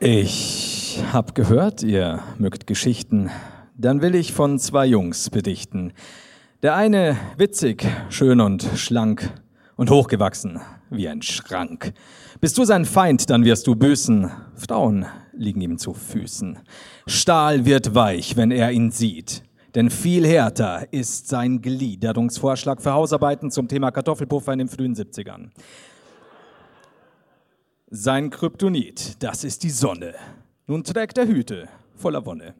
Ich hab gehört, ihr mögt Geschichten. Dann will ich von zwei Jungs bedichten. Der eine witzig, schön und schlank und hochgewachsen wie ein Schrank. Bist du sein Feind, dann wirst du büßen. Frauen liegen ihm zu Füßen. Stahl wird weich, wenn er ihn sieht. Denn viel härter ist sein Gliederungsvorschlag für Hausarbeiten zum Thema Kartoffelpuffer in den frühen 70ern. Sein Kryptonit, das ist die Sonne. Nun trägt er Hüte voller Wonne.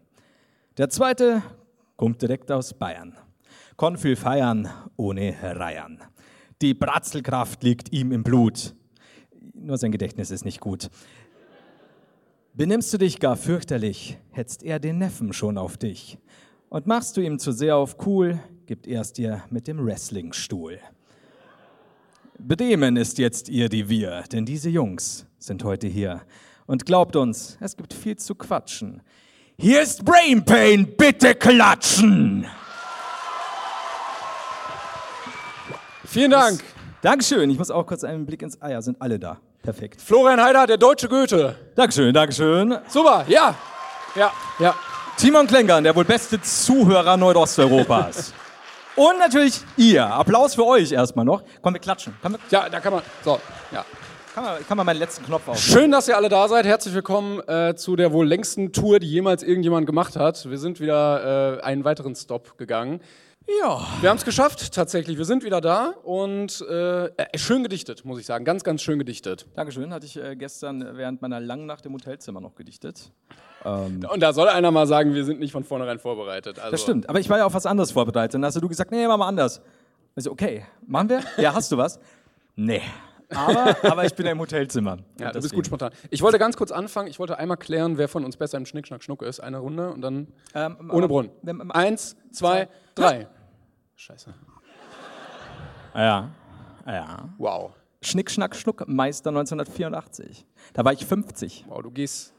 Der zweite kommt direkt aus Bayern. Konfü feiern ohne Reiern. Die Bratzelkraft liegt ihm im Blut. Nur sein Gedächtnis ist nicht gut. Benimmst du dich gar fürchterlich, hetzt er den Neffen schon auf dich. Und machst du ihm zu sehr auf cool, gibt er's dir mit dem Wrestlingstuhl. Bedemen ist jetzt ihr Revier, denn diese Jungs sind heute hier. Und glaubt uns, es gibt viel zu quatschen. Hier ist Brain Pain, bitte klatschen! Vielen Dank. Dankeschön, ich muss auch kurz einen Blick ins Eier, sind alle da. Perfekt. Florian Heider, der deutsche Goethe. Dankeschön, Dankeschön. Super, ja. Ja, ja. Timon Klengern, der wohl beste Zuhörer Nordosteuropas. Und natürlich ihr. Applaus für euch erstmal noch. Komm, wir klatschen. Kann man, Ja, da kann man. So, ja. kann man, kann man meinen letzten Knopf auf? Schön, dass ihr alle da seid. Herzlich willkommen äh, zu der wohl längsten Tour, die jemals irgendjemand gemacht hat. Wir sind wieder äh, einen weiteren Stop gegangen. Ja. Wir haben es geschafft, tatsächlich. Wir sind wieder da und äh, äh, schön gedichtet, muss ich sagen. Ganz, ganz schön gedichtet. Dankeschön. Hatte ich äh, gestern während meiner langen Nacht im Hotelzimmer noch gedichtet. Und da soll einer mal sagen, wir sind nicht von vornherein vorbereitet. Also, Das stimmt. Aber ich war ja auf was anderes vorbereitet. Dann hast du gesagt, nee, machen wir anders. Also, okay, machen wir? Ja, hast du was? Nee. Aber, aber ich bin ja im Hotelzimmer. Ja, du bist gut spontan. Ich wollte ganz kurz anfangen. Ich wollte einmal klären, wer von uns besser im Schnick, Schnack, Schnuck ist. Eine Runde und dann Ähm, ohne aber- wenn Brunnen. man- Eins, zwei, drei. Scheiße. Ja. Ja. Wow. Schnick, Schnack, Schnuck, Meister 1984. Da war ich 50. Wow, du gehst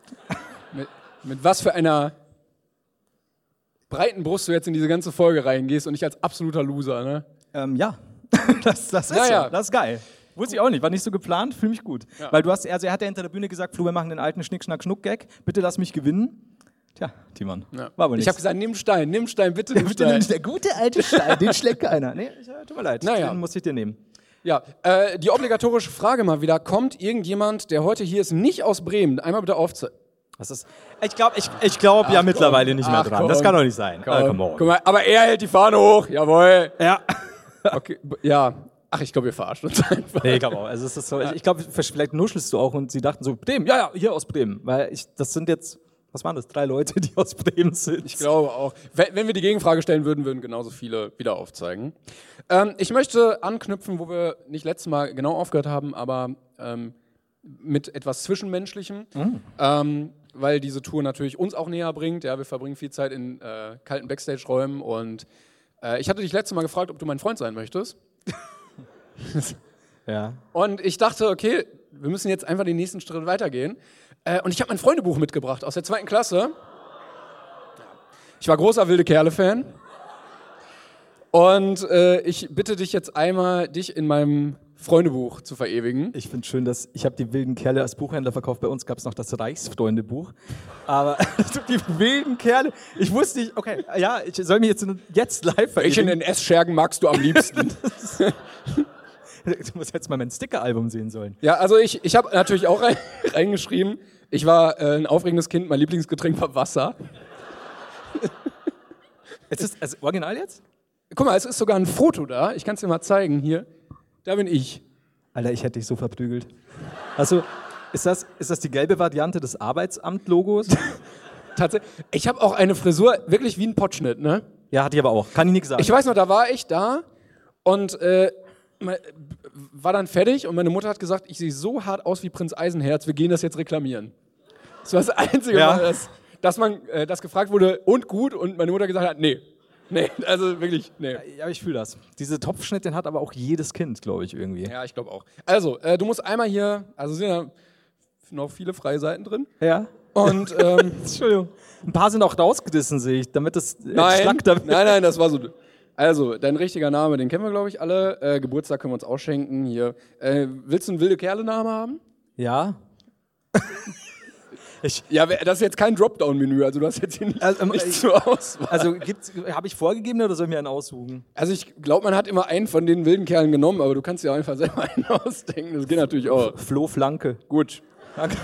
mit, mit was für einer breiten Brust du jetzt in diese ganze Folge reingehst und nicht als absoluter Loser, ne? Ähm, ja. Das, das ist Ja, ja, ja. Das ist geil. Wusste ich auch nicht, war nicht so geplant, fühle mich gut. Weil du hast, also er hat ja hinter der Bühne gesagt, Flo, wir machen den alten Schnick-Schnack-Schnuck-Gag, bitte lass mich gewinnen. Tja, Timon, war wohl ich nicht. habe gesagt, nimm Stein, nimm Stein, bitte nimm Bitte nimm Stein. nicht der gute alte Stein, den schlägt keiner. Nee, ich- äh, tut mir leid, Naja. den muss ich dir nehmen. Ja, äh, die obligatorische Frage mal wieder. Kommt irgendjemand, der heute hier ist, nicht aus Bremen? Einmal bitte aufzeigen. Was ist? Ich glaube, ich, ich glaub, ja mittlerweile nicht mehr Ach, dran. komm. Das kann doch nicht sein. Ah, come on. Guck mal, aber er hält die Fahne hoch, jawohl. Ja. Okay, b- ja. Ach, ich glaube, wir verarschen uns einfach. Nee, ich glaube auch. Also es ist so, ich ich glaube, vielleicht nuschelst du auch und sie dachten so, Bremen, ja, ja, hier aus Bremen. Weil ich, das sind jetzt, was waren das, drei Leute, die aus Bremen sind. Ich glaube auch. Wenn, wenn wir die Gegenfrage stellen würden, würden genauso viele wieder aufzeigen. Ähm, ich möchte anknüpfen, wo wir nicht letztes Mal genau aufgehört haben, aber ähm, mit etwas Zwischenmenschlichem. Ähm, weil diese Tour natürlich uns auch näher bringt. Ja, wir verbringen viel Zeit in äh, kalten Backstage-Räumen und äh, ich hatte dich letztes Mal gefragt, ob du mein Freund sein möchtest. Ja. Und ich dachte, okay, wir müssen jetzt einfach den nächsten Schritt weitergehen. Äh, und ich habe mein Freundebuch mitgebracht aus der zweiten Klasse. Ich war großer wilde Kerle-Fan. Und äh, ich bitte dich jetzt einmal, dich in meinem Freundebuch zu verewigen. Ich finde schön, dass ich habe die wilden Kerle als Buchhändler verkauft. Bei uns gab es noch das Reichsfreundebuch. Aber die wilden Kerle, ich wusste nicht, okay, ja, ich soll mich jetzt, jetzt live Welchen verewigen. NS-Schergen magst du am liebsten? Du musst jetzt mal mein Sticker-Album sehen sollen. ja, also ich, ich habe natürlich auch rein, reingeschrieben, ich war äh, ein aufregendes Kind, mein Lieblingsgetränk war Wasser. Ist das also original jetzt? Guck mal, es ist sogar ein Foto da, ich kann es dir mal zeigen hier. Da bin ich. Alter, ich hätte dich so verprügelt. Also, ist das, ist das die gelbe Variante des Arbeitsamt-Logos? Tatsächlich. Ich habe auch eine Frisur, wirklich wie ein Potschnitt, ne? ja, hatte ich aber auch. Kann ich nichts sagen. Ich weiß noch, da war ich da und äh, me- war dann fertig und meine Mutter hat gesagt, ich sehe so hart aus wie Prinz Eisenherz, wir gehen das jetzt reklamieren. Das war das einzige Ja. Mal, dass, dass man äh, das gefragt wurde und gut und meine Mutter gesagt hat, nee. Nee, also wirklich, nee. Ja, ich fühle das. Diese Topfschnitt, den hat aber auch jedes Kind, glaube ich, irgendwie. Ja, ich glaube auch. Also, äh, du musst einmal hier, also sind ja noch viele freie Seiten drin. Ja? Und ähm, Entschuldigung. Ein paar sind auch rausgerissen, sehe ich, damit das äh, nein, entschlackter wird. nein, nein, das war so. Also, dein richtiger Name, den kennen wir, glaube ich, alle. Äh, Geburtstag können wir uns ausschenken hier. Äh, willst du einen wilde Kerle-Namen haben? Ja? Ja, wer- das ist jetzt kein Dropdown-Menü, also du hast jetzt hier nicht, Also, ähm, nichts zur Auswahl. Also habe ich vorgegeben oder soll ich mir einen aussuchen? Also ich glaube, man hat immer einen von den wilden Kerlen genommen, aber du kannst dir einfach selber einen ausdenken. Das geht natürlich auch. Flo Flanke. Gut.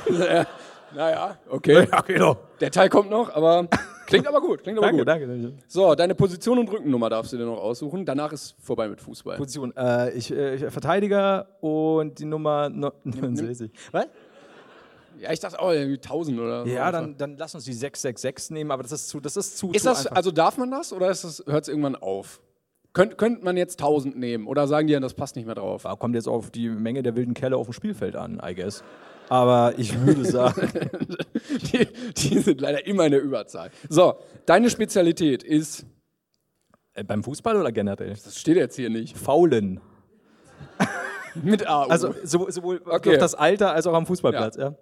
Naja, naja, okay. okay, doch. Der Teil kommt noch, aber klingt aber gut. Klingt aber Oh, Danke, gut. danke. So, deine Position und Rückennummer darfst du dir noch aussuchen. Danach ist vorbei mit Fußball. Position. Äh, ich, äh, ich Verteidiger und die Nummer no- 69. Was? Ja, ich dachte, oh, irgendwie 1000 oder so. Ja, dann, dann lass uns die 666 nehmen, aber das ist zu, das ist zu, Ist zu das, einfach. also darf man das oder ist das, hört es irgendwann auf? Könnt, könnte man jetzt 1000 nehmen oder sagen die dann, das passt nicht mehr drauf? Ja, kommt jetzt auf die Menge der wilden Kerle auf dem Spielfeld an, I guess. Aber ich würde sagen, Die, die sind leider immer in der Überzahl. So, deine Spezialität ist, äh, beim Fußball oder generell? das steht jetzt hier nicht, Faulen. mit AU. Also so, sowohl Okay. auf das Alter als auch am Fußballplatz. Ja.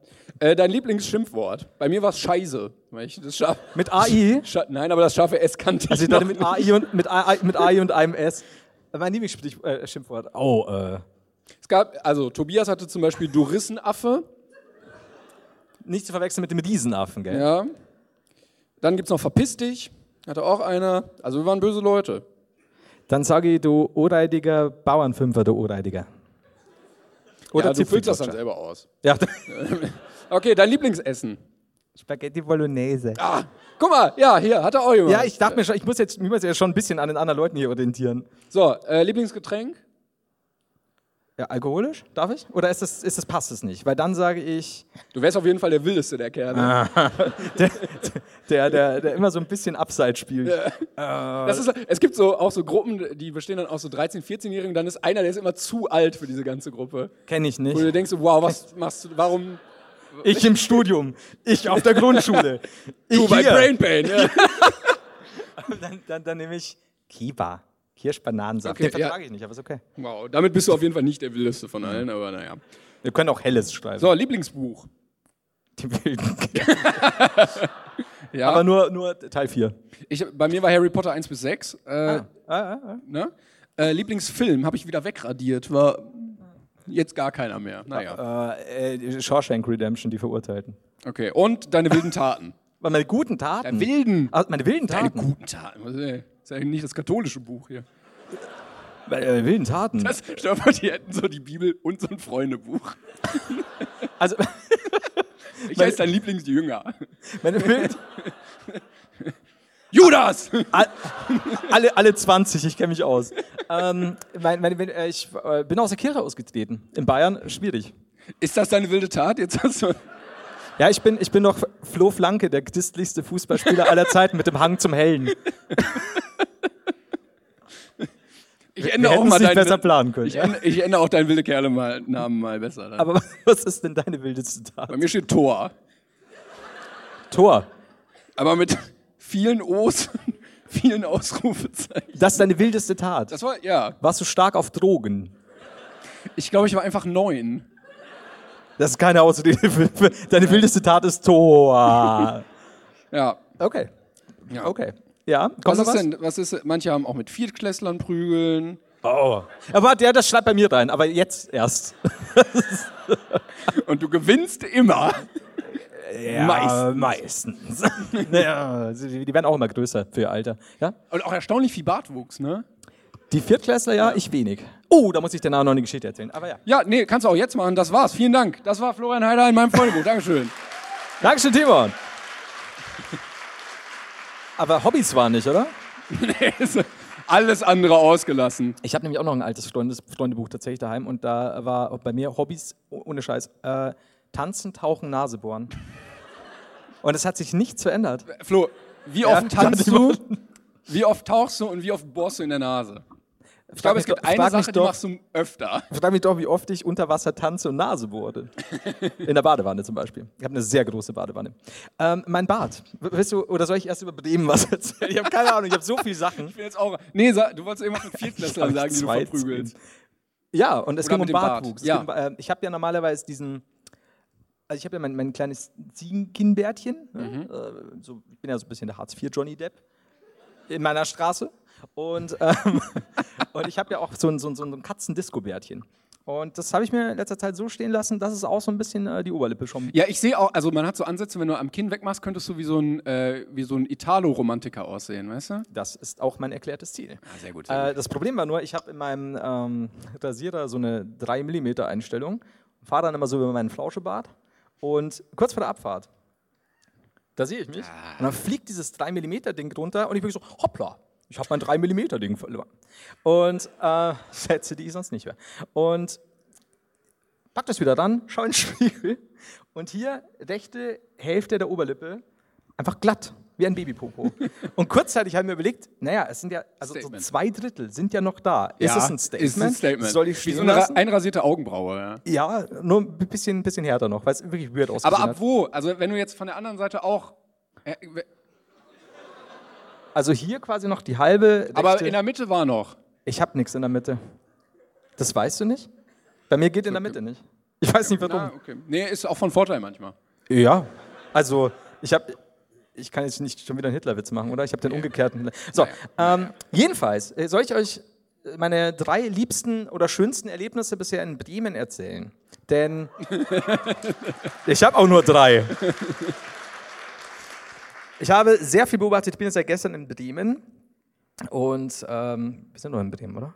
äh, dein Lieblingsschimpfwort. Bei mir war es Scheiße. Weil ich das scharf, Mit AI? scha nein, aber das scharfe S kannte Also ich ich noch dachte mit AI und, mit AI, mit AI und einem S. Mein Lieblingsschimpfwort. Äh, Schimpfwort. oh, äh, Es gab, also Tobias hatte zum Beispiel Dorissenaffe. nicht zu verwechseln mit dem Riesenaffen, gell? Ja. Dann gibt es noch Verpiss dich. Hatte auch einer. Also wir waren böse Leute. Dann sage ich, du Oreidiger Bauernfünfer, du Oreidiger. ja, du füllst das Zipfelklatscher. dann selber aus. Ja, Okay, dein Lieblingsessen. Spaghetti Bolognese. Ah, guck mal, ja, hier, hatte auch jemand. Ja, ich dachte mir schon, ich muss jetzt, ich muss jetzt schon ein bisschen an den anderen Leuten hier orientieren. So, äh, Lieblingsgetränk? Ja, alkoholisch? Darf ich? Oder ist das, ist das, passt es nicht? Weil dann sage ich, Du wärst auf jeden Fall der wildeste der Kerle. Ah. der, der, der immer so ein bisschen abseits spielt. Das ist, es gibt so auch so Gruppen, die bestehen dann aus so 13-, 14-Jährigen, dann ist einer, der ist immer zu alt für diese ganze Gruppe. Kenne ich Wo du nicht. denkst, so, wow, was machst du, warum Ich im Studium. Ich auf der Grundschule. Ich du bei hier. Brain Pain? Ja. Dann, dann, dann nehme ich Kiba. Kirschbananensaft. Okay, Den vertrage ja. ich nicht, aber ist okay. Wow, damit bist du auf jeden Fall nicht der wildeste von allen, aber naja. Wir können auch Helles schreiben. So, Lieblingsbuch. Die wilden Ja, Aber nur, nur Teil 4. ich, bei mir war Harry Potter 1 bis 6. Äh, Ah. Ne? Äh, Lieblingsfilm habe ich wieder wegradiert, war jetzt gar keiner mehr. Naja, Äh, äh, Shawshank Redemption, die Verurteilten. okay. Und deine wilden Taten. Aber meine guten Taten. Deine wilden. Ah, meine wilden Deine Taten. guten Taten. Was ist denn? Das äh, ist ja nicht das katholische Buch hier. Meine wilden Taten. Das, stell dir mal, die hätten so die Bibel und so ein Freundebuch. also, Ich heiße dein Lieblingsjünger. meine wilden. Judas! All- alle, alle 20, ich kenne mich aus. ähm, mein, mein, wenn, äh, ich äh, bin aus der Kirche ausgetreten. In Bayern, schwierig. Ist das deine wilde Tat? Jetzt hast du. Ja, ich bin, ich bin noch Flo Flanke, der christlichste Fußballspieler aller Zeiten mit dem Hang zum Hellen. Ich Wir ändere auch hätten mal es nicht deinen. besser planen können. ich, ändere, ich ändere auch deinen wilde Kerle mal, Namen mal besser. Dann. Aber was ist denn deine wildeste Tat? Bei mir steht Tor. Tor. Aber mit vielen O's, vielen Ausrufezeichen. Das ist deine wildeste Tat. Das war, ja. Warst du stark auf Drogen? Ich glaube, ich war einfach neun. Das ist keine Ausrede. für- für- Deine wildeste Tat ist Tor. Ja. Okay. ja. Okay. Ja, kommt Was noch ist denn, was ist, manche haben auch mit Viertklässlern prügeln. Oh. Aber der, das schreibt bei mir rein, aber jetzt erst. Und du gewinnst immer. Ja, meistens. ja, sie- die werden auch immer größer für ihr Alter. Ja? Und auch erstaunlich viel Bartwuchs, ne? Die Viertklässler, ja, ich wenig. Oh, da muss ich danach noch eine Geschichte erzählen. Aber ja. Ja, nee, kannst du auch jetzt machen. Das war's. Vielen Dank. Das war Florian Heider in meinem Freundebuch. Dankeschön. Dankeschön, Timon. Aber Hobbys waren nicht, oder? Also, Alles andere ausgelassen. Ich habe nämlich auch noch ein altes Freundes Freundebuch tatsächlich daheim und da war bei mir Hobbys, oh- ohne Scheiß, äh, tanzen, tauchen, Nase bohren. Und es hat sich nichts verändert. Flo, wie oft kann tanzt ich du? Wie oft tauchst du und wie oft bohrst du in der Nase? Ich glaube, es gibt eine Sache, die doch, machst du öfter. Ich frage mich doch, wie oft ich unter Wasser tanze und Nase wurde. In der Badewanne zum Beispiel. Ich habe eine sehr große Badewanne. Ähm, mein Bart. W- Willst du, oder soll ich erst über Bremen was erzählen? Ich habe keine Ahnung, ich habe so viele Sachen. Ich bin jetzt auch. Nee, sa- du wolltest irgendwas mit Viertklässlern Ich glaub, sagen, die du zwei verprügelst. Ja, und es Oder ging um mit dem Bart. Bartwuchs. Ja. Es ging, um- äh, ich habe ja normalerweise diesen, also ich habe ja mein, mein kleines Ziegenbärtchen. Mhm. Ne? Äh, so, ich bin ja so ein bisschen der Hartz-IV-Johnny Depp in meiner Straße. Und, ähm, und ich habe ja auch so ein, so ein, so ein Katzen-Disco-Bärtchen. Und das habe ich mir in letzter Zeit so stehen lassen, dass es auch so ein bisschen äh, die Oberlippe schon. Ja, ich sehe auch, also man hat so Ansätze, wenn du am Kinn wegmachst, könntest du wie so ein, äh, wie so ein Italo-Romantiker aussehen, weißt du? Das ist auch mein erklärtes Ziel. Ah, sehr gut, sehr Äh, das Problem war nur, ich habe in meinem ähm, Rasierer so eine 3 mm Einstellung, fahre dann immer so über meinen Flauschebart und kurz vor der Abfahrt, da sehe ich mich Ah. und dann fliegt dieses 3 mm Ding runter und ich bin so, hoppla, ich habe mein 3 mm Ding verloren. Und äh, Sätze, die ich sonst nicht höre. Und pack das wieder ran, schau in den Spiegel und hier rechte Hälfte der Oberlippe einfach glatt, wie ein Babypopo. und kurzzeitig haben wir überlegt, naja, es sind ja, also so Statement. zwei Drittel sind ja noch da. Ist es ein Statement? Ah, Ist ein Statement. Soll ich wie stehen so eine ra- lassen? einrasierte Augenbraue, ja. Ja, nur ein bisschen, bisschen härter noch, weil es wirklich weird aussieht. Aber ab wo? Also wenn du jetzt von der anderen Seite auch. Äh, we- Also hier quasi noch die halbe. aber rechte- in der Mitte war noch. ich habe nichts in der Mitte. Das weißt du nicht? Bei mir geht in der Mitte nicht. Ich weiß nicht warum. Ah, okay. Nee, ist auch von Vorteil manchmal. Ja. Also ich habe, ich kann jetzt nicht schon wieder einen Hitlerwitz machen, oder? Ich habe den umgekehrten. Hitler- So, ähm, jedenfalls äh, soll ich euch äh, meine drei liebsten oder schönsten Erlebnisse bisher in Bremen erzählen, denn ich habe auch nur drei. Ich habe sehr viel beobachtet. Ich bin jetzt seit gestern in Bremen und ähm, wir sind noch in Bremen, oder?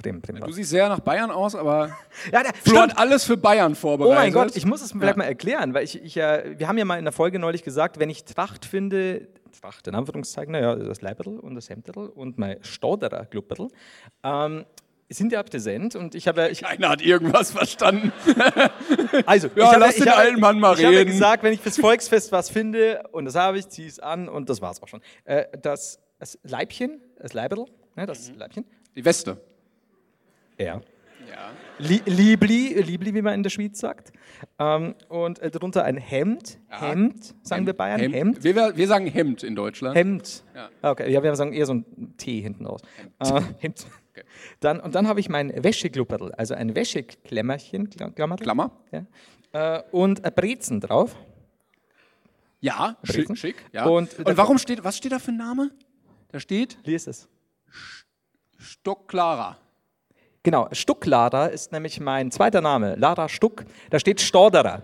Bremen, Bremen. Du siehst sehr nach Bayern aus, aber Ja, der, Flo stimmt. hat alles für Bayern Oh vorbereitet. mein Gott, ich muss es vielleicht Ja. mal erklären, weil ich, ich äh, wir haben ja mal in der Folge neulich gesagt, wenn ich Tracht finde, Tracht in Anführungszeichen, naja, das Leiberl und das Hemderl und mein Stauderer Glubberl, ähm, sind ja präsent und ich habe, ja- ich, Keiner hat irgendwas verstanden. also, Ja, ich habe, lass ich den habe, alten Mann mal ich habe reden. gesagt, wenn ich fürs Volksfest was finde und das habe ich, ziehe es an und das war's auch schon. Äh, das, das Leibchen, das Leiberl, ne, das Mhm. Leibchen, Die Weste. ja. Ja. Li Liebli, Liebli, wie man in der Schweiz sagt. Ähm, und äh, darunter ein Hemd. Hemd, sagen wir Bayern. Hemd. Hemd. Wir, wir sagen Hemd in Deutschland. Ja. Ah, Okay, ja, wir sagen eher so ein T hinten raus. Hemd. Äh, Hemd. Dann, und dann habe ich mein Wäscheklubberl, also ein Wäscheklemmerchen, Kla- Klammerl, Klammer. ja, äh, und ein Brezen drauf. Ja, Brezen. schick. schick ja. Und- Und, warum steht, was steht da für ein Name? Da steht Lies es. Stock Clara. Genau, Stuck-Lara ist nämlich mein zweiter Name, Lara Stuck. Da steht Stoderer.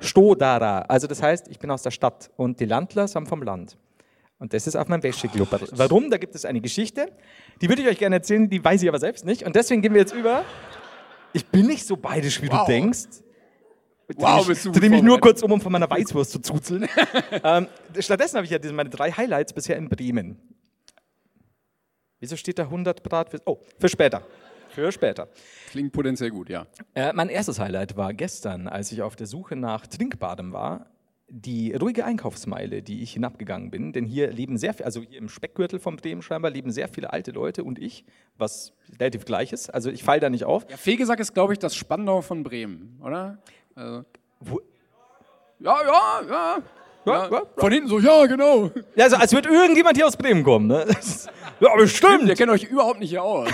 Stodara. Also das heißt, ich bin aus der Stadt und die Landler sind vom Land. Und das ist auf meinem Wäscheklubberl. Warum? Da gibt es eine Geschichte, die würde ich euch gerne erzählen, die weiß ich aber selbst nicht. Und deswegen gehen wir jetzt über. Ich bin nicht so bayerisch, wie Wow. du denkst. Wow, ich bist du gut drehe mich nur vorbereitet. kurz um, um von meiner Weißwurst zu zuzeln. ähm, stattdessen habe ich ja diese, meine drei Highlights bisher in Bremen. Wieso steht da 100 Brat? Für, oh, für später. Für später. Klingt potenziell gut, ja. Äh, mein erstes Highlight war gestern, als ich auf der Suche nach Trinkbadem war, die ruhige Einkaufsmeile, die ich hinabgegangen bin. Denn hier leben sehr viel, also hier im Speckgürtel von Bremen scheinbar leben sehr viele alte Leute und ich, was relativ gleich ist. Also ich falle da nicht auf. Ja, Fegesack ist, glaube ich, das Spandau von Bremen, oder? Also. Wo- Ja, ja, ja. Ja, ja, Von hinten so, ja, genau. Ja, also als würde irgendjemand hier aus Bremen kommen. Ne? ja, Der bestimmt. kennt euch überhaupt nicht hier aus.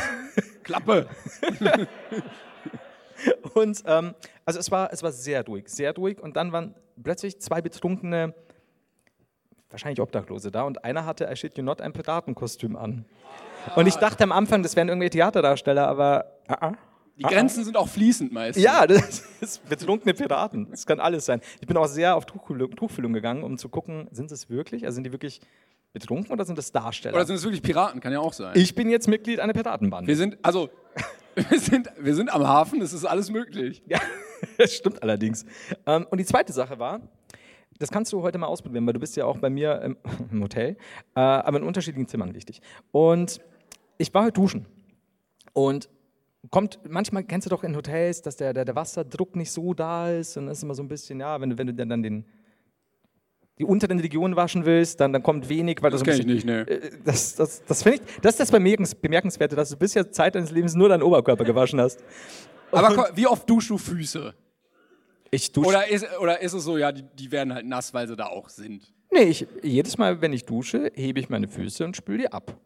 Klappe. Und ähm, also es war, es war sehr ruhig, sehr ruhig. Und dann waren plötzlich zwei betrunkene, wahrscheinlich Obdachlose da. Und einer hatte, I shit you not, ein Piratenkostüm an. Und ich dachte am Anfang, das wären irgendwie Theaterdarsteller, aber ah, ah. Die Grenzen sind auch fließend meistens. ja, das ist betrunkene Piraten. Das kann alles sein. Ich bin auch sehr auf Tuchfühlung, Tuchfühlung gegangen, um zu gucken, sind es wirklich, also sind die wirklich betrunken oder sind das Darsteller? Oder sind es wirklich Piraten? Kann ja auch sein. ich bin jetzt Mitglied einer Piratenbande. wir sind, also, wir sind, wir sind am Hafen, es ist alles möglich. Ja, das stimmt allerdings. Ähm, und die zweite Sache war, das kannst du heute mal ausprobieren, weil du bist ja auch bei mir im, im Hotel, äh, aber in unterschiedlichen Zimmern wichtig. Und ich war heute duschen und kommt, manchmal kennst du doch in Hotels, dass der, der, der Wasserdruck nicht so da ist und das ist immer so ein bisschen, ja, wenn, du- wenn du dann den die unteren Legionen waschen willst, dann, dann kommt wenig, weil das Das kenne ich nicht, ne. Äh, Das, das, das finde ich, das ist das Bemerkens- Bemerkenswerte, dass du bisher Zeit deines Lebens nur deinen Oberkörper gewaschen hast. Aber ko- wie oft duschst du Füße? Ich dusche. Oder ist, oder ist es so, ja, die, die werden halt nass, weil sie da auch sind? nee, ich, jedes Mal, wenn ich dusche, hebe ich meine Füße und spüle die ab.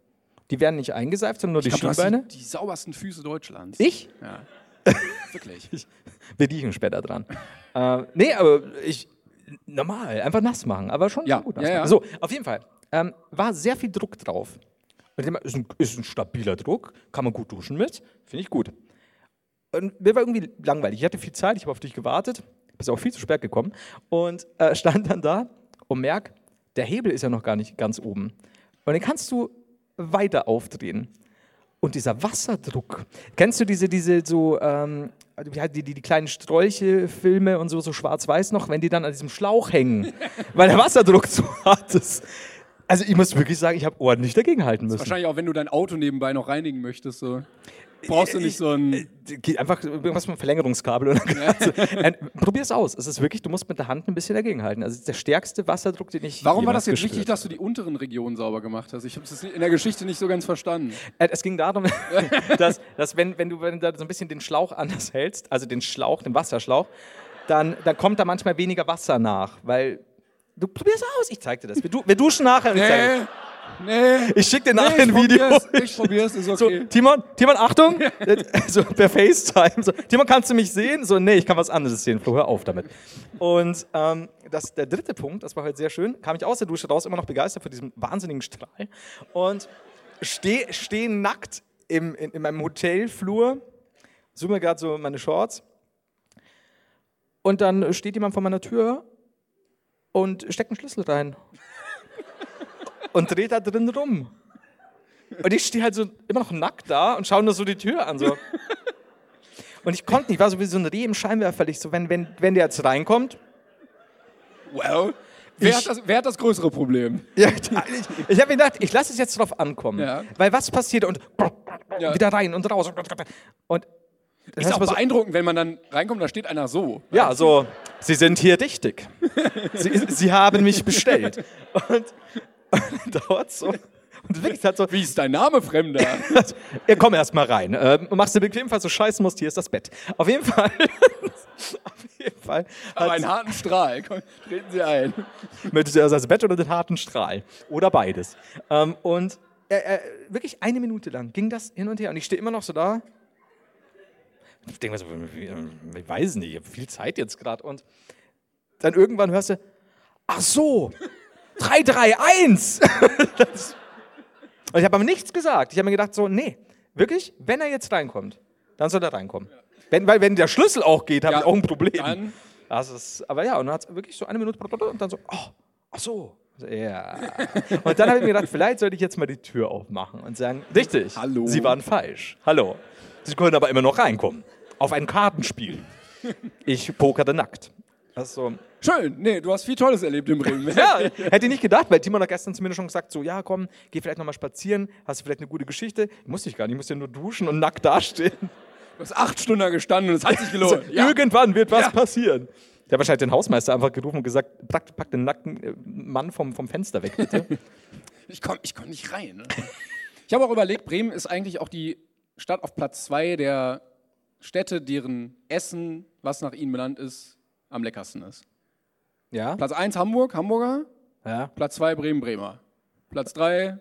Die werden nicht eingeseift, sondern nur die du hast Schienbeine. die, die saubersten Füße Deutschlands. Ich? Ja. Wirklich. Wir riechen später dran. äh, nee, aber ich. Normal, einfach nass machen, aber schon Ja, gut ja, nass ja. machen. So, auf jeden Fall. Ähm, war sehr viel Druck drauf. Und ich denk mal, Ist ein, ist ein stabiler Druck, kann man gut duschen mit, finde ich gut. Und mir war irgendwie langweilig. Ich hatte viel Zeit, ich habe auf dich gewartet, bist auch viel zu spät gekommen und äh, stand dann da und merk, der Hebel ist ja noch gar nicht ganz oben. Und den kannst du weiter aufdrehen. Und dieser Wasserdruck, kennst du diese, diese so, ähm, wie halt die, die, die kleinen Strolche-Filme und so, so schwarz-weiß noch, wenn die dann an diesem Schlauch hängen, weil der Wasserdruck zu hart ist. Also ich muss wirklich sagen, ich habe ordentlich dagegenhalten müssen. Wahrscheinlich auch, wenn du dein Auto nebenbei noch reinigen möchtest, so. Brauchst Äh, du nicht so ein. Geht einfach irgendwas mit einem Verlängerungskabel oder also, äh, Probier's aus. Es ist wirklich, du musst mit der Hand ein bisschen dagegenhalten. Also es ist der stärkste Wasserdruck, den ich Warum war jemals das jetzt gespürt wichtig, dass du die unteren Regionen sauber gemacht hast? Ich habe es in der Geschichte nicht so ganz verstanden. Äh, Es ging darum, dass, dass wenn, wenn du wenn du da so ein bisschen den Schlauch anders hältst, also den Schlauch, den Wasserschlauch, dann, dann kommt da manchmal weniger Wasser nach, weil du probier's aus. Ich zeig dir das. Wir, du, wir duschen nachher. und ich zeig dir- nee. Ich schick dir nachher ich ein Video. probier's, ich probier's, ist So, okay. Timon, Timon, Achtung! so per FaceTime. So, Timon, kannst du mich sehen? So, nee, ich kann was anderes sehen. Flo, hör auf damit. Und ähm, das, der dritte Punkt, das war heute sehr schön, kam ich aus der Dusche raus, immer noch begeistert von diesem wahnsinnigen Strahl und stehe steh nackt im, in, in meinem Hotelflur, suche mir gerade so meine Shorts und dann steht jemand vor meiner Tür und steckt einen Schlüssel rein und dreht da drin rum. Und ich stehe halt so immer noch nackt da und schaue nur so die Tür an. So. Und ich konnte nicht, ich war so wie so ein Reh im Scheinwerferlicht. So, wenn, wenn, wenn der jetzt reinkommt, Well. Wer Ich- hat, das, wer hat das größere Problem? ja, ich, ich habe mir gedacht, ich lasse es jetzt drauf ankommen. Ja. Weil was passiert und Ja. wieder rein und raus. Und das Ist auch aber so, beeindruckend, wenn man dann reinkommt, da steht einer so. ja, so, sie sind hier dichtig. sie, sie haben mich bestellt. Und, und dauert so. Und wirklich hat so, Wie ist dein Name, Fremder? Ja, komm erst mal rein. Ähm, mach's dir bequem, falls du scheißen musst. Hier ist das Bett. Auf jeden Fall. Auf jeden Fall. Aber einen harten Strahl. Komm, treten Sie ein. Möchtest du erst das Bett oder den harten Strahl? Oder beides. Ähm, und äh, äh, wirklich eine Minute lang ging das hin und her. Und ich stehe immer noch so da. Ich denke mir so, äh, ich weiß nicht, ich habe viel Zeit jetzt gerade. Und dann irgendwann hörst du, ach so, 331. Das- und ich habe aber nichts gesagt. Ich habe mir gedacht, so, nee, wirklich, wenn er jetzt reinkommt, dann soll er reinkommen. Wenn, weil wenn der Schlüssel auch geht, habe Ja, ich auch ein Problem. dann- Das ist, aber ja, und dann hat es wirklich so eine Minute und dann so, oh, ach so. So, Ja. Und dann habe ich mir gedacht, vielleicht sollte ich jetzt mal die Tür aufmachen und sagen, richtig, Hallo. Sie waren falsch. Hallo. Sie können aber immer noch reinkommen. Auf ein Kartenspiel. Ich pokerte nackt. Das ist so. Schön. Nee, du hast viel Tolles erlebt im Bremen. Ja, hätte ich nicht gedacht, weil Timon hat gestern zu mir schon gesagt, so, ja, komm, geh vielleicht nochmal spazieren, hast du vielleicht eine gute Geschichte? Muss ich gar nicht, ich muss ja nur duschen und nackt dastehen. Du hast acht Stunden da gestanden und es hat sich gelohnt. So, Ja. Irgendwann wird was Ja. passieren. Der hat wahrscheinlich den Hausmeister einfach gerufen und gesagt, pack, pack den nackten äh, Mann vom, vom Fenster weg, bitte. Ich komme ich komm nicht rein. Ne? Ich habe auch überlegt, Bremen ist eigentlich auch die Stadt auf Platz zwei der Städte, deren Essen, was nach ihnen benannt ist, am leckersten ist. ja? Platz eins Hamburg, Hamburger. ja. Platz zwei Bremen, Bremer. Platz drei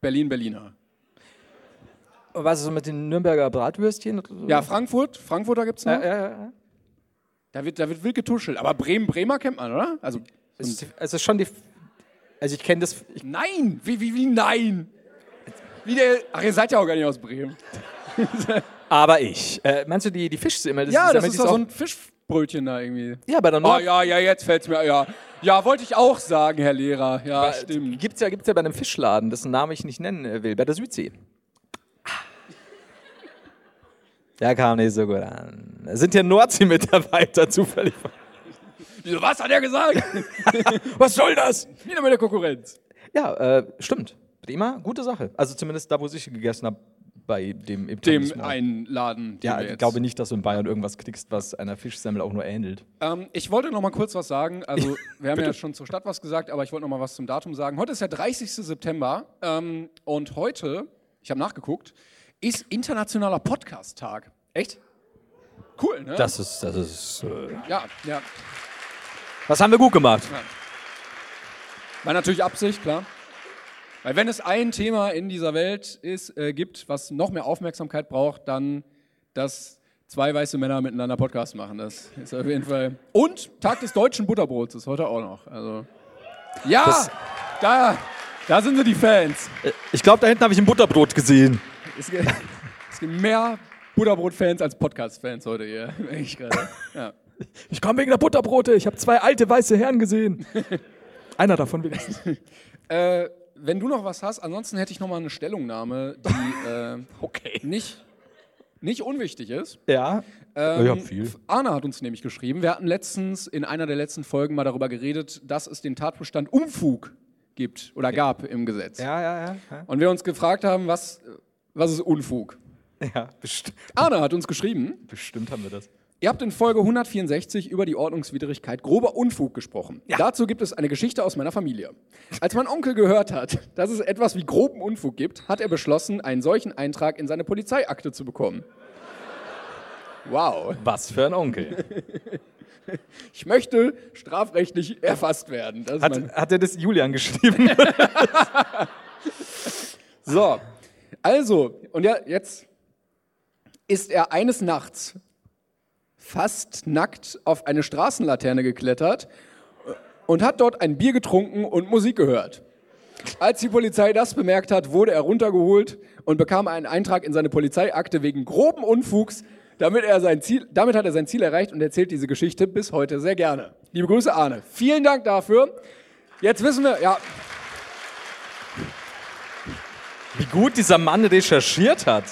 Berlin, Berliner. Und was ist so mit den Nürnberger Bratwürstchen? Ja, Frankfurt, Frankfurter gibt's noch. Ja, ja, ja. Da, wird, da wird wild getuschelt. Aber Bremen, Bremer kennt man, oder? Also, Es ist, es ist schon die. Also ich kenne das. Ich, nein! Wie, wie, wie nein? Wie der, ach, ihr seid ja auch gar nicht aus Bremen. aber ich. Äh, meinst du die, die Fischsimmel? Ja, das Semmel, ist die Oh, doch so ein Fischbrötchen da irgendwie. Ja, aber dann Ah ja, ja, jetzt fällt's mir. Ja, ja, wollte ich auch sagen, Herr Lehrer. Ja, stimmt. Gibt es ja, gibt's ja bei einem Fischladen, dessen Namen ich nicht nennen äh, will, bei der Südsee. Ah. Der kam nicht so gut an. Es sind ja Nordsee-Mitarbeiter zufällig. Wieso, Was hat er gesagt? Was soll das? Wieder mit der Konkurrenz. Ja, äh, stimmt. Prima, gute Sache. Also zumindest da, wo ich gegessen habe, bei dem Dem Etablissement. einen Laden. den ja, wir ich jetzt- glaube nicht, dass du in Bayern irgendwas kriegst, was einer Fischsemmel auch nur ähnelt. Ähm, ich wollte noch mal kurz was sagen. Also, wir haben ja schon zur Stadt was gesagt, aber ich wollte noch mal was zum Datum sagen. Heute ist der 30. September ähm, und heute, ich habe nachgeguckt, ist internationaler Podcast-Tag. Echt? Cool, ne? Das ist, das ist. Äh, ja, ja. was haben wir gut gemacht? War natürlich Absicht, klar. Weil wenn es ein Thema in dieser Welt ist, äh, gibt, was noch mehr Aufmerksamkeit braucht, dann, dass zwei weiße Männer miteinander Podcast machen. Das ist auf jeden Fall. Und Tag des deutschen Butterbrots ist heute auch noch. Also, ja, Das- da, da sind sie die Fans. Ich glaube, da hinten habe ich ein Butterbrot gesehen. Es gibt, es gibt mehr Butterbrot-Fans als Podcast-Fans heute hier. merke Ich gerade. Ja. Ich kam wegen der Butterbrote. Ich habe zwei alte weiße Herren gesehen. Einer davon wenigstens. Äh, wenn du noch was hast, ansonsten hätte ich noch mal eine Stellungnahme, die äh, nicht, nicht unwichtig ist. Ja. Ähm, ja, viel. F- Arne hat uns nämlich geschrieben, wir hatten letztens in einer der letzten Folgen mal darüber geredet, dass es den Tatbestand Umfug gibt oder gab im Gesetz. Ja, ja, ja. Und wir uns gefragt haben, was, was ist Unfug? Ja, best Arne hat uns geschrieben, bestimmt haben wir das. ihr habt in Folge 164 über die Ordnungswidrigkeit grober Unfug gesprochen. Dazu gibt es eine Geschichte aus meiner Familie. Als mein Onkel gehört hat, dass es etwas wie groben Unfug gibt, hat er beschlossen, einen solchen Eintrag in seine Polizeiakte zu bekommen. Wow. Was für ein Onkel. Ich möchte strafrechtlich erfasst werden. Das ist mein- Hat, hat er das Julian geschrieben? so, also, und ja, jetzt ist er eines Nachts fast nackt auf eine Straßenlaterne geklettert und hat dort ein Bier getrunken und Musik gehört. Als die Polizei das bemerkt hat, wurde er runtergeholt und bekam einen Eintrag in seine Polizeiakte wegen groben Unfugs. Damit, er sein Ziel, damit hat er sein Ziel erreicht und erzählt diese Geschichte bis heute sehr gerne. Liebe Grüße, Arne. Vielen Dank dafür. Jetzt wissen wir, ja, Wie gut dieser Mann recherchiert hat.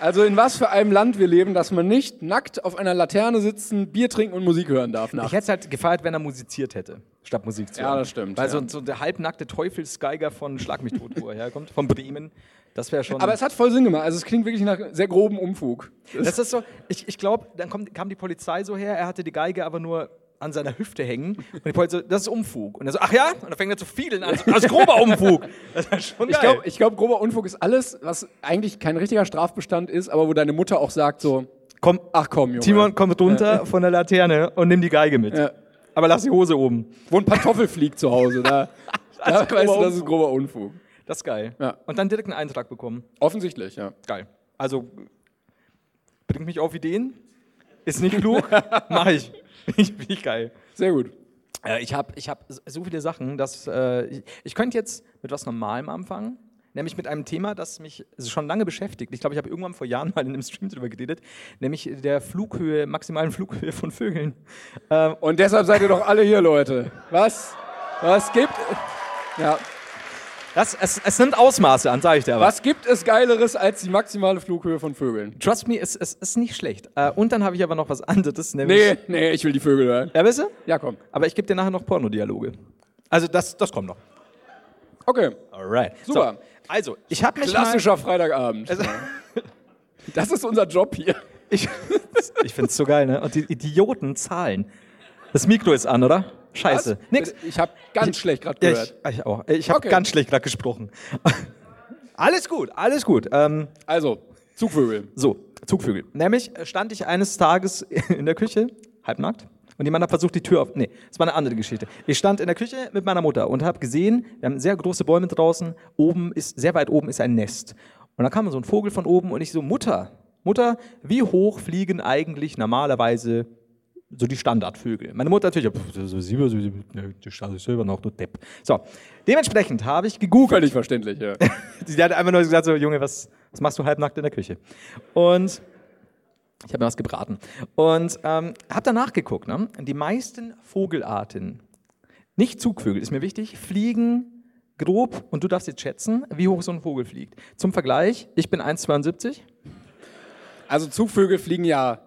Also in was für einem Land wir leben, dass man nicht nackt auf einer Laterne sitzen, Bier trinken und Musik hören darf nach. Ich hätte es halt gefeiert, wenn er musiziert hätte, statt Musik zu Ja, hören. das stimmt, Weil ja. so, so der halbnackte Teufelsgeiger von Schlag mich tot, wo er herkommt, von Bremen, das wäre schon... Aber es hat voll Sinn gemacht. Also es klingt wirklich nach sehr grobem Umfug. das ist so, ich, ich glaube, dann kommt, kam die Polizei so her, er hatte die Geige aber nur an seiner Hüfte hängen und die Polizei so, das ist Umfug. Und er so, ach ja? Und dann fängt er zu vielen an, also grober Umfug. Das ist schon Ich geil. glaube, ich glaub, grober Unfug ist alles, was eigentlich kein richtiger Strafbestand ist, aber wo deine Mutter auch sagt so, komm, ach komm, ah, Junge. Timon, komm runter von der Laterne und nimm die Geige mit. Ja. Aber lass die Hose oben. wo ein Pantoffel fliegt zu Hause, da, da grober weißt du, das ist Unfug. grober Unfug. Das ist geil. Ja. Und dann direkt einen Eintrag bekommen. Offensichtlich, ja. Geil. Also, bringt mich auf Ideen. Ist nicht klug. Mach ich. Ich bin geil. Sehr gut. Äh, ich habe ich hab so viele Sachen, dass äh, ich, ich könnte jetzt mit was Normalem anfangen. Nämlich mit einem Thema, das mich schon lange beschäftigt. Ich glaube, ich habe irgendwann vor Jahren mal in einem Stream drüber geredet, nämlich der Flughöhe, maximalen Flughöhe von Vögeln. Und deshalb seid ihr doch alle hier, Leute. Was? Was gibt, ja, Das, es, es nimmt Ausmaße an, sage ich dir aber. was gibt es Geileres als die maximale Flughöhe von Vögeln? Trust me, es, es ist nicht schlecht. Äh, und dann habe ich aber noch was anderes, nämlich. Nee, nee, ich will die Vögel hören. Ja, weißt du? Ja, komm. Aber ich gebe dir nachher noch Pornodialoge. Also, das, das kommt noch. Okay. Alright. Super. So, also, ich habe mich Klassischer Freitagabend. Mal, also, Das ist unser Job hier. ich ich finde es so geil, ne? Und die Idioten zahlen. Das Mikro ist an, oder? Scheiße. Nix. Ich habe ganz schlecht gerade Ja, gehört. ich, ich auch. Ich habe Okay. ganz schlecht gerade gesprochen. alles gut, alles gut. Ähm, Also, Zugvögel. So, Zugvögel. Nämlich äh, stand ich eines Tages in der Küche, halbnackt, und jemand hat versucht, die Tür auf. Nee, das war eine andere Geschichte. Ich stand in der Küche mit meiner Mutter und habe gesehen, wir haben sehr große Bäume draußen. Oben ist, sehr weit oben ist ein Nest. Und da kam so ein Vogel von oben und ich so, Mutter, Mutter, wie hoch fliegen eigentlich normalerweise so die Standardvögel. Meine Mutter natürlich, pff, so Silber, so, ne, die Standard ist Silber noch, du Depp. So, dementsprechend habe ich gegoogelt. Völlig verständlich, ja. Sie hat einfach nur gesagt, so, Junge, was, was machst du halbnackt in der Küche? Und ich habe mir was gebraten. Und ähm, habe danach geguckt. Ne? Die meisten Vogelarten, nicht Zugvögel, ist mir wichtig, fliegen grob, und du darfst jetzt schätzen, wie hoch so ein Vogel fliegt. Zum Vergleich, ich bin 1,72. Also, Zugvögel fliegen ja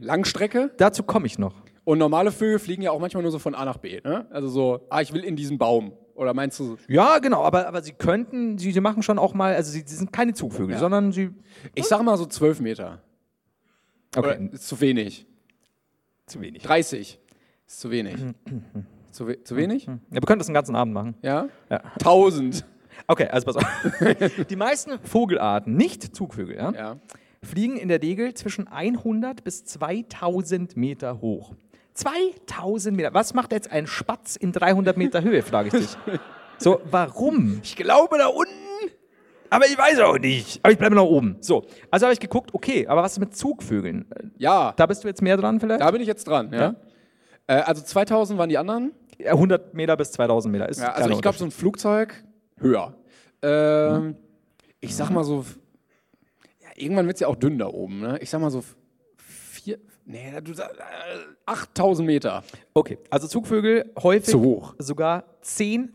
Langstrecke Dazu komme ich noch. Und normale Vögel fliegen ja auch manchmal nur so von A nach B. Ne? Also so, ah, ich will in diesen Baum. Oder meinst du, Ja, genau, aber, aber sie könnten, sie, sie machen schon auch mal, also sie, sie sind keine Zugvögel, sondern sie. ich sag mal so 12 Meter. Oder Okay, ist zu wenig. zu wenig. Ja, 30 ist zu wenig. zu, we zu wenig? wir können das den ganzen Abend machen. Ja? Mhm. Ja. 1000. Okay, also pass auf. Die meisten Vogelarten, nicht Zugvögel, ja, Ja. fliegen in der Regel zwischen 100 bis 2000 Meter hoch. 2000 Meter. Was macht jetzt ein Spatz in 300 Meter Höhe, frage ich dich. So, warum? Ich glaube da unten, aber ich weiß auch nicht. Aber ich bleibe nach oben. So, also habe ich geguckt, okay, aber was ist mit Zugvögeln? Ja, Da bist du jetzt mehr dran vielleicht? da bin ich jetzt dran. Ja? Äh, also 2000 waren die anderen. Ja, 100 Meter bis 2000 Meter ist Ja, also kleiner ich glaube, so ein Flugzeug höher. Ähm, Ich sag mal so, ja, irgendwann wird es ja auch dünn da oben. Ne? Ich sag mal so vier, nee, du sag, äh, 8000 Meter. Okay, also Zugvögel häufig Zu hoch. sogar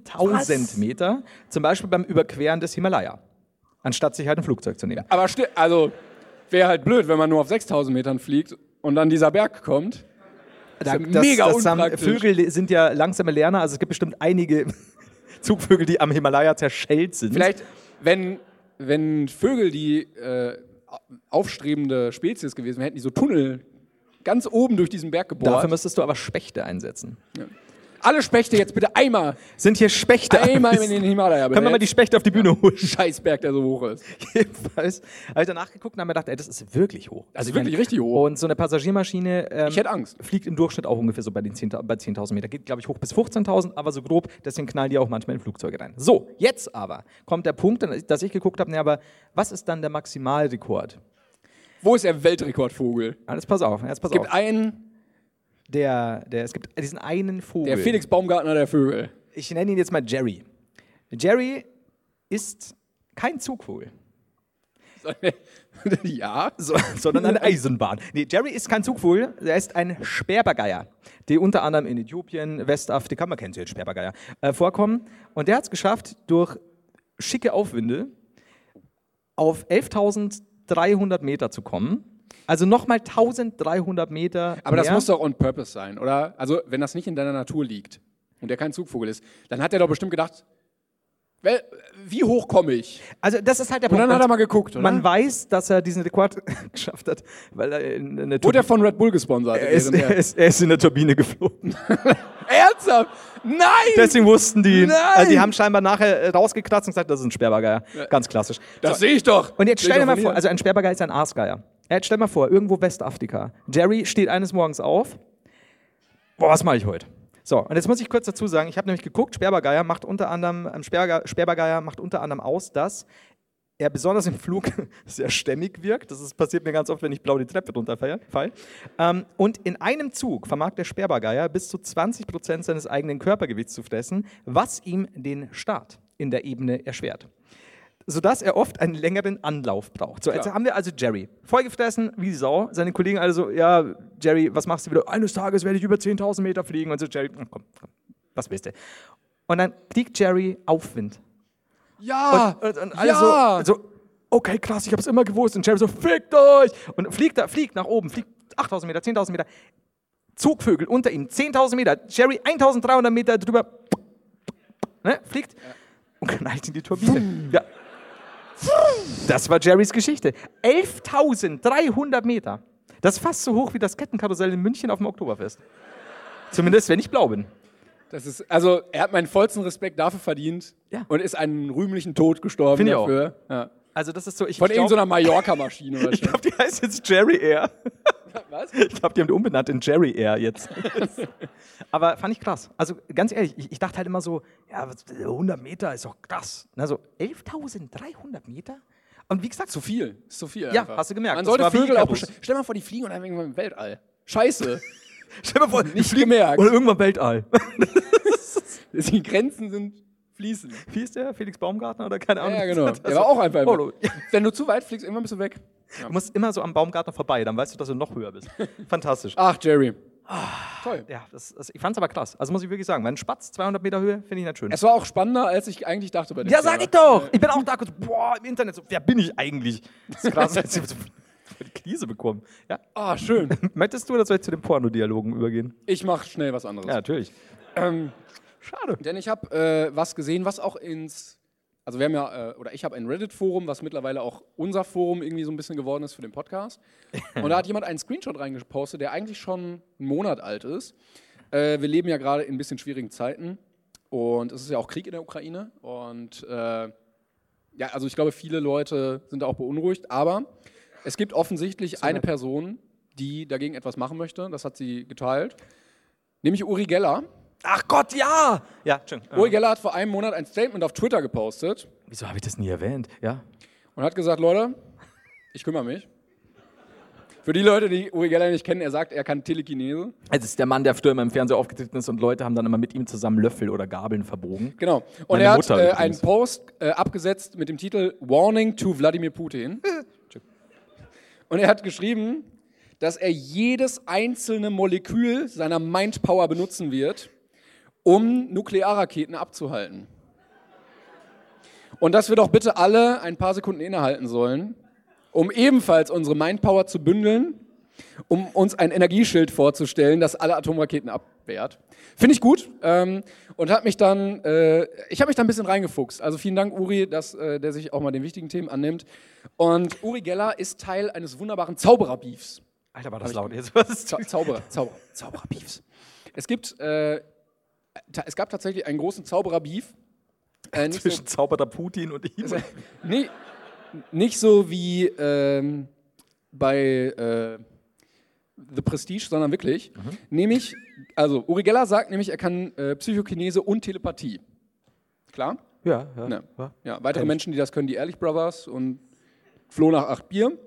10.000 Meter, zum Beispiel beim Überqueren des Himalaya, anstatt sich halt ein Flugzeug zu nehmen. Aber sti- also wäre halt blöd, wenn man nur auf 6000 Metern fliegt und dann dieser Berg kommt. Da, ja mega haben, unpraktisch. Vögel sind ja langsame Lerner, also es gibt bestimmt einige Zugvögel, die am Himalaya zerschellt sind. Vielleicht, wenn, wenn Vögel die äh, aufstrebende Spezies gewesen wären, hätten die so Tunnel ganz oben durch diesen Berg Dafür gebohrt. müsstest du aber Spechte einsetzen. Alle Spechte jetzt bitte einmal, Sind hier Spechte? einmal in anwesend? den Himalaya. Können wir mal die Spechte auf die Bühne holen? Scheißberg, der so hoch ist. Jedenfalls habe ich danach geguckt und habe mir gedacht, ey, das ist wirklich hoch. Also Das ist ich wirklich richtig hoch. Und so eine Passagiermaschine ähm, Ich hätte Angst. fliegt im Durchschnitt auch ungefähr so bei den 10 bei 10.000 Meter. Geht, glaube ich, hoch bis 15.000, aber so grob. Deswegen knallen die auch manchmal in Flugzeuge rein. So, jetzt aber kommt der Punkt, dass ich geguckt habe, ne, aber was ist dann der Maximalrekord? Wo ist der Weltrekordvogel? Alles pass auf, jetzt pass Es auf. gibt einen, Der, der, es gibt diesen einen Vogel. der Felix Baumgartner der Vögel. Ich nenne ihn jetzt mal Jerry. Jerry ist kein Zugvogel. ja, so, sondern eine Eisenbahn. Nee, Jerry ist kein Zugvogel, er ist ein Sperbergeier, die unter anderem in Äthiopien, Westafrika, man kennt sie jetzt Sperbergeier, äh, vorkommen. Und der hat es geschafft, durch schicke Aufwinde auf 11.300 Meter zu kommen. Also nochmal 1.300 Meter. aber das mehr. muss doch on purpose sein, oder? Also, wenn das nicht in deiner Natur liegt und der kein Zugvogel ist, dann hat er doch bestimmt gedacht, wel- wie hoch komme ich? Also das ist halt der Und Punkt. dann hat er mal geguckt, oder? Man weiß, dass er diesen Rekord geschafft hat, weil er in, in der Wurde Turbine- er von Red Bull gesponsert? er ist, während er, ist, er ist in der Turbine geflogen. Ernsthaft? Nein! Deswegen wussten die. Nein! Also die haben scheinbar nachher äh, rausgekratzt und gesagt, das ist ein Sperrbargeier. Ganz klassisch. das sehe ich doch. Und jetzt Sehe ich stell dir doch mal von vor, hier. also ein Sperrbargeier ist ein Aasgeier. Ja, Jetzt stell dir mal vor, irgendwo Westafrika. Jerry steht eines Morgens auf. Boah, was mache ich heute? So, und jetzt muss ich kurz dazu sagen, ich habe nämlich geguckt, Sperrbargeier macht unter anderem, ähm, Sperrge- Sperrbargeier macht unter anderem aus, dass er besonders im Flug sehr stämmig wirkt. Das ist, passiert mir ganz oft, wenn ich blau die Treppe runterfall. fall. Ähm, und in einem Zug vermag der Sperrbargeier bis zu 20 Prozent seines eigenen Körpergewichts zu fressen, was ihm den Start in der Ebene erschwert. Sodass er oft einen längeren Anlauf braucht. So, jetzt haben wir also Jerry. Vollgefressen wie Sau. Seine Kollegen also, ja, Jerry, was machst du wieder? Eines Tages werde ich über 10.000 Meter fliegen. Und so, Jerry, komm, komm, was willst du? Und dann kriegt Jerry Aufwind. ja, Und, Ah, äh, und alle ja. so, so, okay, krass, ich hab's immer gewusst. Und Jerry so, fickt euch! Und fliegt da, fliegt nach oben, fliegt 8000 Meter, 10.000 Meter. Zugvögel unter ihm, 10.000 Meter. Jerry 1300 Meter drüber, ne, fliegt und knallt in die Turbine. Ja. Das war Jerrys Geschichte. 11.300 Meter. Das ist fast so hoch wie das Kettenkarussell in München auf dem Oktoberfest. Zumindest, wenn ich blau bin. Das ist, also, er hat meinen vollsten Respekt dafür verdient Ja. und ist einen rühmlichen Tod gestorben Finde ich auch. dafür. Ja. Also, das ist so. Ich Von glaub- irgendeiner Mallorca-Maschine oder Ich so. glaube, die heißt jetzt Jerry Air. Was? Ich glaube, die haben die umbenannt in Jerry Air jetzt. Aber fand ich krass. Also ganz ehrlich, ich, ich dachte halt immer so, ja, was- 100 Meter ist doch krass. Also 11.300 Meter? Und wie gesagt, so Zu viel. Ist zu viel. Ja, einfach. hast du gemerkt. Man Das sollte war wie Vögel auch. Icarus. besch- Stell mal vor, die fliegen und dann irgendwann im Weltall. Scheiße. stell mal vor, Nicht gemerkt. oder irgendwann Weltall. Die Grenzen sind fließen. Wie ist der? Felix Baumgartner oder keine Ahnung? Ja, genau. Also, Der war auch einfach. im- Oh, du- Wenn du zu weit fliegst, irgendwann bist du weg. Du musst immer so am Baumgartner vorbei, dann weißt du, dass du noch höher bist. Fantastisch. Ach, Jerry. Ah, Toll. Ja, das, das, ich fand's aber krass. Also muss ich wirklich sagen, wenn ein Spatz 200 Meter Höhe, finde ich nicht schön. Es war auch spannender, als ich eigentlich dachte bei dem Ja, Thema. sag ich doch! Ich bin auch da kurz, boah, im Internet so, wer bin ich eigentlich? Das ist krass. die Krise bekommen. Ja. Ah, schön. Möchtest du, dass wir jetzt zu den Pornodialogen übergehen? Ähm, Ich mache schnell was anderes. natürlich. Schade. Denn ich habe äh, was gesehen, was auch ins. Also, wir haben ja, äh, oder ich habe ein Reddit-Forum, was mittlerweile auch unser Forum irgendwie so ein bisschen geworden ist für den Podcast. Und da hat jemand einen Screenshot reingepostet, der eigentlich schon einen Monat alt ist. Äh, wir leben ja gerade in ein bisschen schwierigen Zeiten. Und es ist ja auch Krieg in der Ukraine. Und äh, ja, also ich glaube, viele Leute sind da auch beunruhigt. Aber es gibt offensichtlich eine Person, die dagegen etwas machen möchte. Das hat sie geteilt. Nämlich Uri Geller. Ach Gott, ja! Ja, schön. Uri Geller hat vor einem Monat ein Statement auf Twitter gepostet Wieso habe ich das nie erwähnt? Ja. und hat gesagt, Leute, ich kümmere mich. Für die Leute, die Uri Geller nicht kennen, er sagt, er kann Telekinese. Es ist der Mann, der früher immer im Fernsehen aufgetreten ist und Leute haben dann immer mit ihm zusammen Löffel oder Gabeln verbogen. Genau. Und Meine er hat Mutter äh, übrigens. einen Post äh, abgesetzt mit dem Titel Warning to Wladimir Putin. und er hat geschrieben, dass er jedes einzelne Molekül seiner Mindpower benutzen wird, um Nuklearraketen abzuhalten. Und dass wir doch bitte alle ein paar Sekunden innehalten sollen, um ebenfalls unsere Mindpower zu bündeln, um uns ein Energieschild vorzustellen, das alle Atomraketen abwehrt. Finde ich gut ähm, und habe mich dann, äh, ich habe mich da ein bisschen reingefuchst. Also vielen Dank Uri, dass äh, der sich auch mal den wichtigen Themen annimmt. Und Uri Geller ist Teil eines wunderbaren Zaubererbeefs. Alter, war das laut jetzt. Was ist Zau Zauberer, Zauberer, Zauberer-Beefs. Es gibt, äh, ta- es gab tatsächlich einen großen Zauberer-Beef. Äh, nicht so- zwischen Zauberer Putin und ihm? Nee, nicht so wie ähm, bei äh, The Prestige, sondern wirklich. Nämlich, also Uri Geller sagt nämlich, er kann äh, Psychokinese und Telepathie. Klar? Ja, ja. Ne. Ja, weitere Menschen, die das können, die Ehrlich Brothers und Flo nach acht Bier.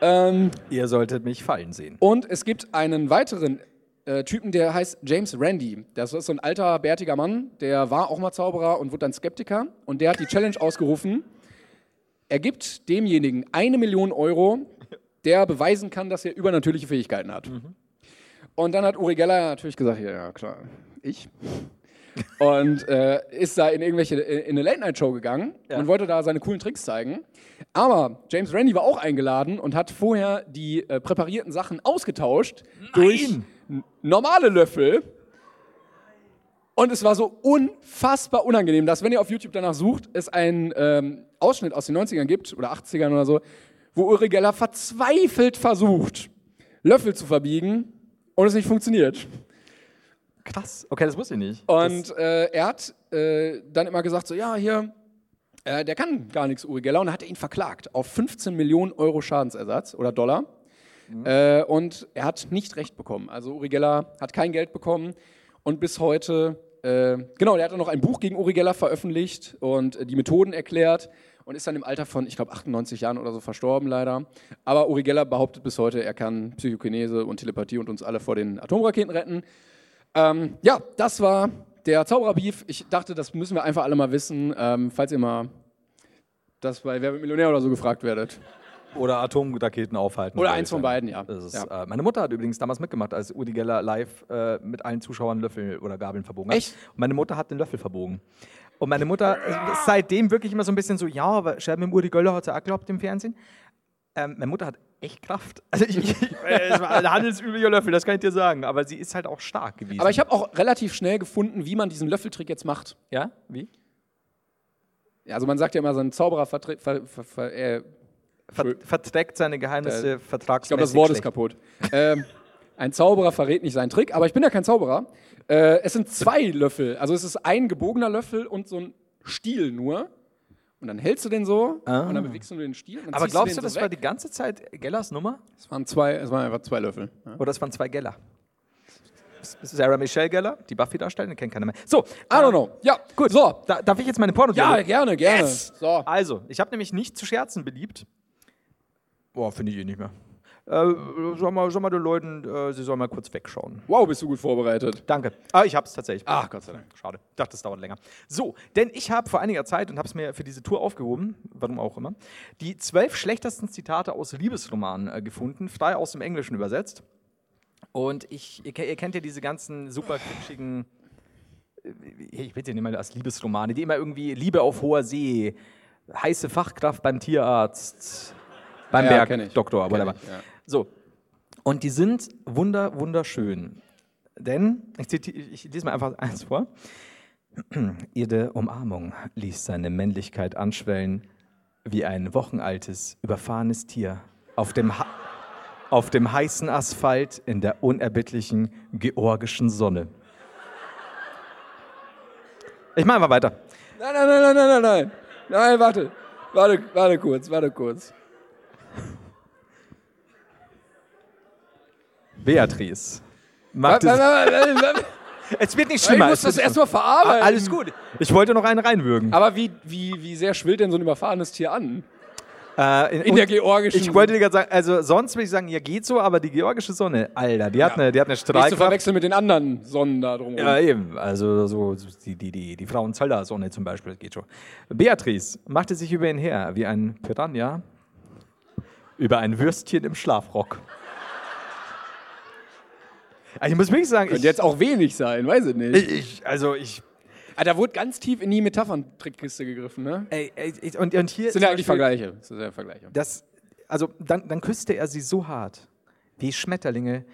Ähm, Ihr solltet mich fallen sehen. und es gibt einen weiteren äh, Typen, der heißt James Randy. Das ist so ein alter, bärtiger Mann, der war auch mal Zauberer und wurde dann Skeptiker. Und der hat die Challenge ausgerufen. Er gibt demjenigen eine Million Euro, der beweisen kann, dass er übernatürliche Fähigkeiten hat. Und dann hat Uri Geller natürlich gesagt, ja, ja klar, ich. Und äh, ist da in irgendwelche in eine Late-Night-Show gegangen und wollte da seine coolen Tricks zeigen. Aber James Randy war auch eingeladen und hat vorher die äh, präparierten Sachen ausgetauscht durch n- normale Löffel. Und es war so unfassbar unangenehm, dass, wenn ihr auf YouTube danach sucht, es einen ähm, Ausschnitt aus den 90ern gibt oder 80ern oder so, wo Uri Geller verzweifelt versucht, Löffel zu verbiegen und es nicht funktioniert. Krass. Okay, das wusste ich nicht. Das- Und äh, er hat äh, dann immer gesagt, so ja, hier, äh, der kann gar nichts, Uri Geller. Und dann hat er ihn verklagt auf 15 Millionen Euro Schadensersatz oder Dollar. Äh, und er hat nicht recht bekommen. Also Uri Geller hat kein Geld bekommen. Und bis heute, äh, genau, der hat dann noch ein Buch gegen Uri Geller veröffentlicht und äh, die Methoden erklärt. Und ist dann im Alter von, ich glaube, 98 Jahren oder so verstorben, leider. Aber Uri Geller behauptet bis heute, er kann Psychokinese und Telepathie und uns alle vor den Atomraketen retten. Ähm, ja, das war der Zaubererbeef. Ich dachte, das müssen wir einfach alle mal wissen, ähm, falls ihr mal das bei Wer wird Millionär oder so gefragt werdet. oder Atomraketen aufhalten. Oder wollte eins ich von sagen. beiden, ja. Das ist, ja. äh, meine Mutter hat übrigens damals mitgemacht, als Udi Geller live äh, mit allen Zuschauern Löffel oder Gabeln verbogen hat. Echt? Und meine Mutter hat den Löffel verbogen. Und meine Mutter ist seitdem wirklich immer so ein bisschen so, ja, aber Scherben mit dem Uri Geller hat sie auch geglaubt im Fernsehen. Ähm, meine Mutter hat echt Kraft. Also ich, ich, es war ein handelsüblicher Löffel, das kann ich dir sagen. Aber sie ist halt auch stark gewesen. Aber ich habe auch relativ schnell gefunden, wie man diesen Löffeltrick jetzt macht. ja, wie? Ja, Also man sagt ja immer, so ein Zauberer vertritt. Ver, ver, ver, äh, Ver verträgt seine Geheimnisse ich vertragsmäßig glaube, das Wort ist schlecht. kaputt. ähm, ein Zauberer verrät nicht seinen Trick, aber ich bin ja kein Zauberer. Äh, es sind zwei Löffel. Also es ist ein gebogener Löffel und so ein Stiel nur. Und dann hältst du den so und dann bewegst du den Stiel. und dann Ah. Aber ziehst glaubst den du, das so war weg. die ganze Zeit Gellers Nummer? Es waren zwei, es waren einfach zwei Löffel. Ja. Oder es waren zwei Geller? Sarah Michelle Geller, die Buffy darstellende, kennt keiner mehr. So, I don't know. Ja, gut. So. da, darf ich jetzt meine porno Ja, gerne, gerne. Yes! So. Also, ich habe nämlich nicht zu scherzen beliebt. Boah, finde ich eh nicht mehr. Äh, sag, mal, sag mal den Leuten, äh, sie sollen mal kurz wegschauen. Wow, bist du gut vorbereitet. Danke. Ah, ich hab's tatsächlich. Ah, Gott sei Dank. Schade. Ich dachte, es dauert länger. So, denn ich habe vor einiger Zeit und habe es mir für diese Tour aufgehoben, warum auch immer, die zwölf schlechtesten Zitate aus Liebesromanen äh, gefunden, frei aus dem Englischen übersetzt. Und ich, ihr, ke- ihr kennt ja diese ganzen super kitschigen, äh, ich bitte nicht mal als Liebesromane, die immer irgendwie Liebe auf hoher See, heiße Fachkraft beim Tierarzt. beim Ja, Berg, kenn ich. Doktor, Kenn whatever. ich, ja. So. Und die sind wunder, wunderschön. Denn, ich, ziti- ich lese mal einfach eins vor. Ihre Umarmung ließ seine Männlichkeit anschwellen, wie ein wochenaltes, überfahrenes Tier auf dem, ha auf dem heißen Asphalt in der unerbittlichen georgischen Sonne. Ich mache mal weiter. Nein, nein, nein, nein, nein, nein, nein. Nein, warte. Warte, warte kurz, warte kurz. Beatrice. Wa- Mag wa- das, wa- wa- wa- wa- es wird nicht Ich schlimmer. muss es wird das nicht erstmal schlimmer. Ah, verarbeiten. Alles gut. Ich wollte noch einen reinwürgen. Aber wie, wie, wie sehr schwillt denn so ein überfahrenes Tier an? Äh, Ah, In und der georgischen. Ich wollte dir gerade sagen, also sonst würde ich sagen, ja geht so, aber die georgische Sonne, Alter, die hat eine, die hat eine nicht zu Strahlkraft. verwechseln mit den anderen Sonnen da drumherum. Ja, eben. Also so die, die, die, die Frauenzeller Sonne zum Beispiel, das geht schon. Beatrice machte sich über ihn her, wie ein Piranha über ein Würstchen im Schlafrock. Also ich muss wirklich sagen, ich, Könnte jetzt auch wenig sein, weiß ich nicht. ich, ich, also ich, ah, da wurde ganz tief in die Metaphern-Trickkiste gegriffen, ne? ey, ey, ich und, und hier Das zum sind ja Beispiel- eigentlich Vergleiche. Das sind ja Vergleiche. Das, also dann, dann küsste er sie so hart, wie Schmetterlinge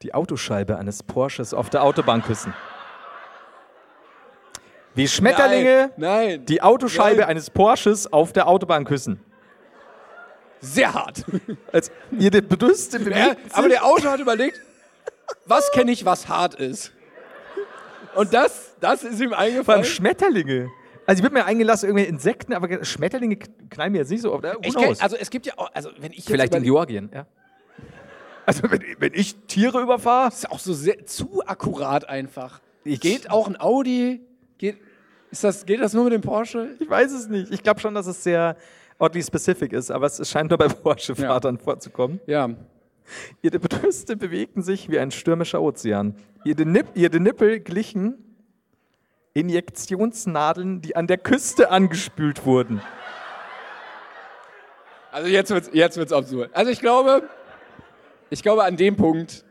die Autoscheibe eines Porsches auf der Autobahn küssen. Wie Schmetterlinge nein, nein. die Autoscheibe Nein. eines Porsches auf der Autobahn küssen. Sehr hart. Als ihre Brüste Ja, bewegt aber sich- der Autor hat überlegt, was kenne ich, was hart ist. Und das, das ist ihm beim eingefallen. Schmetterlinge. Also ich würde mir eingelassen, irgendwie Insekten, aber ge- Schmetterlinge knallen mir jetzt nicht so oft. äh, Ich kenn, also es gibt ja auch, also wenn ich jetzt Vielleicht in überle- Georgien, ja. Also wenn, wenn ich Tiere überfahre, ist auch so sehr, zu akkurat einfach. Ich- geht auch ein Audi, geht, ist das, geht das nur mit dem Porsche? Ich weiß es nicht. Ich glaube schon, dass es sehr oddly specific ist, aber es scheint nur bei Porsche-Fahrern vorzukommen. Ja. Ihre Brüste bewegten sich wie ein stürmischer Ozean. Ihre, Nipp ihre Nippel glichen Injektionsnadeln, die an der Küste angespült wurden. Also jetzt wird's, jetzt wird's absurd. Also ich glaube, ich glaube an dem Punkt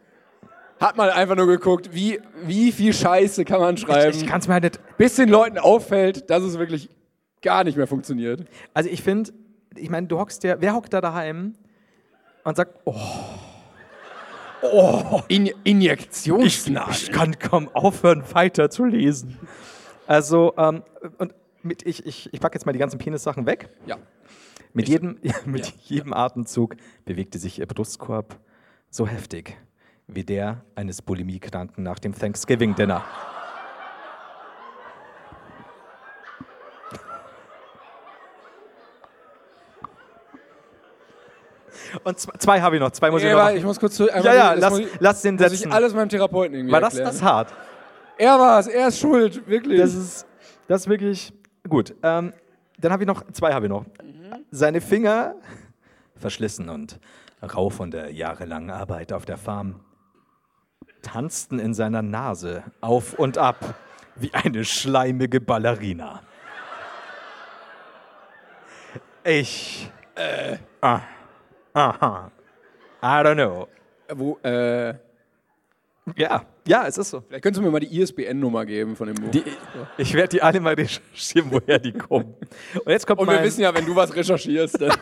hat man einfach nur geguckt, wie, wie viel Scheiße kann man schreiben, Ich, ich kann es mir halt nicht. bis den Leuten auffällt, dass es wirklich gar nicht mehr funktioniert. Also ich finde, ich meine, du hockst ja, wer hockt da daheim und sagt, oh, In ich, Injektionsnadel. ich kann kaum aufhören, weiter zu lesen. Also, ähm, und mit, ich, ich, ich packe jetzt mal die ganzen Penissachen weg. ja. Mit jedem, mit jedem Atemzug bewegte sich ihr Brustkorb so heftig wie der eines Bulimiekranken nach dem Thanksgiving-Dinner. Und zwei, zwei habe ich noch, zwei muss ich Ey, noch. warte, ich machen. muss kurz zu. Ja, ja, das lass, muss ich, lass den muss setzen. ich alles meinem Therapeuten irgendwie War das, erklären. das hart? Er war's, er ist schuld, wirklich. Das ist, das ist wirklich gut. Ähm, dann habe ich noch, zwei habe ich noch. Seine Finger, verschlissen und rau von der jahrelangen Arbeit auf der Farm, tanzten in seiner Nase auf und ab wie eine schleimige Ballerina. Ich. Äh. Aha. I don't know. Wo, äh, Ja, ja, es ist so. vielleicht könntest du mir mal die ISBN-Nummer geben von dem Buch. Die, ich werde die alle mal recherchieren, woher die kommen. Und jetzt kommt Und mein, wir wissen ja, wenn du was recherchierst, dann.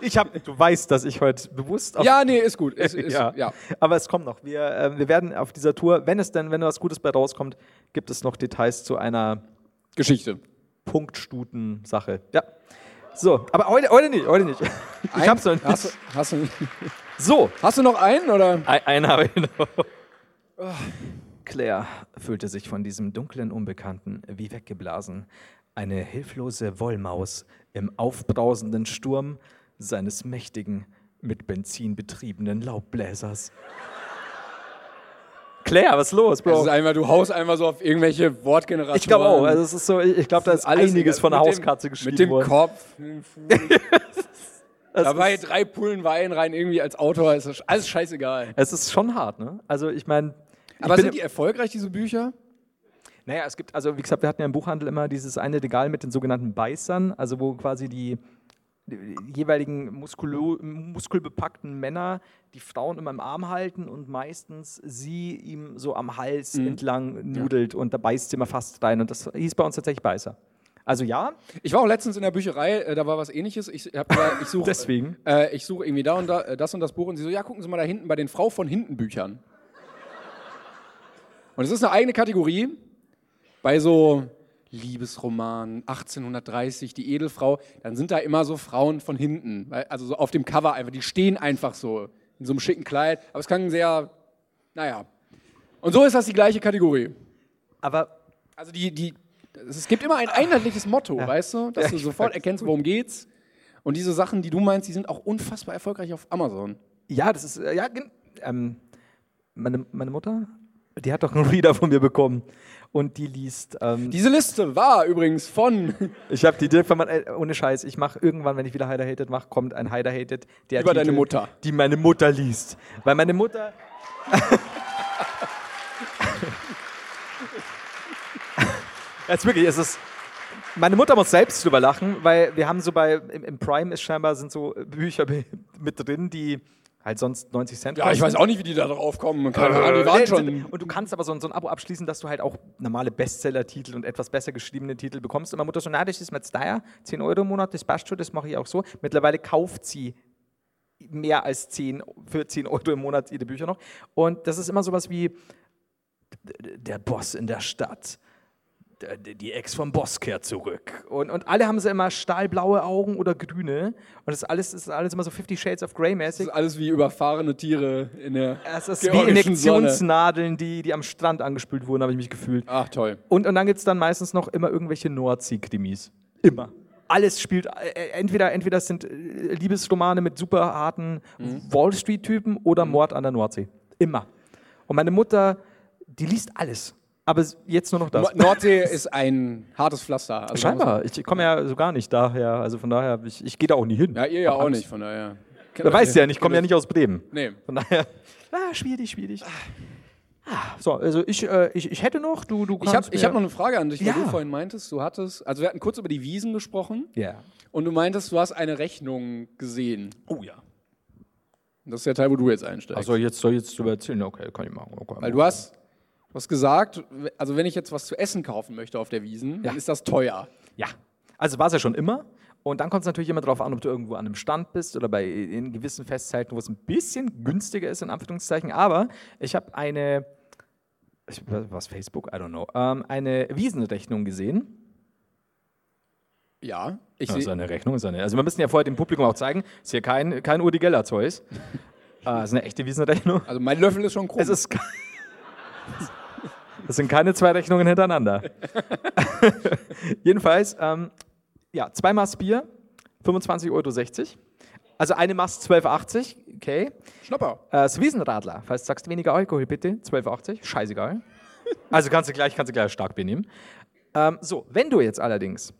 ich hab, du weißt, dass ich heute bewusst auf ja, nee, ist gut. Ist, ist, ja. Aber es kommt noch. Wir, äh, wir werden auf dieser Tour, wenn es denn, wenn was Gutes bei rauskommt, gibt es noch Details zu einer Geschichte. Punktstuten-Sache. Ja. So, aber heute, heute nicht, heute nicht. Ich hab's noch Hast, du- nicht. hast, du- So, hast du noch einen oder? Ein- Einen habe ich noch. Oh. Claire fühlte sich von diesem dunklen Unbekannten wie weggeblasen. Eine hilflose Wollmaus im aufbrausenden Sturm seines mächtigen, mit Benzin betriebenen Laubbläsers. Claire, was ist los, Das Bro? ist einfach, du haust einfach so auf irgendwelche Wortgenerationen. Also, Ich glaube auch. Also es ist so, ich, ich glaube, da ist Alles einiges von der mit dem- Hauskatze geschrieben Mit dem worden. Kopf. Es Da war ist- jetzt drei Pullen Wein rein, irgendwie als Autor. Ist das sch- alles scheißegal. Es ist schon hart, ne? Also ich meine. Aber sind die erfolgreich, diese Bücher? Naja, es gibt, also wie gesagt, wir hatten ja im Buchhandel immer dieses eine Regal mit den sogenannten Beißern, also wo quasi die, die jeweiligen muskulö- muskelbepackten Männer die Frauen immer im Arm halten und meistens sie ihm so am Hals entlang nudelt und da beißt sie immer fast rein. Und das hieß bei uns tatsächlich Beißer. Also ja, Ich war auch letztens in der Bücherei, äh, da war was ähnliches. Ich hab gesagt, ich suche Deswegen? äh, ich suche irgendwie da und da äh, das und das Buch und sie so, ja, gucken Sie mal da hinten bei den Frau von hinten Büchern. Und es ist eine eigene Kategorie bei so Liebesroman 1830 die Edelfrau, dann sind da immer so Frauen von hinten, weil- also so auf dem Cover einfach, die stehen einfach so in so einem schicken Kleid, aber es kann sehr naja. Und so ist das die gleiche Kategorie. aber Also die, die, es gibt immer ein einheitliches Motto, weißt du, dass du sofort erkennst, worum geht's. Und diese Sachen, die du meinst, die sind auch unfassbar erfolgreich auf Amazon. ja, das ist, äh, ja, gen- ähm, meine, meine Mutter, die hat doch einen Reader von mir bekommen und die liest, ähm, Diese Liste war übrigens von ich habe die direkt von meiner, äh, ohne Scheiß, ich mache irgendwann, wenn ich wieder Heider Hated mache, kommt ein Heider Hated, der Über deine Mutter. die meine Mutter liest, weil meine Mutter Jetzt wirklich, es ist. Meine Mutter muss selbst drüber lachen, weil wir haben so bei im, im Prime ist scheinbar sind so Bücher be- mit drin, die halt sonst 90 Cent. Ja, ich weiß kosten. auch nicht, wie die da drauf kommen. Keine Ahnung, die waren Äh, Nee, schon. Und du kannst aber so ein, so ein Abo abschließen, dass du halt auch normale Bestseller-Titel und etwas besser geschriebene Titel bekommst. Und meine Mutter so, na, das ist mir jetzt daher, 10 Euro im Monat, das passt schon, das mache ich auch so. Mittlerweile kauft sie mehr als 10, für 10 Euro im Monat ihre Bücher noch. Und das ist immer sowas wie der Boss in der Stadt. Der- Die Ex vom Boss kehrt zurück. Und, und alle haben sie immer stahlblaue Augen oder grüne. Und das alles das ist alles immer so 50 Shades of Grey mäßig. Das ist alles wie überfahrene Tiere in der. Es ist wie georgischen Sonne. Injektionsnadeln, die, die am Strand angespült wurden, habe ich mich gefühlt. Ach toll. Und, und dann gibt es dann meistens noch immer irgendwelche Nordsee-Krimis. Immer. Alles spielt, äh, entweder, entweder es sind äh, Liebesromane mit super harten Wall Street-Typen oder Mord an der Nordsee. Immer. Und meine Mutter, die liest alles. Aber s- jetzt nur noch das. Mo- Nordsee ist ein hartes Pflaster. Also da muss man- Scheinbar. Ich komme ja so gar nicht daher. Also von daher, ich, ich gehe da auch nie hin. Ja, ihr ja Hab auch Angst. nicht, von daher. Da weißt du ja nicht, ich komme ja nicht aus Bremen. Nee. Von daher, ah, schwierig, schwierig. Ah, so, also ich, äh, ich, ich hätte noch, du, du Ich habe kannst ich mir- hab noch eine Frage an dich, weil Ja. du vorhin meintest, du hattest. Also, wir hatten kurz über die Wiesen gesprochen. Ja. Und du meintest, du hast eine Rechnung gesehen. Oh ja. Das ist der Teil, wo du jetzt einsteigst. Also jetzt soll ich jetzt drüber erzählen, okay, kann ich machen. Okay, Weil du hast was gesagt, w- also wenn ich jetzt was zu essen kaufen möchte auf der Wiesen, dann ist das teuer. Ja. Also war es ja schon immer. Und dann kommt es natürlich immer darauf an, ob du irgendwo an einem Stand bist oder bei in gewissen Festzeiten, wo es ein bisschen günstiger ist, in Anführungszeichen. Aber ich habe eine, ich, was Facebook, I don't know, ähm, eine Wiesenrechnung gesehen. Ja, ich Ja, ist sehe. eine Rechnung, ist eine. Also wir müssen ja vorher dem Publikum auch zeigen, ist hier kein, kein Udi Geller Zeus. äh, ist eine echte Wiesenrechnung. Also mein Löffel ist schon krumm. Es ist ke- Das sind keine zwei Rechnungen hintereinander. Jedenfalls, ähm, ja, zwei Maß Bier, 25,60 Euro. Also eine Maß 12,80, okay. Schnapper. Äh, das Wiesenradler, falls du sagst, weniger Alkohol bitte, 12,80, scheißegal. Also kannst du gleich, kannst du gleich stark benehmen. Ähm, so, wenn du jetzt allerdings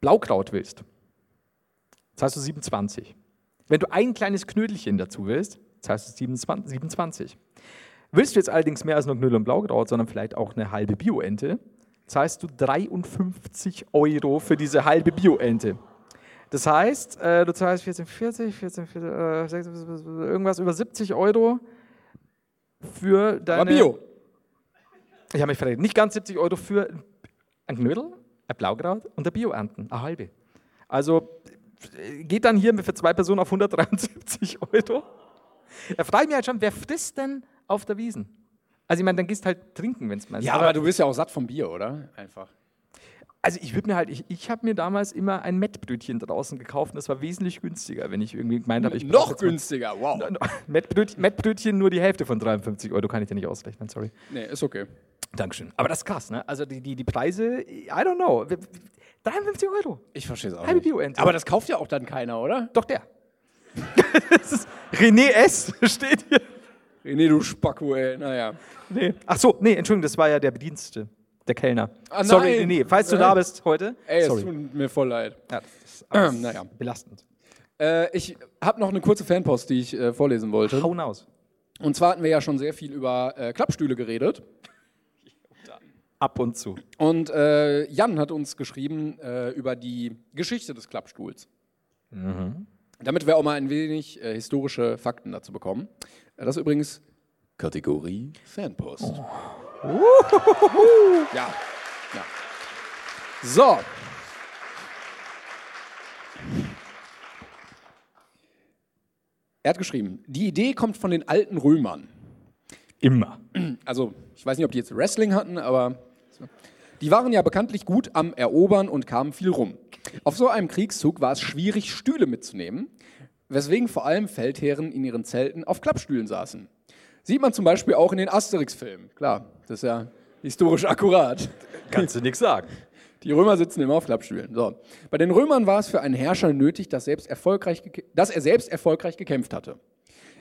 Blaukraut willst, zahlst du 27. Wenn du ein kleines Knödelchen dazu willst, zahlst du 27. 27. Willst du jetzt allerdings mehr als nur Knödel und Blaukraut, sondern vielleicht auch eine halbe Bioente, zahlst du 53 Euro für diese halbe Bioente. Das heißt, äh, du zahlst 14,40, 14, 14, äh, 6, irgendwas über 70 Euro für deine. War Bio. Ich habe mich verrechnet. Nicht ganz 70 Euro für ein Knödel, ein Blaukraut und ein Bioernten. Eine halbe. Also äh, geht dann hier für zwei Personen auf 173 Euro. Da frage ich mich halt schon, wer frisst denn auf der Wiesen? Also ich meine, dann gehst halt trinken, wenn es mal Ja, aber du bist ja auch satt vom Bier, oder? Einfach. Also ich würde mir halt, ich, ich habe mir damals immer ein Mettbrötchen draußen gekauft und das war wesentlich günstiger, wenn ich irgendwie gemeint habe, ich brauch Noch jetzt mal- günstiger, wow. Mettbrötchen, Mettbrötchen nur die Hälfte von 53 Euro, kann ich dir nicht ausrechnen, sorry. Nee, ist okay. Dankeschön. Aber das ist krass, ne? Also die, die, die Preise, I don't know. 53 Euro. Ich verstehe es auch. Halbe nicht. Bio-Ente. Aber das kauft ja auch dann keiner, oder? Doch der. das ist René S. steht hier. Nee, du Spacko, ey. Naja. Nee. Ach so, nee, Entschuldigung, das war ja der Bedienstete, der Kellner. Ah, sorry, nein. Äh, René, falls du da bist heute. Ey, es sorry. tut mir voll leid. Ja, das Ähm, ist naja. naja. belastend. Äh, ich habe noch eine kurze Fanpost, die ich äh, vorlesen wollte. Hauen aus. Und zwar hatten wir ja schon sehr viel über äh, Klappstühle geredet. Ab und zu. Und äh, Jan hat uns geschrieben äh, über die Geschichte des Klappstuhls. Damit wir auch mal ein wenig äh, historische Fakten dazu bekommen. Äh, das ist übrigens Oh. Kategorie Fanpost. Ja. ja. So. Er hat geschrieben, die Idee kommt von den alten Römern. Immer. Also, ich weiß nicht, ob die jetzt Wrestling hatten, aber die waren ja bekanntlich gut am Erobern und kamen viel rum. Auf so einem Kriegszug war es schwierig, Stühle mitzunehmen, weswegen vor allem Feldherren in ihren Zelten auf Klappstühlen saßen. Sieht man zum Beispiel auch in den Asterix-Filmen. Klar, das ist ja historisch akkurat. Kannst du nichts sagen. Die Römer sitzen immer auf Klappstühlen. So. Bei den Römern war es für einen Herrscher nötig, dass, selbst erfolgreich gek- dass er selbst erfolgreich gekämpft hatte.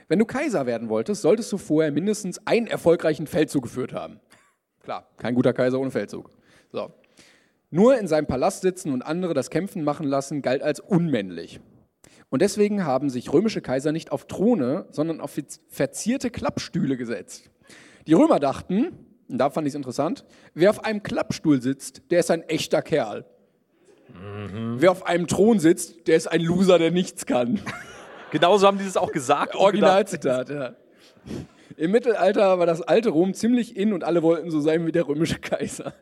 Wenn du Kaiser werden wolltest, solltest du vorher mindestens einen erfolgreichen Feldzug geführt haben. Klar, kein guter Kaiser ohne Feldzug. So. Nur in seinem Palast sitzen und andere das Kämpfen machen lassen, galt als unmännlich. Und deswegen haben sich römische Kaiser nicht auf Throne, sondern auf verz- verzierte Klappstühle gesetzt. Die Römer dachten, und da fand ich es interessant, wer auf einem Klappstuhl sitzt, der ist ein echter Kerl. Mhm. Wer auf einem Thron sitzt, der ist ein Loser, der nichts kann. Genauso haben die das auch gesagt. und gedacht, Originalzitat, ja. Im Mittelalter war das alte Rom ziemlich in und alle wollten so sein wie der römische Kaiser.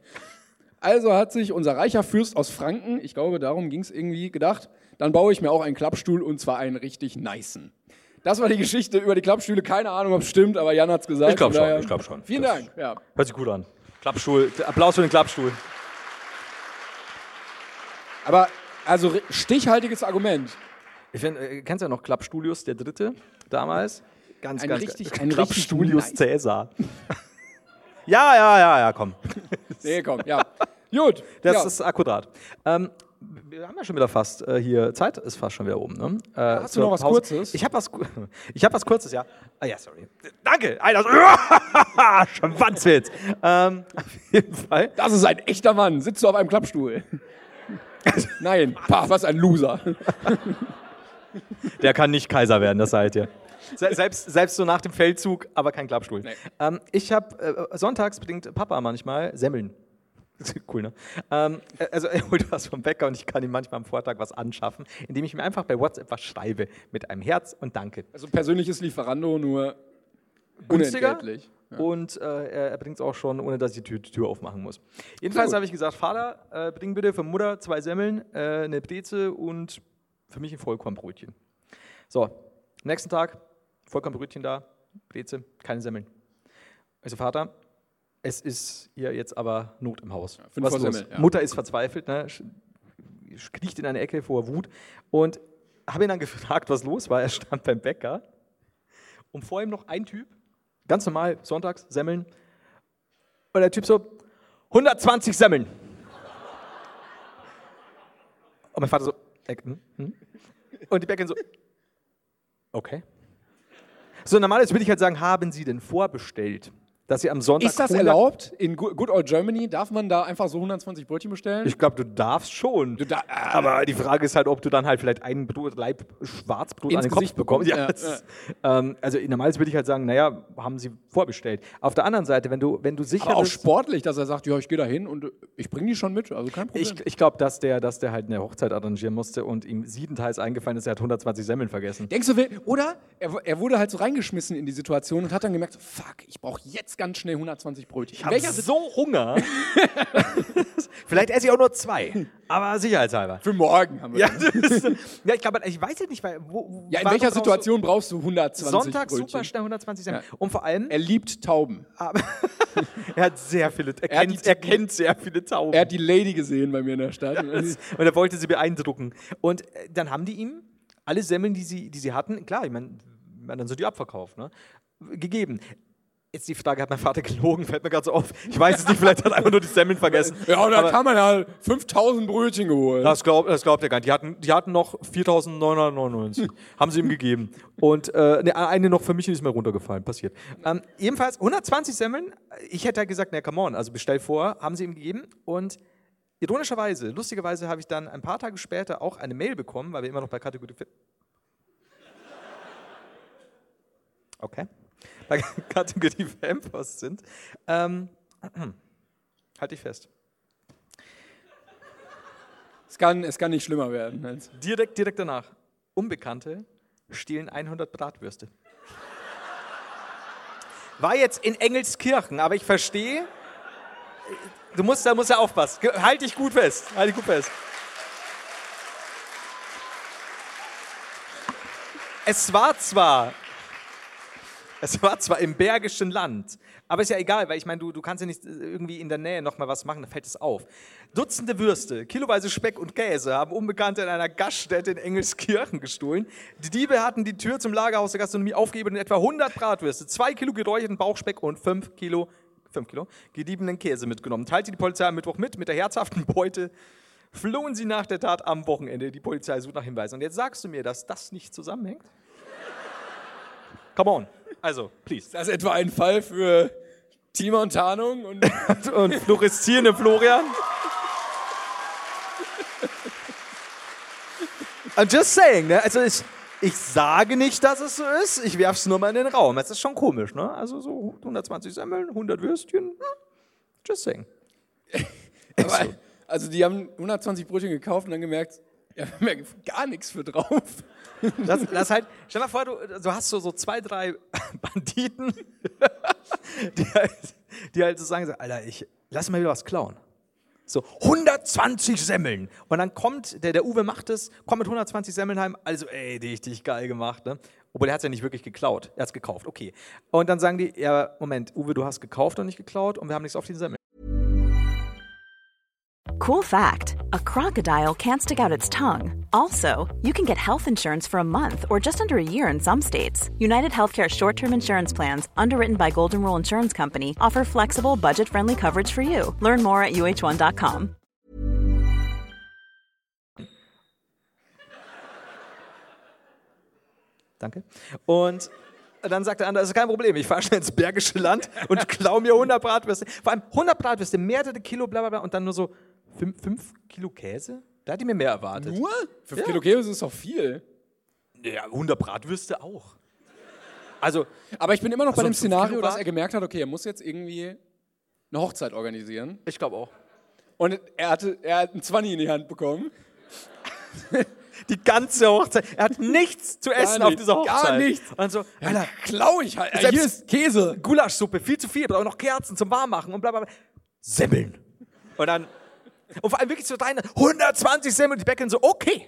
Also hat sich unser reicher Fürst aus Franken, ich glaube, darum ging es irgendwie, gedacht, dann baue ich mir auch einen Klappstuhl und zwar einen richtig nicen. Das war die Geschichte über die Klappstühle. Keine Ahnung, ob es stimmt, aber Jan hat es gesagt. Ich glaub von schon, daher- ich glaub schon. Vielen Das- Dank. Ja. Hört sich gut an. Klappstuhl. Applaus für den Klappstuhl. Aber also ri- stichhaltiges Argument. Ich find, äh, kennst du ja noch Klappstudios, der dritte damals? Ganz, Ein richtig- ein richtig Klappstudios nice. Cäsar. ja, ja, ja, ja, komm. Nee, komm, ja. Gut. Das ja. ist akkurat. Ähm, wir haben ja schon wieder fast äh, hier Zeit ist fast schon wieder oben. Ne? Äh, hast zur du noch was Pause. Kurzes? Ich habe was, Ku- ich habe was Kurzes, ja. Ah ja, sorry. Danke. Einer, Schwanzwitz. ähm, auf jeden Fall. Das ist ein echter Mann. Sitzt du auf einem Klappstuhl? Nein. Pah, was ein Loser. Der kann nicht Kaiser werden, das seid ihr. Se selbst, selbst so nach dem Feldzug, aber kein Klappstuhl. Ähm, ich habe äh, sonntags bedingt Papa manchmal Semmeln. Cool, ne? Ähm, äh, also er holt was vom Bäcker und ich kann ihm manchmal am Vortag was anschaffen, indem ich ihm einfach bei WhatsApp was schreibe mit einem Herz und Danke. Also persönliches Lieferando, nur Günstiger. unentgeltlich. Und äh, er, er bringt es auch schon, ohne dass ich die Tür, die Tür aufmachen muss. Sehr Jedenfalls gut. habe ich gesagt, Vater, äh, bring bitte für Mutter zwei Semmeln, äh, eine Breze und für mich ein Vollkornbrötchen. So, nächsten Tag, Vollkornbrötchen da, Breze, keine Semmeln. Also Vater, es ist hier jetzt aber Not im Haus. fünf Was vor ist los? Semmeln, ja. Mutter ist verzweifelt, ne? sch- kriecht in eine Ecke vor Wut und habe ihn dann gefragt, was los war. Er stand beim Bäcker und vor ihm noch ein Typ, ganz normal, sonntags, Semmeln. Und der Typ so, 120 Semmeln. Und mein Vater so, äh, hm, hm. und die Bäckerin so, okay. So, normalerweise würde ich halt sagen, haben Sie denn vorbestellt, dass Sie am Sonntag. Ist das 100 erlaubt? In Go- Good Old Germany darf man da einfach so 120 Brötchen bestellen? Ich glaube, du darfst schon. da- ah. Aber die Frage ist halt, ob du dann halt vielleicht einen Brot, Leib Schwarzbrot Ins an den Gesicht Kopf bekommst. bekommst, ja, das ist- Ähm, also normalerweise würde ich halt sagen, naja, haben sie vorbestellt. Auf der anderen Seite, wenn du, wenn du sicher Aber auch bist, sportlich, dass er sagt, ja, ich gehe da hin und äh, ich bringe die schon mit, also kein Problem. ich, ich glaube, dass der, dass der halt eine Hochzeit arrangieren musste und ihm siebenteils eingefallen ist, er hat 120 Semmeln vergessen. Denkst du, will- oder er, w- er wurde halt so reingeschmissen in die Situation und hat dann gemerkt, so, fuck, ich brauche jetzt ganz schnell 120 Brötchen. In welcher Situation? so Hunger. vielleicht esse ich auch nur zwei, aber sicherheitshalber. Für morgen haben wir Ja, das. das ist, ja ich glaube, ich weiß jetzt nicht, weil, wo, wo- ja in warum welcher brauchst du Situation brauchst du 120 Sonntag Brötchen? super schnell 120 Semmeln. Ja. Und vor allem, Er liebt Tauben. Aber er hat sehr viele, er, Er hat kennt, die- er kennt sehr viele Tauben. Er hat die Lady gesehen bei mir in der Stadt. und er wollte sie beeindrucken. Und äh, dann haben die ihm alle Semmeln, die sie, die sie hatten, klar, ich meine, man dann so die abverkauft, ne? gegeben. Jetzt die Frage, hat mein Vater gelogen? Fällt mir gerade so auf. Ich weiß es nicht, vielleicht hat er einfach nur die Semmeln vergessen. ja, und dann Aber kann man halt 5000 Brötchen geholt. das, glaub, das glaubt er gar nicht. Die hatten, die hatten noch 4.999. haben sie ihm gegeben. Und äh, ne, eine noch für mich die ist mir runtergefallen. Passiert. Ähm, ebenfalls 120 Semmeln. Ich hätte ja gesagt, na come on, also bestell vor. Haben sie ihm gegeben. Und ironischerweise, lustigerweise habe ich dann ein paar Tage später auch eine Mail bekommen, weil wir immer noch bei Kategorie... vier- Okay. Bei Kategorie Fanpost sind. Ähm, halt dich fest. Es kann, es kann nicht schlimmer werden. als- Direkt, direkt danach. Unbekannte stehlen 100 Bratwürste. War jetzt in Engelskirchen, aber ich verstehe, Du musst, da musst du aufpassen. Ge- Halt dich gut fest. Halt dich gut fest. Es war zwar, es war zwar im Bergischen Land, aber ist ja egal, weil ich meine, du, du kannst ja nicht äh, irgendwie in der Nähe nochmal was machen, da fällt es auf. Dutzende Würste, kiloweise Speck und Käse haben Unbekannte in einer Gaststätte in Engelskirchen gestohlen. Die Diebe hatten die Tür zum Lagerhaus der Gastronomie aufgehebelt und etwa 100 Bratwürste, 2 Kilo geräucherten Bauchspeck und 5 Kilo, 5 Kilo gediebenen Käse mitgenommen. Teilte die Polizei am Mittwoch mit, mit der herzhaften Beute flohen sie nach der Tat am Wochenende. Die Polizei sucht nach Hinweisen. Und jetzt sagst du mir, dass das nicht zusammenhängt? Come on. Also, please. Das ist etwa ein Fall für Thema und Tarnung und Und fluoreszierende Florian. I'm just saying, ne? Also ich, ich sage nicht, dass es so ist. Ich werf's nur mal in den Raum. Es ist schon komisch, ne? Also so 120 Semmeln, 100 Würstchen. Hm. Just saying. Aber, also die haben 120 Brötchen gekauft und dann gemerkt, ja, wir haben ja gar nichts für drauf. Das, das halt, stell mal vor, du, du hast so, so zwei, drei Banditen, die halt, die halt so sagen, so, Alter, ich lass mal wieder was klauen. So 120 Semmeln. Und dann kommt, der, der Uwe macht es, kommt mit 120 Semmeln heim. Also, ey, richtig geil gemacht. Ne? Obwohl, er hat es ja nicht wirklich geklaut. Er hat es gekauft, okay. Und dann sagen die, ja, Moment, Uwe, du hast gekauft und nicht geklaut und wir haben nichts auf die Semmeln. Cool fact a crocodile can't stick out its tongue. Also, you can get health insurance for a month or just under a year in some states. United Healthcare short term insurance plans, underwritten by Golden Rule Insurance Company, offer flexible, budget friendly coverage for you. Learn more at uh1.com. Danke. Und dann sagt der andere, das ist kein Problem, ich fahre schnell ins Bergische Land und klau mir 100 Bratwürste. Vor allem 100 Bratwürste, mehrere Kilo, bla bla bla, und dann nur so 5, Kilo Käse? Da hätte ich mir mehr erwartet. Nur? 5 Kilo Käse ist doch viel. Ja, 100 Bratwürste auch. Also, Aber ich bin immer noch bei Also dem fünf Kilo Szenario, dass Brat- er gemerkt hat, okay, er muss jetzt irgendwie eine Hochzeit organisieren. ich glaube auch. Und er, hatte, er hat einen 20 in die Hand bekommen. Die ganze Hochzeit. Er hat nichts zu essen auf nichts, dieser Hochzeit. gar nichts. Und so, Alter, Klau ich halt. Selbst- Hier ist Käse. Gulaschsuppe, viel zu viel, brauche noch Kerzen zum Warmmachen und bla bla bla. Semmeln. Und dann, und vor allem wirklich so deine 120 Semmeln, die Bäckerin so, okay.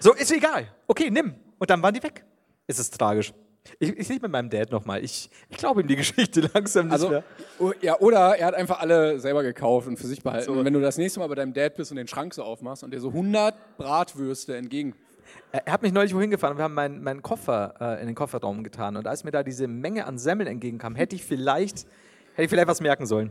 So, ist egal. Okay, nimm. Und dann waren die weg. Es ist tragisch. Ich, ich rede mit meinem Dad nochmal. Ich, ich glaube ihm die Geschichte langsam nicht Also, mehr. o- ja, oder er hat einfach alle selber gekauft und für sich behalten. Und wenn du das nächste Mal bei deinem Dad bist und den Schrank so aufmachst und dir so 100 Bratwürste entgegen. Er, er hat mich neulich wohin gefahren und wir haben meinen, meinen Koffer äh, in den Kofferraum getan. Und als mir da diese Menge an Semmeln entgegenkam, hätte ich vielleicht, hätte ich vielleicht was merken sollen.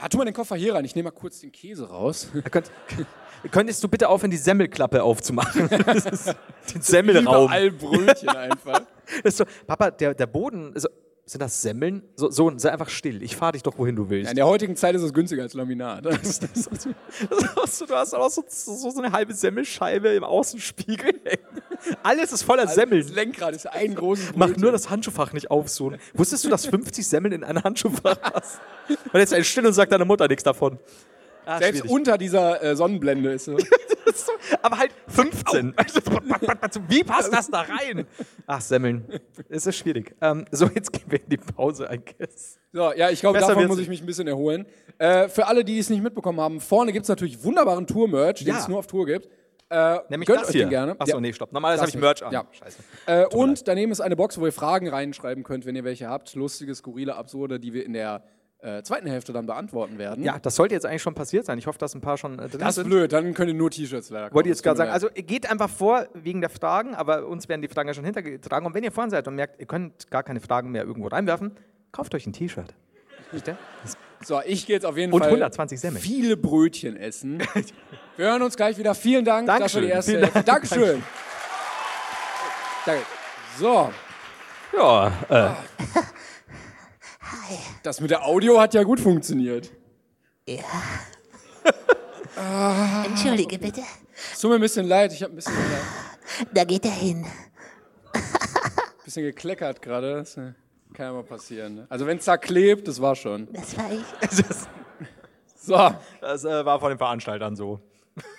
Ja, tu mal den Koffer hier rein, ich nehme mal kurz den Käse raus. Da Könnt, könntest du bitte aufhören, die Semmelklappe aufzumachen? Das ist den Semmelraum. Überall Brötchen einfach. Das ist so, Papa, der, der Boden, so, sind das Semmeln? So, Sohn, sei einfach still. Ich fahre dich doch, wohin du willst. In der heutigen Zeit ist es günstiger als Laminat. Das ist- das ist- Das hast du, du hast auch so, so, so eine halbe Semmelscheibe im Außenspiegel hängen. Alles ist voller Das Semmeln. Lenkrad ist ein großes Mach Brötchen. nur das Handschuhfach nicht auf, Sohn. Wusstest du, dass 50 Semmeln in einem Handschuhfach hast? Und jetzt sei still und sagt deiner Mutter nichts davon. Ah, Selbst schwierig. unter dieser äh, Sonnenblende ist so. aber halt Also, 15. Wie passt das da rein? Ach, Semmeln. Es ist schwierig. Ähm, so, jetzt gehen wir in die Pause, I guess. So, ja, ich glaube, Besser davon wird's muss ich mich ein bisschen erholen. Äh, für alle, die es nicht mitbekommen haben, vorne gibt es natürlich wunderbaren Tour-Merch, den Ja. es nur auf Tour gibt. Äh, Nämlich gönnt das euch hier. den gerne. Achso, Ja. nee, stopp. Normalerweise Das habe ich nicht. Merch an. Ja. Scheiße. Äh, und daneben ist eine Box, wo ihr Fragen reinschreiben könnt, wenn ihr welche habt. Lustige, skurrile, absurde, die wir in der äh, zweiten Hälfte dann beantworten werden. Ja, das sollte jetzt eigentlich schon passiert sein. Ich hoffe, dass ein paar schon äh, drin Das ist sind. blöd, dann könnt ihr nur T-Shirts leider kaufen. Wollte ich jetzt gerade Das tut mir sagen, leid. also ihr geht einfach vor wegen der Fragen, aber uns werden die Fragen ja schon hintergetragen. Und wenn ihr vorne seid und merkt, ihr könnt gar keine Fragen mehr irgendwo reinwerfen, kauft euch ein T-Shirt. Versteht ihr? So, ich gehe jetzt auf jeden Und Fall 120 Semmeln. viele Brötchen essen. Wir hören uns gleich wieder. Vielen Dank. Das war Dankeschön. die erste. Vielen Hälfte. Dankeschön. Danke. So, Ja, äh, das mit der Audio hat ja gut funktioniert. Entschuldige bitte, Es tut mir ein bisschen leid. Ich habe ein bisschen, äh, ein da geht er hin. bisschen gekleckert gerade. Das äh, kann ja mal passieren. Ne? Also, wenn es da klebt, das war schon. Das war ich. das, So, das äh, war von den Veranstaltern so.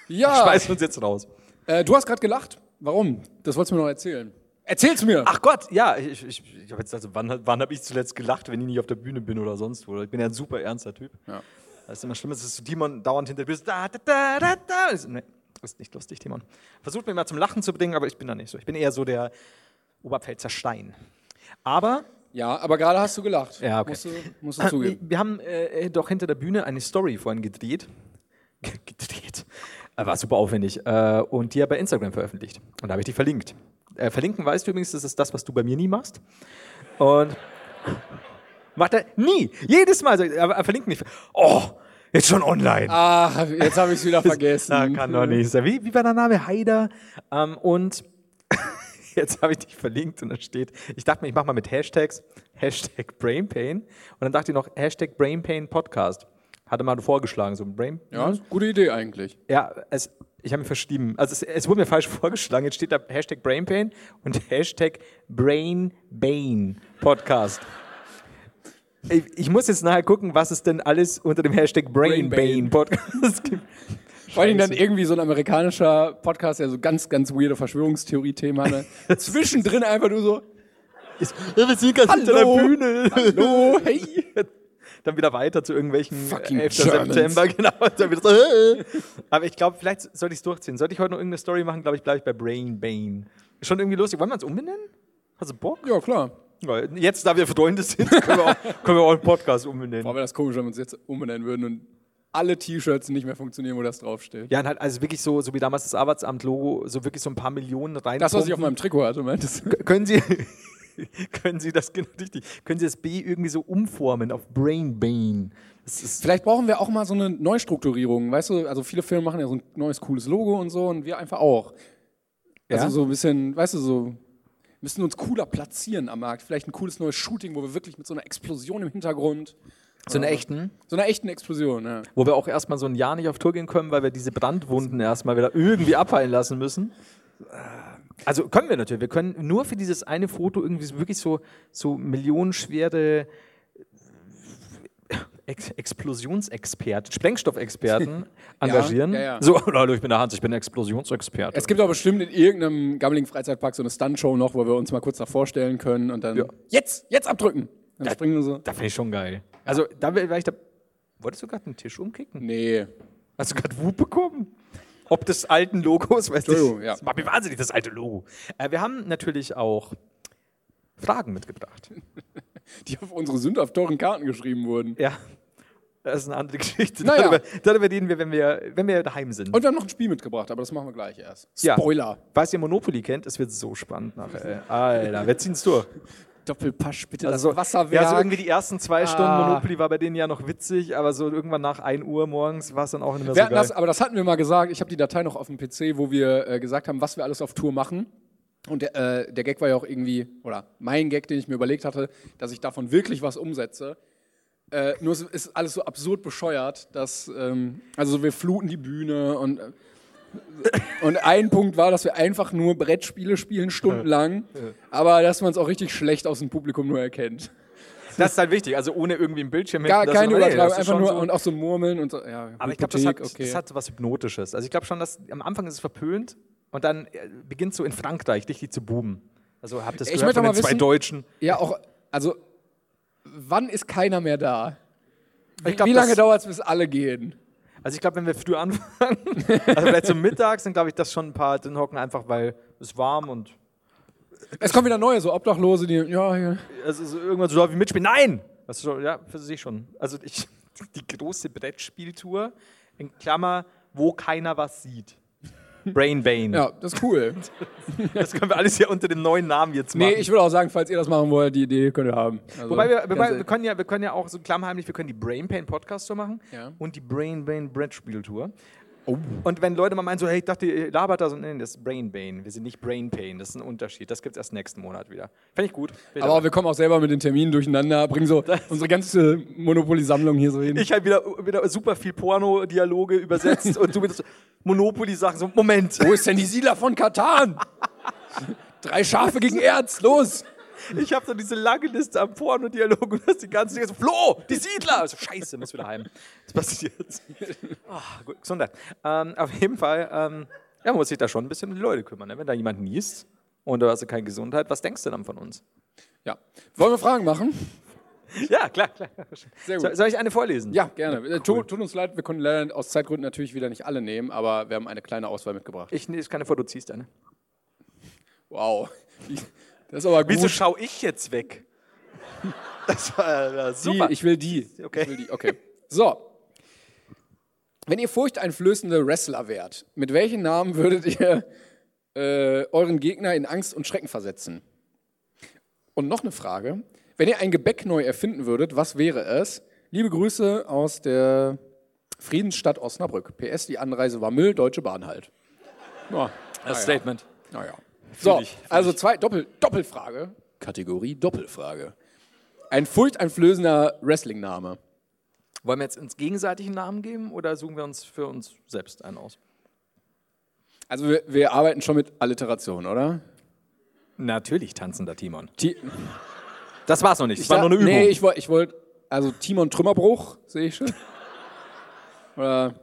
ja. Schmeißen uns jetzt raus. Äh, du hast gerade gelacht. Warum? Das wolltest du mir noch erzählen. Erzähl's mir. Ach Gott, ja, ich, ich, ich habe jetzt also, wann, wann habe ich zuletzt gelacht, wenn ich nicht auf der Bühne bin oder sonst wo? Ich bin ja ein super ernster Typ. Ja. Das ist immer schlimm, es ist so Timon dauernd hinter dir. Da, da, da, da, da. Das ist- Nee, das ist nicht lustig, Timon. Versucht mich mal zum Lachen zu bringen, aber ich bin da nicht so. Ich bin eher so der Oberpfälzer Stein. Aber Ja, aber gerade hast du gelacht. Ja, okay. Ah, Musst du, musst du zugeben. Wir, wir haben äh, doch hinter der Bühne eine Story vorhin gedreht. Ge- gedreht. Äh, War super aufwendig. Äh, und die habe ich bei Instagram veröffentlicht. Und da habe ich die verlinkt. Äh, verlinken weißt du übrigens, das ist das, was du bei mir nie machst. Und macht er nie. Jedes Mal. sagt er, Aber verlinken nicht. Oh, jetzt schon online. Ah, jetzt habe ich es wieder vergessen. Na, Ah, kann doch nicht sein. Wie, wie war der Name? Haider. Ähm, und jetzt habe ich dich verlinkt und da steht, ich dachte mir, ich mache mal mit Hashtags, Hashtag Brain Pain. Und dann dachte ich noch, Hashtag Brain Pain Podcast. Hatte mal vorgeschlagen, so ein Brain. Hm? Ja, ist eine gute Idee eigentlich. Ja, es, ich habe mich verschrieben. Also es, es wurde mir falsch vorgeschlagen. Jetzt steht da Hashtag Brain Pain und Hashtag Brain Bane Podcast. Ich, ich muss jetzt nachher gucken, was es denn alles unter dem Hashtag Brain, Bane Brain Bane. Podcast gibt. Vor allem dann irgendwie so ein amerikanischer Podcast, der so ganz, ganz weirde Verschwörungstheorie-Themen hatte. Zwischendrin einfach nur so, Ja, wir sind ganz hinter der Hallo. Bühne. hallo, hey. Dann wieder weiter zu irgendwelchen Fucking äh, 11. Germans. September, genau. Und Dann wieder so, äh, äh. Aber ich glaube, vielleicht sollte ich es durchziehen. Sollte ich heute noch irgendeine Story machen, glaube ich, bleibe ich bei Brain Bane. Ist Schon irgendwie lustig. Wollen wir uns umbenennen? Hast du Bock? Ja, klar. Ja, Jetzt, da wir Freunde sind, können wir auch, können wir auch einen Podcast umbenennen. Boah, wäre das komisch, wenn wir uns jetzt umbenennen würden und alle T-Shirts nicht mehr funktionieren, wo das draufsteht. Ja, und halt, also wirklich so, so wie damals das Arbeitsamt-Logo, so wirklich so ein paar Millionen rein. Das, was ich auf meinem Trikot hatte, meintest du? Können Sie, können Sie das, genau richtig, können Sie das B irgendwie so umformen auf Brain Bane? Das ist Vielleicht brauchen wir auch mal so eine Neustrukturierung, weißt du? Also viele Firmen machen ja so ein neues cooles Logo und so und wir einfach auch. Also Ja? so ein bisschen, weißt du, so müssen uns cooler platzieren am Markt. Vielleicht ein cooles neues Shooting, wo wir wirklich mit so einer Explosion im Hintergrund, so Ah. eine echten. so einer echten Explosion, ja. Wo wir auch erstmal so ein Jahr nicht auf Tour gehen können, weil wir diese Brandwunden erstmal wieder irgendwie abheilen lassen müssen. Also können wir natürlich. Wir können nur für dieses eine Foto irgendwie so- wirklich so, so millionenschwere äh, Ex Explosionsexperten, Sprengstoffexperten engagieren. ja, ja. So, hallo, ich bin der Hans, ich bin Explosionsexperte. Es gibt aber bestimmt in irgendeinem gammeligen Freizeitpark so eine Stuntshow noch, wo wir uns mal kurz da vorstellen können und dann jetzt, jetzt abdrücken. Dann springen wir so. da finde ich schon geil. Also, da wäre ich da. Wolltest du gerade einen Tisch umkicken? Nee. Hast du gerade Wut bekommen? Ob des alten Logos, weißt du? Entschuldigung, ja. Das macht mir wahnsinnig, das alte Logo. Äh, wir haben natürlich auch Fragen mitgebracht. Die auf unsere Sünde auf teuren Karten geschrieben wurden. Ja. Das ist eine andere Geschichte. Naja. Darüber, darüber reden wir wenn, wir, wenn wir daheim sind. Und wir haben noch ein Spiel mitgebracht, aber das machen wir gleich erst. Ja. Spoiler. Falls ihr Monopoly kennt, es wird so spannend nachher. ey. Alter, wir ziehen es durch. Doppelpasch, bitte Also, das Wasserwerk. ja, so irgendwie die ersten zwei Stunden Ah. Monopoly war bei denen ja noch witzig, aber so irgendwann nach 1 Uhr morgens war es dann auch nicht mehr wir so hatten Also geil. das, aber das hatten wir mal gesagt. Ich habe die Datei noch auf dem PC, wo wir äh, gesagt haben, was wir alles auf Tour machen. Und der, äh, der Gag war ja auch irgendwie, oder mein Gag, den ich mir überlegt hatte, dass ich davon wirklich was umsetze. Äh, nur es ist alles so absurd bescheuert, dass, ähm, also wir fluten die Bühne und, äh, und ein Punkt war, dass wir einfach nur Brettspiele spielen, stundenlang, aber dass man es auch richtig schlecht aus dem Publikum nur erkennt. Das ist halt wichtig, also ohne irgendwie ein Bildschirm Gar hinten, dass keine man- nee, das Übertragung, ist einfach schon nur so- und auch so Murmeln und so. Ja, Aber ich glaube, das, hat- Hypothek, okay. das hat was Hypnotisches. Also ich glaube schon, dass am Anfang ist es verpönt und dann äh, beginnt so in Frankreich richtig zu boomen. Also habt ihr es Ich gehört möchte von mal den zwei wissen- Deutschen? Ja, auch, also, wann ist keiner mehr da? Ich glaub, Wie lange das- dauert es, bis alle gehen? Also ich glaube, wenn wir früh anfangen, also vielleicht so mittags, dann glaube ich, dass schon ein paar drin hocken, einfach weil es warm und Es kommen wieder neue, so Obdachlose, die, ja, ja. es ist irgendwann also so läuft wie mitspielen. Nein! Das ist schon, ja, für sich schon. Also ich, die große Brettspieltour, in Klammer, wo keiner was sieht. Brain Bane. ja das ist cool. Das können wir alles ja unter dem neuen Namen jetzt machen. nee, ich würde auch sagen, falls ihr das machen wollt, die Idee könnt ihr haben. Also, Wobei wir, ganz wobei, wir, ehrlich. können ja, wir können ja auch so klammheimlich, wir können die Brain Pain Podcast Tour machen Ja. Oh. und die Brain Bane Brettspiel Tour. Und wenn Leute mal meinen, so, hey, ich dachte, ihr labert da so, nein, das ist Brain Bane. Wir sind nicht Brain Pain, das ist ein Unterschied. Das gibt es erst nächsten Monat wieder. Fände ich gut. Bin aber dabei. wir kommen auch selber mit den Terminen durcheinander, bringen so unsere ganze Monopoly-Sammlung hier so hin. ich halt wieder, wieder super viel Porno-Dialoge übersetzt und du mit so Monopoly-Sachen so, Moment, Wo ist denn die Siedler von Katan? Drei Schafe gegen Erz, los! ich habe so diese lange Liste an Porno-Dialogen und das die ganze Zeit so, Flo, die Siedler! Also, scheiße, muss wieder heim. Was passiert? Ah, gut, Gesundheit. Ähm, auf jeden Fall, ähm, ja, man muss sich da schon ein bisschen um die Leute kümmern. Ne? Wenn da jemand niest und du hast keine Gesundheit, was denkst du dann von uns? Ja. Wollen wir Fragen machen? Ja, klar, klar. Sehr gut. Soll, soll ich eine vorlesen? Ja, gerne. Äh, tu- Tut uns leid, wir konnten leider aus Zeitgründen natürlich wieder nicht alle nehmen, aber wir haben eine kleine Auswahl mitgebracht. Ich, nee, ich kann vor, du ziehst eine. Wow. Das ist aber gut. schaue ich jetzt weg? Das war äh, die, super. ich will die. Okay. Ich will die. Okay. So. Wenn ihr furchteinflößende Wrestler wärt, mit welchen Namen würdet ihr äh, euren Gegner in Angst und Schrecken versetzen? Und noch eine Frage. Wenn ihr ein Gebäck neu erfinden würdet, was wäre es? Liebe Grüße aus der Friedensstadt Osnabrück. PS, die Anreise war Müll, Deutsche Bahn halt. Ja, das naja. Statement. Naja. So, ich, fühl also zwei Doppel, Doppelfrage. Kategorie Doppelfrage. Ein furchteinflößender Wrestling-Name. Wollen wir jetzt uns gegenseitig einen Namen geben oder suchen wir uns für uns selbst einen aus? Also wir, wir arbeiten schon mit Alliteration, oder? Natürlich tanzender Timon. Ti Das war's noch nicht. Das war nur eine Übung. Nee, ich wollte, ich wollt, also Timon Trümmerbruch, sehe ich schon. Oder,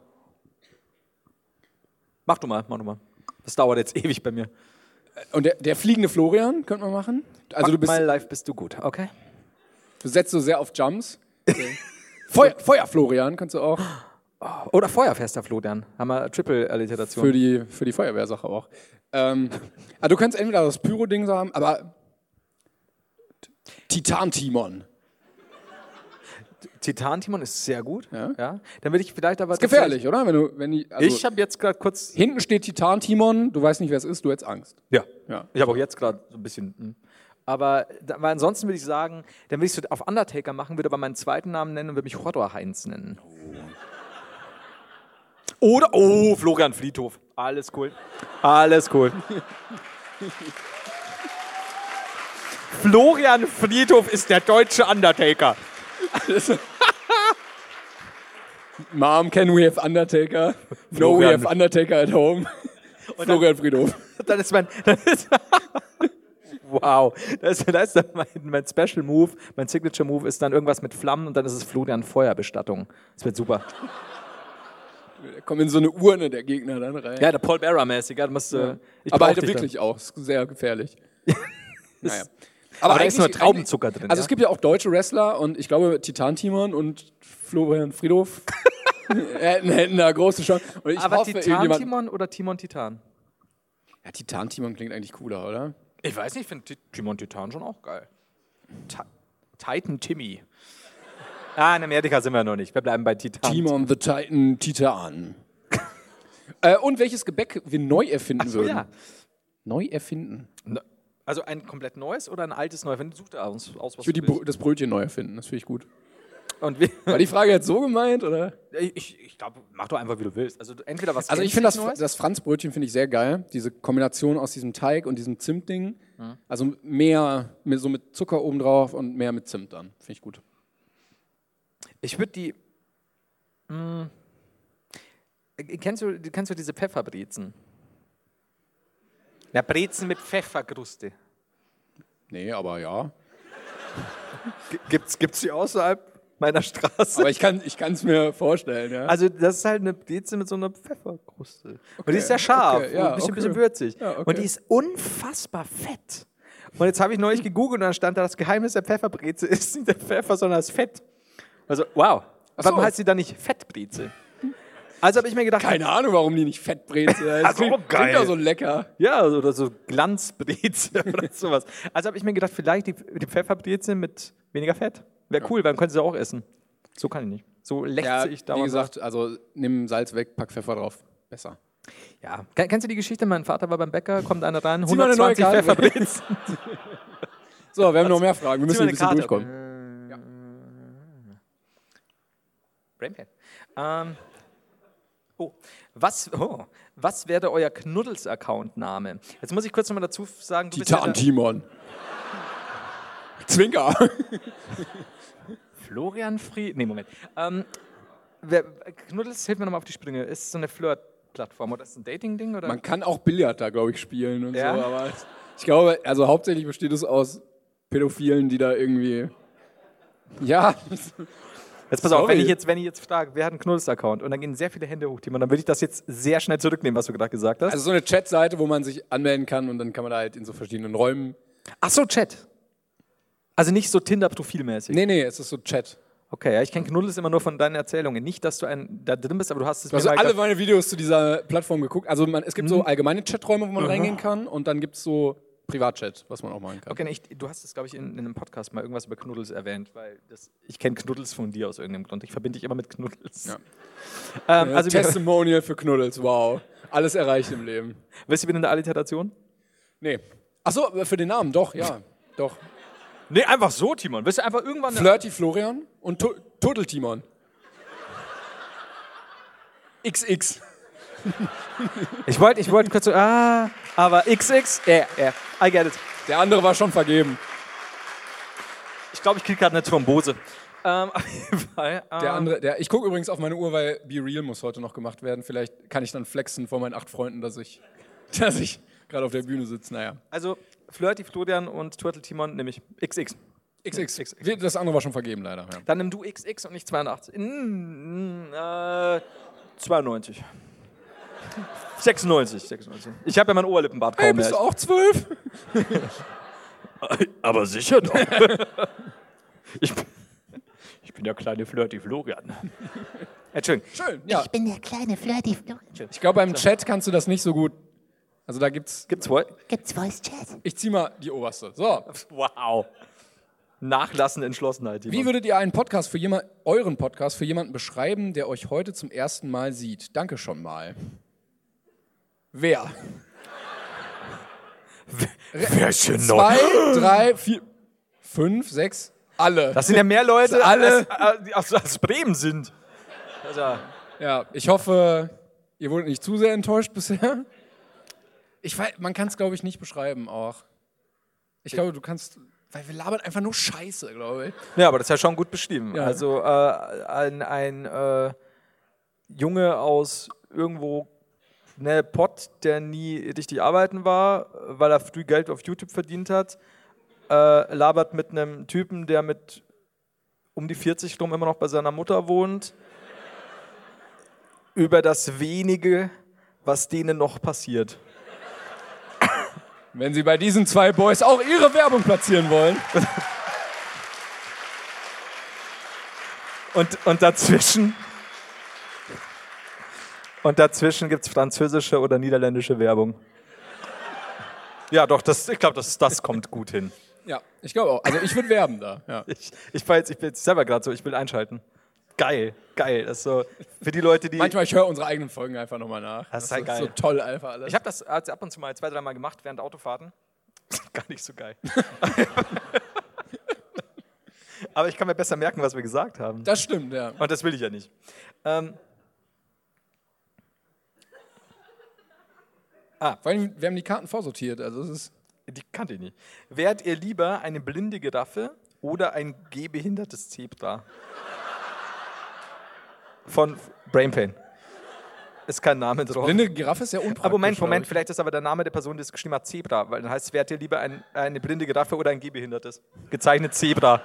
mach du mal, mach du mal. Das dauert jetzt ewig bei mir. und der, der fliegende Florian könnte man machen. Also du, bist, mal live bist du gut, okay? du setzt so sehr auf Jumps. Feuer, Feuer Florian kannst du auch Oder Feuerfester Flodern. Haben wir Triple-Alliteration. für die, für die Feuerwehrsache auch. Ähm, ah, du kannst entweder das Pyro-Ding haben, aber Titan-Timon. Titan-Timon ist sehr gut. Ja. Dann würde ich vielleicht aber. Ist Gefährlich, oder? Wenn du, wenn die, also Ich habe jetzt gerade kurz. hinten steht Titan Timon, du weißt nicht, wer es ist, du hättest Angst. Ja. Ja. Ich habe auch jetzt gerade so ein bisschen. hm. Aber da, weil ansonsten würde ich sagen, dann würde ich es auf Undertaker machen, würde aber meinen zweiten Namen nennen und würde mich Horror Heinz nennen. Oh. Oder, oh, Florian Friedhof. Alles cool. Alles cool. Florian Friedhof ist der deutsche Undertaker. Mom, can we have Undertaker? No, we Florian. have Undertaker at home. Florian Friedhof. Dann ist mein. Dann ist, wow. Das ist, das ist dann mein, mein Special Move, mein Signature Move ist dann irgendwas mit Flammen und dann ist es Florian Feuerbestattung. Das wird super. Der kommt in so eine Urne, der Gegner dann rein. Ja, der Paul Bearer-mäßig. Ja, du musst, äh, ich brauch aber halt dich wirklich auch, ist sehr gefährlich. naja. Dann. Aber da ist nur eigentlich- Traubenzucker drin. Also ja? es gibt ja auch deutsche Wrestler und ich glaube Titan Timon und Florian Friedhof hätten, hätten da große Chancen. Und ich aber hoffe, Titan irgendjemand- Timon oder Timon Titan? Ja, Titan Timon klingt eigentlich cooler, oder? Ich weiß nicht, ich finde Timon Titan schon auch geil. Titan Timmy. Ah, in Amerika sind wir noch nicht. Wir bleiben bei Titan. Timon the Titan Titan. äh, und welches Gebäck wir neu erfinden So, würden. ja. Neu erfinden. Also ein komplett neues oder ein altes neues? Wenn du suchst aus, aus was Ich würde die du Br- das Brötchen neu erfinden, das finde ich gut. willst. Und wir, War die Frage jetzt so gemeint, oder? Äh, Ich, ich glaube, mach doch einfach, wie du willst. Also du- entweder was. Also ich finde das, das Franzbrötchen finde ich sehr geil. Diese Kombination aus diesem Teig und diesem Zimtding. Mhm. Also mehr, mehr so mit Zucker oben drauf und mehr mit Zimt dann. Finde ich gut. also, Ich würde die. Mm. Äh, kennst, du, die- kennst du diese Pfefferbrezen? Ja, Brezen mit Pfefferkruste. Nee, aber ja. Gibt's, gibt's die außerhalb meiner Straße? Aber ich kann es mir vorstellen, ja. also das ist halt eine Brezen mit so einer Pfefferkruste. Und die ist sehr Okay, scharf okay, ja, und ein bisschen, okay. bisschen würzig. Ja, okay. Und die ist unfassbar fett. Und jetzt habe ich neulich gegoogelt und dann stand da, das Geheimnis der Pfefferbreze ist nicht der Pfeffer, sondern das Fett. Also, wow. Warum heißt sie dann nicht Fettbreze? Also habe ich mir gedacht, Keine Ahnung, warum die nicht Fettbreze heißt. Also, Klingt- geil. Klingt doch so lecker. Ja, oder so Glanzbreze oder sowas. Also habe ich mir gedacht, vielleicht die, die Pfefferbreze mit weniger Fett. Wäre cool, weil dann können sie auch essen. So kann ich nicht. So lächze Ja, ich wie dauernd. gesagt, also nimm Salz weg, pack Pfeffer drauf. Besser. Ja. Ken- Kennst du die Geschichte? Mein Vater war beim Bäcker, kommt einer rein, Zieh mal eine neue 120 Karte. Pfefferbreze. So, wir haben noch mehr Fragen. Wir müssen ein Also eine bisschen Karte, Äh, durchkommen. Brainpan. Ähm, oh, was, oh, was wäre euer Knuddels-Account-Name? Jetzt muss ich kurz nochmal dazu sagen, du Titan bist ja Timon. Zwinker. der Florian Fried. Nee, Moment. Ähm, wer, Knuddels, hilf mir nochmal auf die Sprünge. Ist so eine Flirt-Plattform oder ist es ein Dating-Ding? oder? Man kann auch Billard da, glaube ich, spielen und Ja? so, aber ich glaube, also hauptsächlich besteht es aus Pädophilen, die da irgendwie. Ja, Jetzt pass auf, Sorry. wenn ich jetzt, wenn ich jetzt frage, wer hat einen Knuddels-Account? Und dann gehen sehr viele Hände hoch, Timon. Dann würde ich das jetzt sehr schnell zurücknehmen, was du gerade gesagt hast. also so eine Chatseite, wo man sich anmelden kann und dann kann man da halt in so verschiedenen Räumen. ach so, Chat. Also nicht so Tinder-Profilmäßig. Nee, nee, es ist so Chat. Okay, ja, ich kenne Knuddels immer nur von deinen Erzählungen. Nicht, dass du ein, da drin bist, aber du hast es Du hast mal Also alle gesagt. meine Videos zu dieser Plattform geguckt. Also man, es gibt Mhm. so allgemeine Chaträume, wo man reingehen kann und dann gibt es so Privatchat, was man auch machen kann. Okay, ich, du hast es, glaube ich, in, in einem Podcast mal irgendwas über Knuddels erwähnt, weil das, ich kenne Knuddels von dir aus irgendeinem Grund. Ich verbinde dich immer mit Knuddels. Ähm, Äh, also, wir, Testimonial für Knuddels, wow. Alles erreicht im Leben. wisst ihr, bin in der Alliteration? Nee. Achso, für den Namen, doch, ja. Doch. Nee, einfach so, Timon. Willst du einfach irgendwann. Flirty Florian und tu Turteltimon. XX. ich wollte ich wollt kurz so. Ah, aber XX, yeah, yeah, I get it. Der andere war schon vergeben. Ich glaube, ich kriege gerade eine Thrombose. Ähm, auf jeden Fall. Ähm, Der andere, der, ich gucke übrigens auf meine Uhr, weil Be Real muss heute noch gemacht werden. Vielleicht kann ich dann flexen vor meinen acht Freunden, dass ich, dass ich gerade auf der Bühne sitze. Naja. Also, Flirty Florian und Turtle Timon nehme ich. XX. XX. Wir- Das andere war schon vergeben, leider. Ja. Dann nimm du XX und nicht 82. Mm, mm, äh, 92. 96, 96. Ich habe ja mein Oberlippenbart kaum Hey, bist du mehr. auch zwölf? Aber sicher doch. ich, bin- ich bin der kleine Flirty Florian. Entschuldigung. Schön, ja. Ich bin der kleine Flirty Florian. Ich glaube, beim Chat kannst du das nicht so gut. Also da gibt's. Gibt's heute? Gibt's Voice Chat? Ich zieh mal die oberste. So. Wow. Nachlassende Entschlossenheit. Timon. Wie würdet ihr einen Podcast für jemand, euren Podcast für jemanden beschreiben, der euch heute zum ersten Mal sieht? Danke schon mal. Wer? Pärchen Zwei, drei, vier, fünf, sechs, alle. Das sind ja mehr Leute, Alle. als, als, als, als Bremen sind. Also, Ja, ich hoffe, ihr wurdet nicht zu sehr enttäuscht bisher. Ich weiß, man kann es, glaube ich, nicht beschreiben auch. Ich glaube, du kannst, weil wir labern einfach nur Scheiße, glaube ich. Ja, aber das ist ja schon gut beschrieben. Ja. Also äh, ein, ein äh, Junge aus irgendwo, ne, Pott, der nie richtig arbeiten war, weil er früh Geld auf YouTube verdient hat, äh, labert mit einem Typen, der mit um die 40 rum immer noch bei seiner Mutter wohnt, über das Wenige, was denen noch passiert. Wenn Sie bei diesen zwei Boys auch Ihre Werbung platzieren wollen. Und, und dazwischen. Und dazwischen gibt es französische oder niederländische Werbung. Ja, doch, das, ich glaube, das, das kommt gut hin. Ja, ich glaube auch. Also ich würde werben da. Ja. Ich, ich, war jetzt, ich bin jetzt selber gerade so, ich will einschalten. Geil, geil. Das ist so für die Leute, die. Manchmal, ich höre unsere eigenen Folgen einfach nochmal nach. Das ist halt geil. so toll einfach alles. ich habe das als ab und zu mal zwei, dreimal gemacht während Autofahrten. Gar nicht so geil. Aber ich kann mir besser merken, was wir gesagt haben. das stimmt, ja. Und das will ich ja nicht. Ähm, Vor allem, wir haben die Karten vorsortiert. Also es ist Die kannte ich nicht. Wärt ihr lieber eine blinde Giraffe oder ein gehbehindertes Zebra? Von Brain Pain. Ist kein Name drauf. blinde Giraffe ist ja unpraktisch. aber Moment, glaub Moment, ich. vielleicht ist aber der Name der Person, die es geschrieben hat, Zebra. Weil dann heißt es, wärt ihr lieber ein, eine blinde Giraffe oder ein gehbehindertes? Gezeichnet Zebra.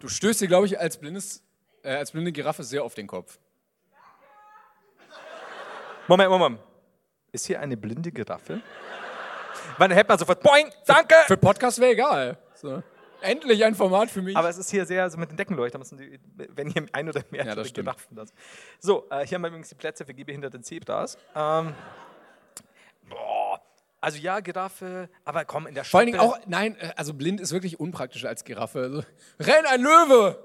Du stößt dir, glaube ich, als blindes, äh, als blinde Giraffe sehr auf den Kopf. Moment, Moment. Ist hier eine blinde Giraffe? Weil dann hätte man sofort, boing, danke! Für Podcast wäre egal. So. Endlich ein Format für mich. Aber es ist hier sehr, also mit den Deckenleuchtern müssen die, wenn hier ein oder mehr Ja, das stimmt. Giraffen das. So, äh, hier haben wir übrigens die Plätze für gehbehinderte Zebras. Ähm, boah, also ja, Giraffe, aber komm, in der Vor allen Dingen auch, nein, äh, also blind ist wirklich unpraktischer als Giraffe. Also, renn ein Löwe!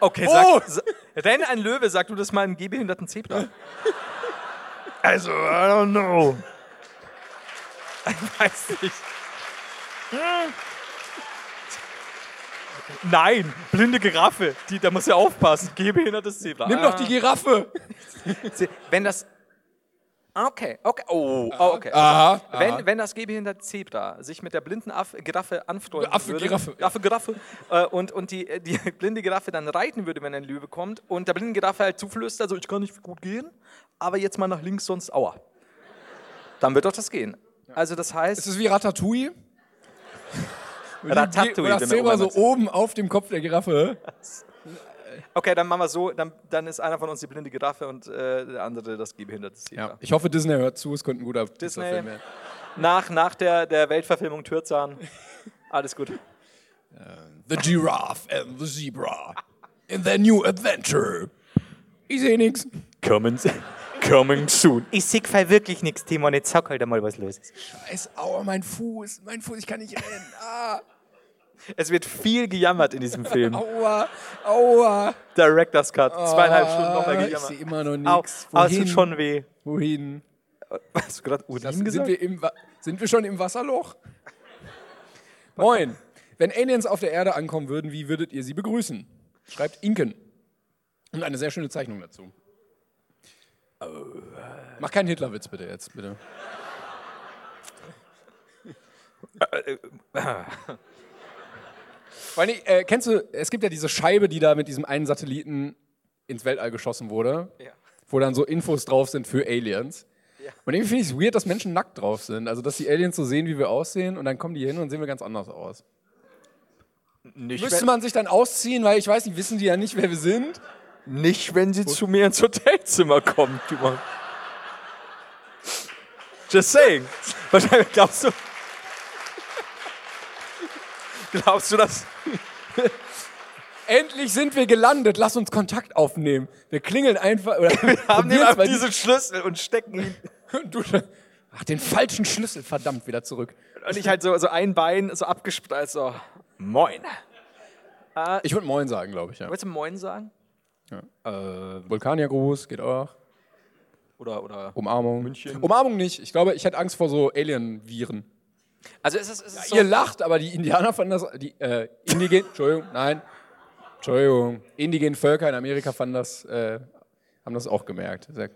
Okay, Oh! sag, sa- renn ein Löwe, sag du das mal einem gehbehinderten Zebra. also, I don't know. Ich weiß nicht. Hm. Nein, blinde Giraffe, die, da muss ja aufpassen. Gehbehindertes Zebra. Nimm doch die Giraffe! Se- Wenn das. Ah, Okay, okay. Oh, Ah, oh, okay. Aha. Wenn, wenn das gehbehinderte Zebra sich mit der blinden Aff Giraffe anfreunden Affe, würde, Giraffe, ja. Affe, Giraffe, äh, und, und die, äh, die blinde Giraffe dann reiten würde, wenn ein Löwe kommt, und der blinden Giraffe halt zuflüstert, so, ich kann nicht gut gehen, aber jetzt mal nach links, sonst aua. Dann wird doch das gehen. Also das heißt, Ist es wie Ratatouille? Wo die- Ratatouille, wo das wenn wir Zebra so Obermann sind. oben auf dem Kopf der Giraffe Okay, dann machen wir so, dann, dann ist einer von uns die blinde Giraffe und äh, der andere das gehbehinderte Zebra. Ja. Ich hoffe, Disney hört zu, es könnte ein guter Disney. Pixar-Film werden. Nach, nach der, der Weltverfilmung Türzahn. Alles gut. The Giraffe and the Zebra in their new adventure. Ich sehe nichts. Coming, coming soon. Ich sick wirklich nichts, Timon. Jetzt sag halt mal, was los ist. Scheiß, aua, mein Fuß, mein Fuß, ich kann nicht rennen. Ah, Es wird viel gejammert in diesem Film. aua, aua. Ah, Director's Cut. Zweieinhalb Stunden nochmal ich gejammert. sehe immer noch Au, nichts. au, es tut schon weh. Wohin? Hast du gerade Urin Das, gesagt? sind, wir im, Wa- sind wir schon im Wasserloch? Moin. Wenn Aliens auf der Erde ankommen würden, wie würdet ihr sie begrüßen? Schreibt Inken. Und eine sehr schöne Zeichnung dazu. Mach keinen Hitlerwitz bitte jetzt, bitte. Vor allem, äh, kennst du, es gibt ja diese Scheibe, die da mit diesem einen Satelliten ins Weltall geschossen wurde, wo dann so Infos drauf sind für Aliens. Und irgendwie finde ich es weird, dass Menschen nackt drauf sind. Also, dass die Aliens so sehen, wie wir aussehen, und dann kommen die hin und sehen wir ganz anders aus. Nicht, Müsste man sich dann ausziehen, weil ich weiß nicht, wissen die ja nicht, wer wir sind? nicht, wenn sie zu mir ins Hotelzimmer kommen, Timon. Just saying. Wahrscheinlich glaubst du. Glaubst du, dass. Endlich sind wir gelandet, lass uns Kontakt aufnehmen. Wir klingeln einfach. Oder wir Haben die einfach diesen Schlüssel und stecken ihn Ach, den falschen Schlüssel, verdammt, wieder zurück. Und ich halt so, so ein Bein so also- abgespreizt, so. Moin. Ich würde Moin sagen, glaube ich. Ja. Wolltest du Moin sagen? Vulkaniergruß, geht auch. Oder, oder. Umarmung. Umarmung nicht. Ich glaube, ich hätte Angst vor so Alien-Viren. Also ist es, ist es so. Ihr lacht, aber die Indianer fanden das. Die, äh, Indigen, Entschuldigung, nein. Entschuldigung. Indigenen Völker in Amerika fanden das, äh, haben das auch gemerkt. Sehr-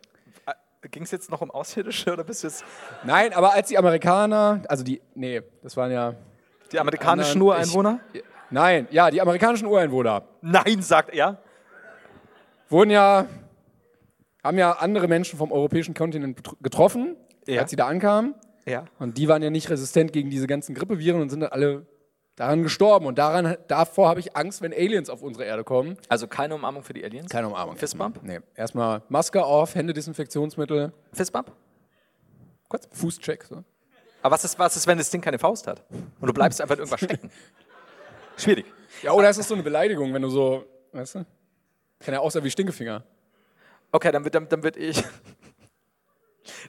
Ging es jetzt noch um Außerirdische oder bist du jetzt. Nein, aber als die Amerikaner, also die, nee, das waren ja. Die amerikanischen anderen- Ureinwohner? Ich, nein, ja, die amerikanischen Ureinwohner Nein, sagt er. wurden ja, haben ja andere Menschen vom europäischen Kontinent betr- getroffen, Ja. als sie da ankamen. Ja. Und die waren ja nicht resistent gegen diese ganzen Grippeviren und sind dann alle daran gestorben. Und daran, davor habe ich Angst, wenn Aliens auf unsere Erde kommen. Also keine Umarmung für die Aliens? Keine Umarmung. Fistbump? erstmal. Nee. Erstmal Maske auf, Hände Desinfektionsmittel, Fistbump? kurz Fußcheck. So. Aber was ist, was ist, wenn das Ding keine Faust hat? Und du bleibst einfach in irgendwas stecken? Schwierig. Ja, oder ist das so eine Beleidigung, wenn du so, weißt du? Kann ja aussehen wie Stinkefinger. Okay, dann wird, dann, dann wird ich.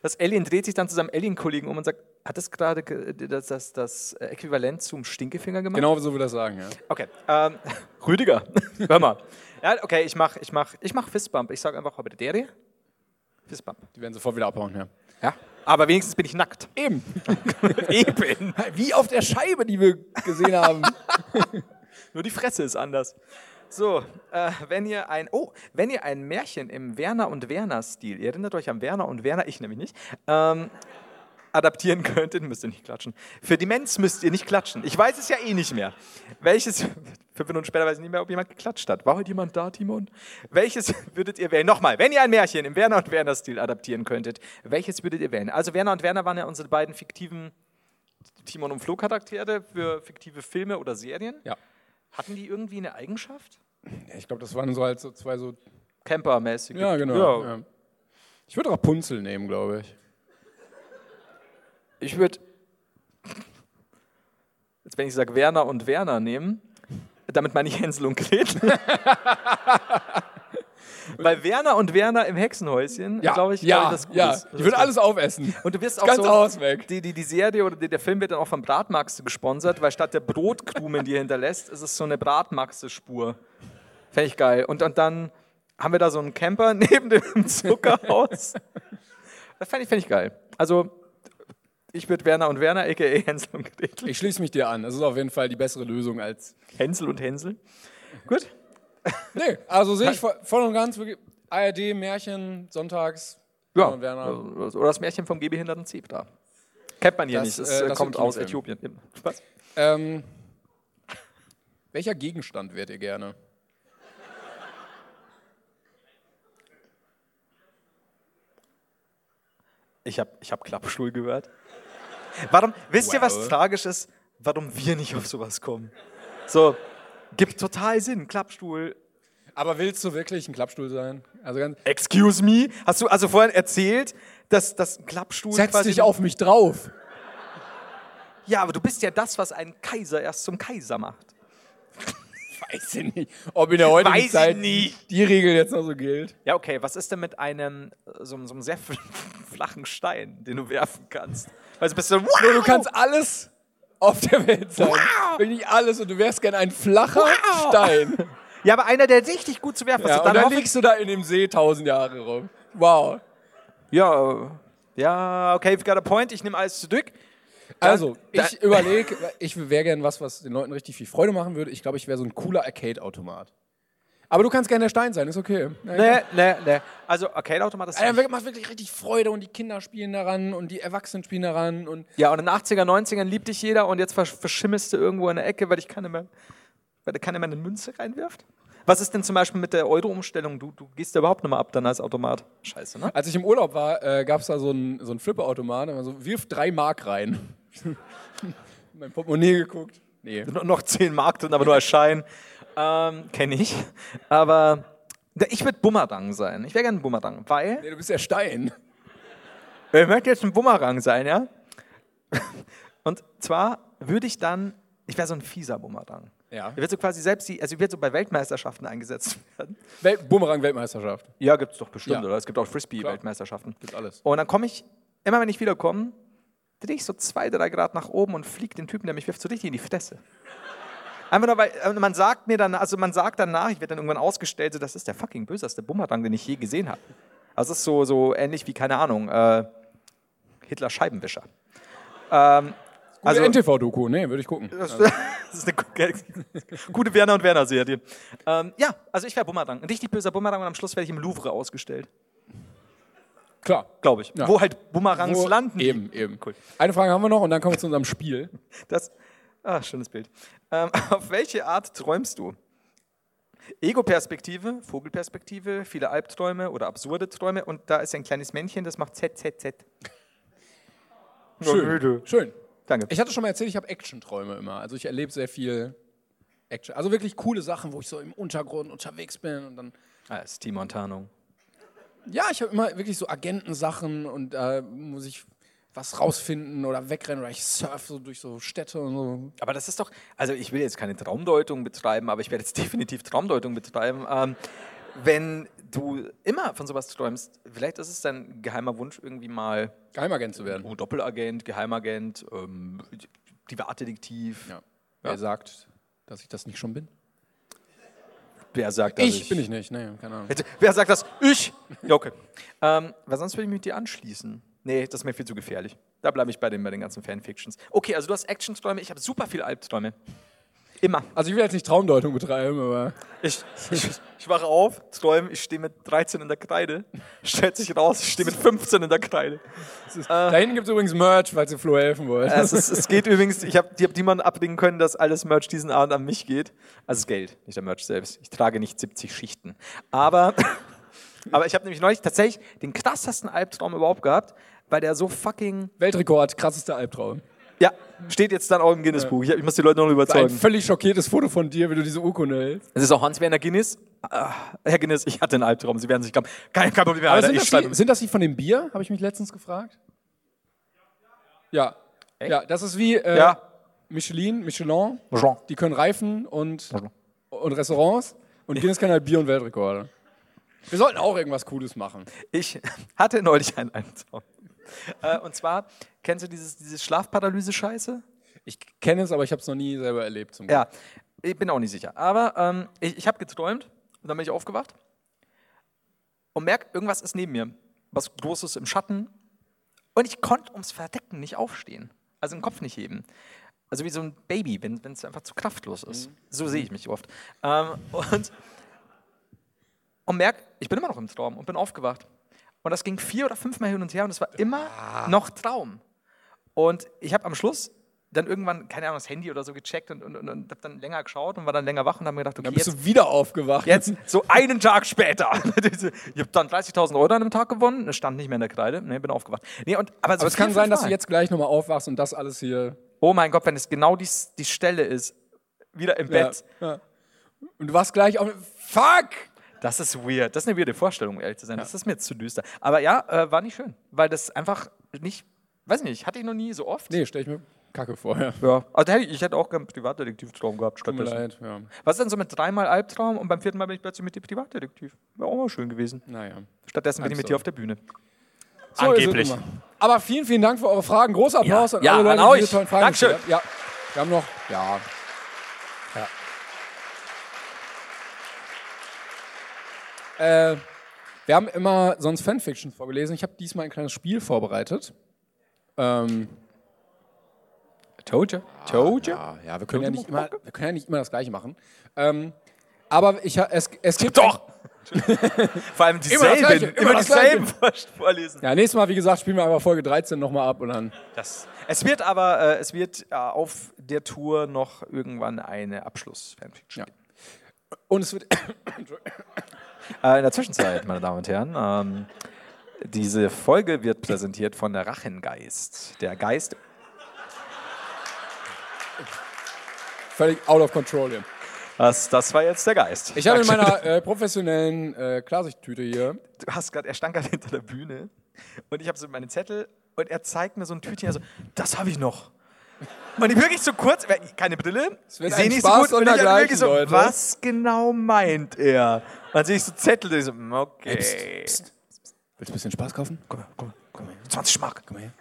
Das Alien dreht sich dann zu seinem Alien-Kollegen um und sagt: Hat das gerade ge- das, das, das Äquivalent zum Stinkefinger gemacht? Genau so würde das sagen, ja. Okay. Ähm, Rüdiger, hör mal. Ja, okay, ich mach, ich mach, ich mach Fistbump. Ich sag einfach Hobbitaderie. Fistbump. Die werden sofort wieder abhauen, ja. Ja. Aber wenigstens bin ich nackt. Eben. Eben. Wie auf der Scheibe, die wir gesehen haben. Nur die Fresse ist anders. So, äh, wenn ihr ein, oh, wenn ihr ein Märchen im Werner und Werner-Stil, ihr erinnert euch an Werner und Werner, ich nämlich nicht, ähm, adaptieren könntet, müsst ihr nicht klatschen. Für Demenz müsst ihr nicht klatschen. Ich weiß es ja eh nicht mehr. Welches, fünf Minuten später weiß ich nicht mehr, ob jemand geklatscht hat. War heute jemand da, Timon? Welches würdet ihr wählen? Nochmal, wenn ihr ein Märchen im Werner und Werner-Stil adaptieren könntet, welches würdet ihr wählen? Also Werner und Werner waren ja unsere beiden fiktiven Timon und Flo-Charaktere für fiktive Filme oder Serien. ja. Hatten die irgendwie eine Eigenschaft? Ja, Ich glaube, das waren so halt so zwei so. Camper-mäßig. Ja, genau. Ja. Ich würde Rapunzel nehmen, glaube ich. Ich würde, jetzt wenn ich sage Werner und Werner nehmen, damit meine ich Hänsel und Gretel. Weil Werner und Werner im Hexenhäuschen, glaube ich, ja, glaub ich, das ja. Gutes. Ich würde alles aufessen. Und du wirst auch Ganz so, Haus weg. Die, die, die Serie oder die, der Film wird dann auch von Bratmaxe gesponsert, weil statt der Brotkrumen, die er hinterlässt, ist es so eine Bratmaxe-Spur. Fände ich geil. Und, und dann haben wir da so einen Camper neben dem Zuckerhaus. Das fände ich, fänd ich geil. Also, ich würde Werner und Werner, a.k.a. Hänsel und Gretel. Ich schließe mich dir an. Das ist auf jeden Fall die bessere Lösung als. Hänsel und Hänsel. Gut. Nee, also sehe ich vo- voll und ganz wirklich ARD, Märchen, sonntags. Werner und Werner. Oder das Märchen vom gehbehinderten Zebra. Kennt man hier Das, nicht. Es äh, äh, das kommt sind aus Kinofilme. Äthiopien. Was? Ähm, welcher Gegenstand wärt ihr gerne? Ich habe ich hab Klappstuhl gehört. Warum, wisst ihr, was tragisch ist? Warum wir nicht auf sowas kommen? So, gibt total Sinn. Klappstuhl, Aber willst du wirklich ein Klappstuhl sein? Also ganz. Excuse me? Hast du also vorhin erzählt, dass das Klappstuhl Setz quasi- dich auf mich drauf. Ja, aber du bist ja das, was ein Kaiser erst zum Kaiser macht. Weiß ich nicht, ob in der heutigen Weiß ich Zeit nicht. die Regel jetzt noch so gilt. Ja, okay, was ist denn mit einem äh, so, einem- so einem sehr flachen Stein, den du werfen kannst? Also bist du, wow! Nur du kannst alles auf der Welt sein. Wirklich alles und du wärst gern ein flacher Wow. Stein. Ja, aber einer, der richtig gut zu werfen ist. Ja, und dann hoffe ich- liegst du da in dem See tausend Jahre rum. Wow. ja, äh, ja, okay, we've got a point, ich nehme alles zurück. Also, Da- ich überlege, ich wäre gern was, was den Leuten richtig viel Freude machen würde. Ich glaube, ich wäre so ein cooler Arcade-Automat. Aber du kannst gerne der Stein sein, ist okay. Ja, Ne, ne, ne. Also, Arcade-Automat ist. Alter, macht wirklich richtig Freude und die Kinder spielen daran und die Erwachsenen spielen daran und Ja, und in den 80er, 90ern liebt dich jeder und jetzt versch- verschimmelst du irgendwo in der Ecke, weil ich keine mehr, weil da keiner mehr eine Münze reinwirft. Was ist denn zum Beispiel mit der Euro-Umstellung? Du, du gehst ja überhaupt nicht mehr ab dann als Automat. Scheiße, ne? als ich im Urlaub war, äh, gab es da so einen so einen Flipper-Automaten, also wirf drei Mark rein. mein Portemonnaie geguckt. Nee. No- noch 10 Mark drin, aber nur als Schein. Ähm, Kenne ich. Aber da- ich würde Bumerang sein. Ich wäre gerne ein Bumerang, weil. nee, du bist der Stein. Ich möchte jetzt ein Bumerang sein, ja? Und zwar würde ich dann. Ich wäre so ein fieser Bumerang. Ja. Ich würde so quasi selbst die. Also, ich würde so bei Weltmeisterschaften eingesetzt werden. Wel Bumerang-Weltmeisterschaft. Ja, gibt's doch bestimmt, Ja. oder? Es gibt auch Frisbee-Weltmeisterschaften. Gibt alles. Und dann komme ich, immer wenn ich wiederkomme, drehe ich so zwei, drei Grad nach oben und fliege den Typen, der mich wirft, so richtig in die Fresse. Einfach nur, weil äh, man sagt mir dann, also man sagt danach, ich werde dann irgendwann ausgestellt, so, das ist der fucking böseste Bumerang, den ich je gesehen habe. Also das ist so, so ähnlich wie, keine Ahnung, äh, Hitler Scheibenwischer. Ähm, Also also, NTV-Doku, nee, würde ich gucken. das ist eine gu- gute Werner und Werner-Serie. Ähm, ja, also ich wäre Bumerang. Ein richtig böser Bumerang und am Schluss werde ich im Louvre ausgestellt. Klar. glaube ich. Ja. Wo halt Bumerangs Wo- landen. Eben, eben. Cool. Eine Frage haben wir noch und dann kommen wir zu unserem Spiel. Das, ah, schönes Bild. Ähm, auf welche Art träumst du? Ego-Perspektive, Vogelperspektive, viele Albträume oder absurde Träume und da ist ein kleines Männchen, das macht ZZZ. Schön. Schön. Danke. Ich hatte schon mal erzählt, ich habe Action-Träume immer. Also ich erlebe sehr viel Action. Also wirklich coole Sachen, wo ich so im Untergrund unterwegs bin und dann. das Ah, ist Timon Tarnung. Ja, ich habe immer wirklich so Agentensachen und da muss ich was rausfinden oder wegrennen oder ich surf so durch so Städte und so. Aber das ist doch, also ich will jetzt keine Traumdeutung betreiben, aber ich werde jetzt definitiv Traumdeutung betreiben. Ähm, wenn du immer von sowas träumst, vielleicht ist es dein geheimer Wunsch, irgendwie mal Geheimagent zu werden. Oh, Doppelagent, Geheimagent, ähm, Privatdetektiv. Ja. Wer sagt, dass ich das nicht schon bin? Wer sagt das? Ich bin ich nicht, nee, keine Ahnung. Wer sagt das? Ich! Ja, okay. ähm, weil sonst würde ich mich mit dir anschließen. Nee, das ist mir viel zu gefährlich. Da bleibe ich bei den, bei den ganzen Fanfictions. Okay, also du hast Action-Träume, ich habe super viel Albträume. Immer. Also ich will jetzt nicht Traumdeutung betreiben, aber. Ich, ich, ich wache auf, träume, ich stehe mit 13 in der Kreide, stellt sich raus, ich stehe mit 15 in der Kreide. Da hinten gibt es übrigens Merch, falls ihr Flo helfen wollt. Also Es, ist, es geht übrigens, ich habe hab niemanden abbringen können, dass alles Merch diesen Abend an mich geht. Also das Geld, nicht der Merch selbst. Ich trage nicht 70 Schichten. Aber, aber ich habe nämlich neulich tatsächlich den krassesten Albtraum überhaupt gehabt, weil der so fucking. Weltrekord, krassester Albtraum. Ja, steht jetzt dann auch im Guinness-Buch. Ich, hab- ich muss die Leute noch Ein überzeugen. völlig schockiertes Foto von dir, wenn du diese Urkunde hältst. Es ist auch Hans-Werner Guinness. Ah, Herr Guinness, ich hatte einen Albtraum. Sie werden sich glauben. Kein, kein Problem, Alter, ich schreibe. sind das die von dem Bier? Habe ich mich letztens gefragt. Ja. Ja, das ist wie äh, Ja. Michelin, Michelin. Jean. Die können Reifen und, und Restaurants. Und Guinness kann halt Bier und Weltrekorde. Wir sollten auch irgendwas Cooles machen. Ich hatte neulich einen Albtraum. Äh, Und zwar, kennst du dieses, dieses Schlafparalyse-Scheiße? Ich kenne es, aber ich habe es noch nie selber erlebt. Zum Ja, ich bin auch nicht sicher. Aber ähm, ich, ich habe geträumt und dann bin ich aufgewacht und merke, irgendwas ist neben mir. Was Großes im Schatten. Und ich konnte ums Verdecken nicht aufstehen. Also den Kopf nicht heben. Also wie so ein Baby, wenn es einfach zu kraftlos ist. So sehe ich mich oft. Ähm, und und merke, ich bin immer noch im Traum und bin aufgewacht. Und das ging vier oder fünfmal hin und her und es war immer Ah. noch Traum. Und ich habe am Schluss dann irgendwann, keine Ahnung, das Handy oder so gecheckt und, und, und, und habe dann länger geschaut und war dann länger wach und habe mir gedacht, okay, Dann bist jetzt, du wieder aufgewacht. jetzt, so einen Tag später. ich habe dann 30.000 Euro an einem Tag gewonnen, es stand nicht mehr in der Kreide, nee, bin aufgewacht. Nee, und, aber, so Aber es vier, kann sein, fünf dass du Mal. jetzt gleich nochmal aufwachst und das alles hier. Oh mein Gott, wenn es genau die, die Stelle ist, wieder im Bett. Ja. Ja. Und du warst gleich auch. Fuck! Das ist weird. Das ist eine weirde Vorstellung, um ehrlich zu sein. Das ist mir jetzt zu düster. Aber ja, äh, war nicht schön, weil das einfach nicht, weiß nicht, hatte ich noch nie so oft. Nee, stell ich mir Kacke vor. Ja. Ja, also hätte ich, ich hätte auch gern einen Privatdetektivtraum gehabt. Tut mir stattdessen. leid. Ja. Was ist denn so mit dreimal Albtraum und beim vierten Mal bin ich plötzlich mit dir Privatdetektiv? Wäre auch mal schön gewesen. Naja. Stattdessen bin ich mit dir auf der Bühne. So Angeblich. ist es immer. Aber vielen, vielen Dank für eure Fragen. Großer Applaus Ja, an ja, alle Leute, an die diese euch. tollen Fragen Dankeschön. gestellt haben. Ja, wir haben noch. Ja. ja. Äh, wir haben immer sonst Fanfictions vorgelesen. Ich habe diesmal ein kleines Spiel vorbereitet. Ähm, Told you. Told you. ja, ja, wir können ja, nicht immer, wir können ja nicht immer das Gleiche machen. Ähm, aber ich, ha- es, es gibt. Doch! Vor allem dieselben. Gleiche, immer immer das dieselben vorlesen. Ja, nächstes Mal, wie gesagt, spielen wir einfach Folge 13 nochmal ab und dann. Das. Es wird aber, äh, es wird äh, auf der Tour noch irgendwann eine Abschluss-Fanfiction. Ja. Und es wird. Äh, in der Zwischenzeit, meine Damen und Herren, ähm, diese Folge wird präsentiert von der Rachengeist. Der Geist Völlig out of control hier. Das, das war jetzt der Geist. Ich habe in meiner äh, professionellen äh, Klarsichttüte hier. du hast gerade, er stand gerade hinter der Bühne und ich habe so meine Zettel und er zeigt mir so ein Tütchen, also das habe ich noch. Und ich wirklich so kurz, weil ich- keine Brille, ich wird sehe ein nicht Spaß so gut und ich sondergleichen, hab wirklich so, Leute. was genau meint er? Und dann sehe ich so Zettel, und ich so, mm, okay. Willst du ein bisschen Spaß kaufen? Komm, her, komm, her, komm her. 20 Mark. Komm her.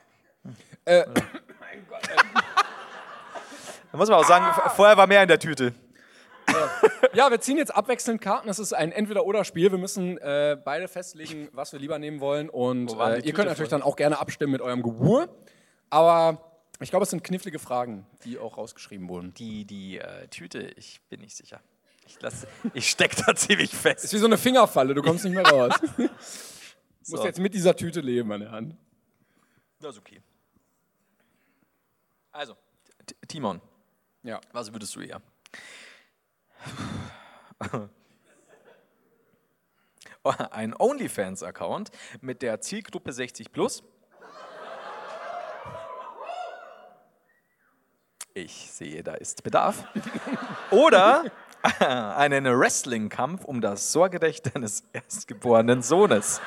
Äh, Da muss man auch sagen, v- vorher war mehr in der Tüte. Ja, wir ziehen jetzt abwechselnd Karten. Das ist ein Entweder-Oder-Spiel. Wir müssen äh, beide festlegen, was wir lieber nehmen wollen. Und waren äh, die ihr Tüte könnt natürlich voll? dann auch gerne abstimmen mit eurem Gewur. Aber ich glaube, es sind knifflige Fragen, die auch rausgeschrieben wurden. Die, die äh, Tüte, ich bin nicht sicher. Ich, lass- ich stecke da ziemlich fest. Ist wie so eine Fingerfalle, du kommst nicht mehr raus. Du musst So. jetzt mit dieser Tüte leben an der Hand. Das ist okay. Also, T- Timon, Ja. was würdest du eher? Ein OnlyFans-Account mit der Zielgruppe 60 plus. Ich sehe, da ist Bedarf. Oder einen Wrestling-Kampf um das Sorgerecht deines erstgeborenen Sohnes.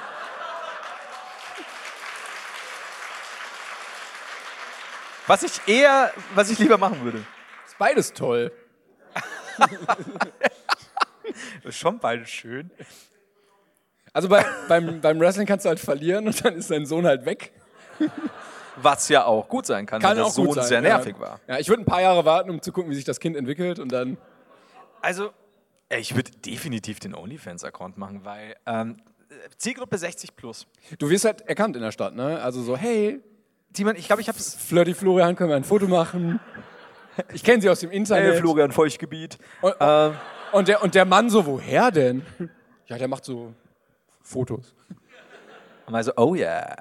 Was ich eher, was ich lieber machen würde. Ist beides toll. Ist schon bald schön. Also bei, beim, beim Wrestling kannst du halt verlieren und dann ist dein Sohn halt weg. Was ja auch gut sein kann, Kann wenn der auch Sohn gut sein. sehr nervig ja. war. Ja, ich würde ein paar Jahre warten, um zu gucken, wie sich das Kind entwickelt und dann. Also, ey, ich würde definitiv den OnlyFans-Account machen, weil ähm, Zielgruppe 60 plus. Du wirst halt erkannt in der Stadt, ne? Also so, hey, Timon, ich glaube, ich habe Flirty Florian, können wir ein Foto machen? Ich kenne sie aus dem Internet. Florian Feuchtgebiet. Und, Ähm, und, der, und der Mann so, woher denn? Ja, der macht so Fotos. Und also, oh yeah.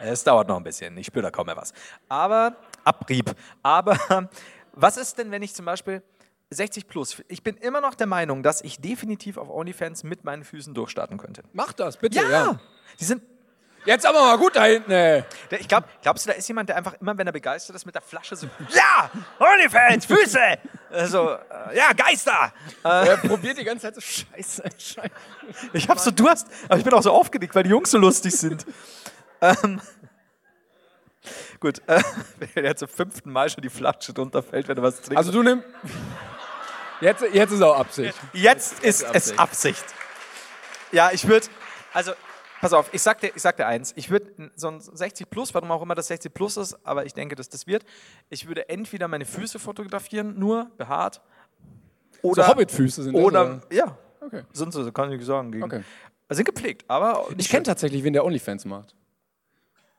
Es dauert noch ein bisschen. Ich spüre da kaum mehr was. Aber, Abrieb. Aber, was ist denn, wenn ich zum Beispiel 60 plus? Ich bin immer noch der Meinung, dass ich definitiv auf OnlyFans mit meinen Füßen durchstarten könnte. Mach das, bitte, ja. Die sind Jetzt aber mal gut da hinten, ey. Der- Ich glaube, glaubst du, da ist jemand, der einfach immer, wenn er begeistert ist, mit der Flasche so, ja, Onlyfans, Füße, also, äh, ja, Geister. Er probiert die ganze Zeit so, scheiße, scheiße. Ich habe so Durst, aber ich bin auch so aufgedickt, weil die Jungs so lustig sind. ähm, gut, äh, wenn er zum fünften Mal schon die Flasche drunter fällt, wenn er was trinkt. Also du nimmst... Jetzt, jetzt ist auch Absicht. Jetzt ist es Absicht. Absicht. Ja, ich würde, also, pass auf, ich sag dir, ich sag dir eins. Ich würde so ein 60 Plus, warum auch immer das 60 Plus ist, aber ich denke, dass das wird. Ich würde entweder meine Füße fotografieren, nur behaart. Oder, So Hobbitfüße sind das, Oder, ja, Okay. sind so, kann ich nicht sagen. Gegen, Okay. Sind gepflegt, aber. Ich kenne tatsächlich wen, der Onlyfans macht.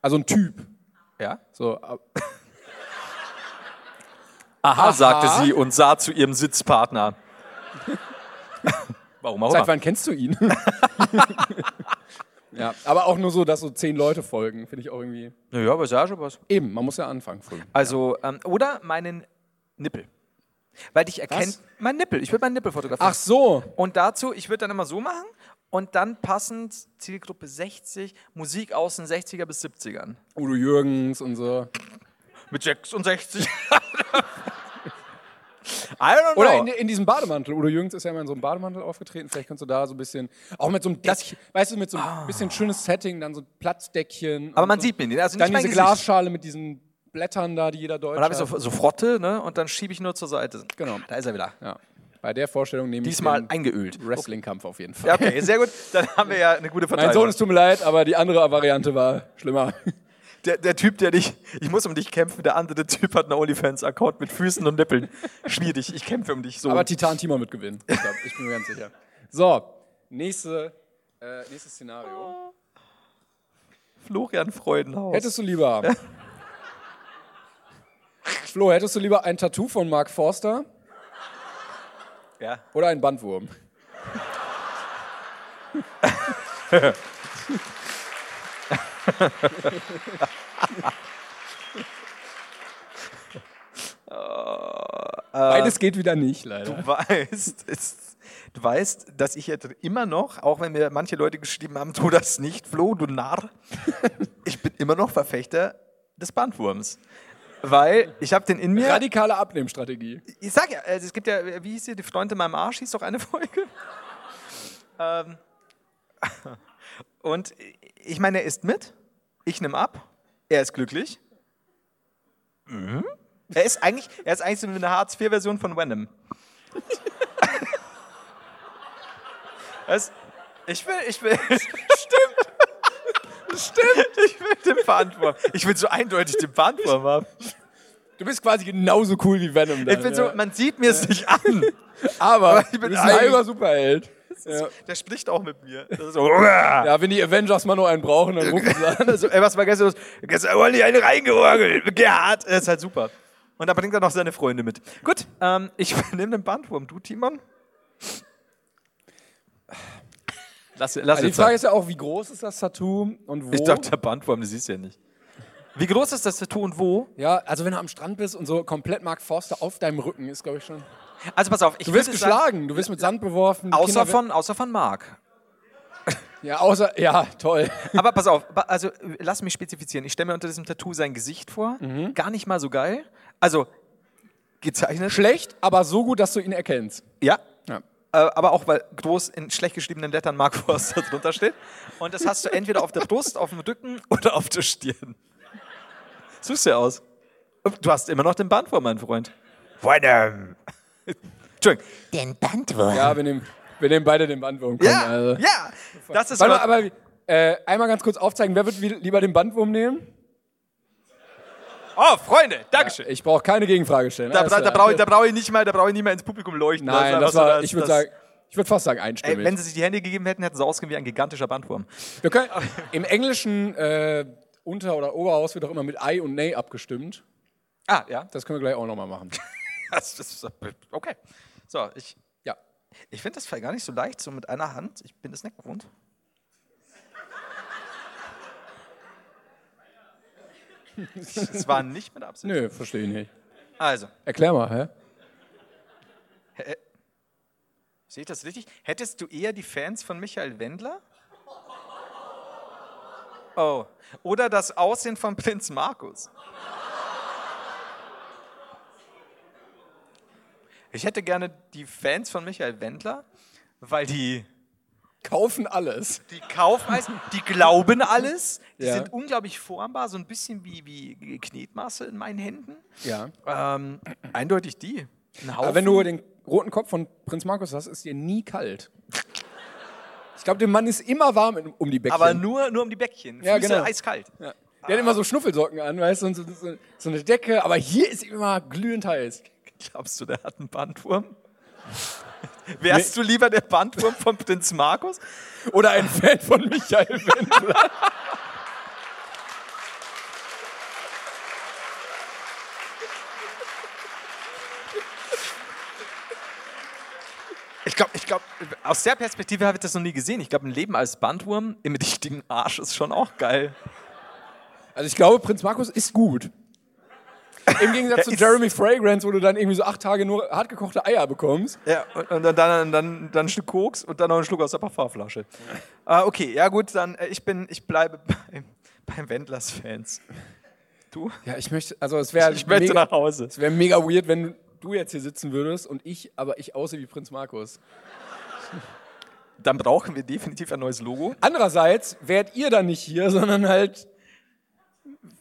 Also ein Typ. Ja. So, ab- Aha, sagte sie und sah zu ihrem Sitzpartner. warum auch seit immer. wann kennst du ihn? ja, aber auch nur so, dass so zehn Leute folgen, finde ich auch irgendwie. Naja, aber ist ja schon was. Eben, man muss ja anfangen früh. Also, ähm, oder meinen Nippel. Weil dich erkennt. Mein Nippel. Ich würde meinen Nippel fotografieren. Ach so. Und dazu, ich würde dann immer so machen und dann passend Zielgruppe 60, Musik aus den 60er bis 70ern. Udo Genau. Jürgens und so. Mit 66. I don't know. Oder in, in diesem Bademantel. Udo Jürgens ist ja immer in so einem Bademantel aufgetreten. Vielleicht kannst du da so ein bisschen, auch mit so einem, Deck, weißt du, mit so einem bisschen schönes Setting, dann so ein Platzdeckchen. Ah. Aber und man so, sieht mich nicht. Also nicht Dann mein diese Gesicht. Glasschale mit diesen Blättern da, die jeder Deutsche Und dann habe ich so, so Frotte, ne? Und dann schiebe ich nur zur Seite. Genau. Da ist er wieder. Ja. Bei der Vorstellung nehme Diesmal ich den eingeölt. Wrestling-Kampf auf jeden Fall. Ja, okay, sehr gut. Dann haben wir ja eine gute Verteilung. Mein Sohn, es tut mir leid, aber die andere Variante war schlimmer. der, der Typ, der dich, ich muss um dich kämpfen, der andere Typ hat einen OnlyFans-Account mit Füßen und Nippeln. Schwierig, ich kämpfe um dich so. Aber Titan Timon wird gewinnen. Ich, glaub, ich bin mir ganz sicher. So, nächste, äh, nächstes Szenario. Florian Freudenhaus. Hättest du lieber. Flo, hättest du lieber ein Tattoo von Mark Forster ja. oder einen Bandwurm? Äh, Beides geht wieder nicht, leider. Du weißt, es, du weißt, dass ich jetzt immer noch, auch wenn mir manche Leute geschrieben haben, tu das nicht, Flo, du Narr, ich bin immer noch Verfechter des Bandwurms. Weil ich habe den in mir. Radikale Abnehmstrategie. Ich sag ja, also es gibt ja, wie hieß hier, die Freunde in meinem Arsch, hieß doch eine Folge. ähm, und ich meine, er isst mit, ich nehme ab, er ist glücklich. Mhm. Er ist eigentlich, er ist eigentlich so eine Hartz-IV-Version von Venom. es, ich will, ich will. Stimmt. Stimmt. Ich will den Verantwortung. Ich will so eindeutig den Verantwortung haben. Du bist quasi genauso cool wie Venom. Dann, Ich bin ja. so, man sieht mir es nicht an. aber, ich bin du bist ein- ein halber Superheld. Ja. Der spricht auch mit mir. Das ist so, ja. ja, wenn die Avengers mal nur einen brauchen, dann rufen sie an. so, ey, was war gestern los? Gestern wollen die einen reingeorgelt. Gerhard. Das ist halt super. Und da bringt er noch seine Freunde mit. Gut, ähm, ich nehme den Bandwurm. Du, Timon? Lass, lass Also die Frage ist ja auch, wie groß ist das Tattoo und wo? ich dachte, der Bandwurm, das siehst du ja nicht. Wie groß ist das Tattoo und wo? ja, also wenn du am Strand bist und so komplett Mark Forster auf deinem Rücken ist, glaube ich schon. Also pass auf, ich Du wirst würde sagen, geschlagen, du wirst mit Sand beworfen. die außer Kinder- von, außer von Marc. Ja, außer, ja, toll. Aber pass auf, ba- also äh, lass mich spezifizieren. Ich stelle mir unter diesem Tattoo sein Gesicht vor. Mhm. Gar nicht mal so geil. Also gezeichnet. Schlecht, aber so gut, dass du ihn erkennst. Ja. Ja. Äh, aber auch, weil groß in schlecht geschriebenen Lettern Mark Forster drunter steht. Und das hast du entweder auf der Brust, auf dem Rücken oder auf der Stirn. Suchst dir aus. Du hast immer noch den Band vor, mein Freund. Venom. Entschuldigung. Den Bandwurm. Ja, wir nehmen, wir nehmen beide den Bandwurm. Komm, Ja, also. ja. Das ist Warte mal, wa- aber äh, einmal ganz kurz aufzeigen, wer wird wie- lieber den Bandwurm nehmen? oh, Freunde, Dankeschön. Ich brauche keine Gegenfrage stellen. Da, Alles bra- da klar. brauche ich, da brauch ich nicht mal, da brauche ich nicht mal ins Publikum leuchten. Nein, das Also, war, das- ich würde das- sagen, ich würde fast sagen Ey, einstimmig. wenn sie sich die Hände gegeben hätten, hätten sie ausgesehen wie ein gigantischer Bandwurm. Wir können, Im Englischen äh, Unter- oder Oberhaus wird auch immer mit I und Nay abgestimmt. Ah, ja. Das können wir gleich auch nochmal machen. Das, das, ist- okay. So, ich, Ja. ich finde das gar nicht so leicht, so mit einer Hand. Ich bin das nicht gewohnt. Das war nicht mit Absicht. Nö, verstehe ich nicht. Also, Erklär mal, hä? sehe ich das richtig? Hättest du eher die Fans von Michael Wendler? Oh. Oder das Aussehen von Prinz Markus? Ich hätte gerne die Fans von Michael Wendler, weil die Kaufen alles. Die kaufen alles, die glauben alles, die Ja. sind unglaublich formbar, so ein bisschen wie, wie Knetmasse in meinen Händen. Ja. Ähm, eindeutig die. Ein Aber Haufen. wenn du den roten Kopf von Prinz Markus hast, ist dir nie kalt. Ich glaube, dem Mann ist immer warm in- um die Bäckchen. Aber nur, nur um die Bäckchen. Füße Ja, genau. eiskalt. Ja. Der hat immer so Schnuffelsocken an, weißt du, und so, so, so eine Decke, aber hier ist immer glühend heiß. Glaubst du, der hat einen Bandwurm? Wärst du lieber der Bandwurm von Prinz Markus? Oder ein Fan von Michael Wendler. Ich glaube, ich glaub, aus der Perspektive habe ich das noch nie gesehen. Ich glaube, ein Leben als Bandwurm im richtigen Arsch ist schon auch geil. Also ich glaube, Prinz Markus ist gut. Im Gegensatz zu ist- Jeremy Fragrance, wo du dann irgendwie so acht Tage nur hartgekochte Eier bekommst. Ja, und, und dann, dann, dann, dann ein Stück Koks und dann noch einen Schluck aus der Parfumflasche. Ah, okay, ja gut, dann äh, ich bin, ich bleibe beim, beim Wendlers Fans. Du? Ja, ich möchte, also es wäre Ich möchte mega, nach Hause. es wär mega weird, wenn du jetzt hier sitzen würdest und ich, aber ich aussehe wie Prinz Markus. Dann brauchen wir definitiv ein neues Logo. Andererseits wärt ihr dann nicht hier, sondern halt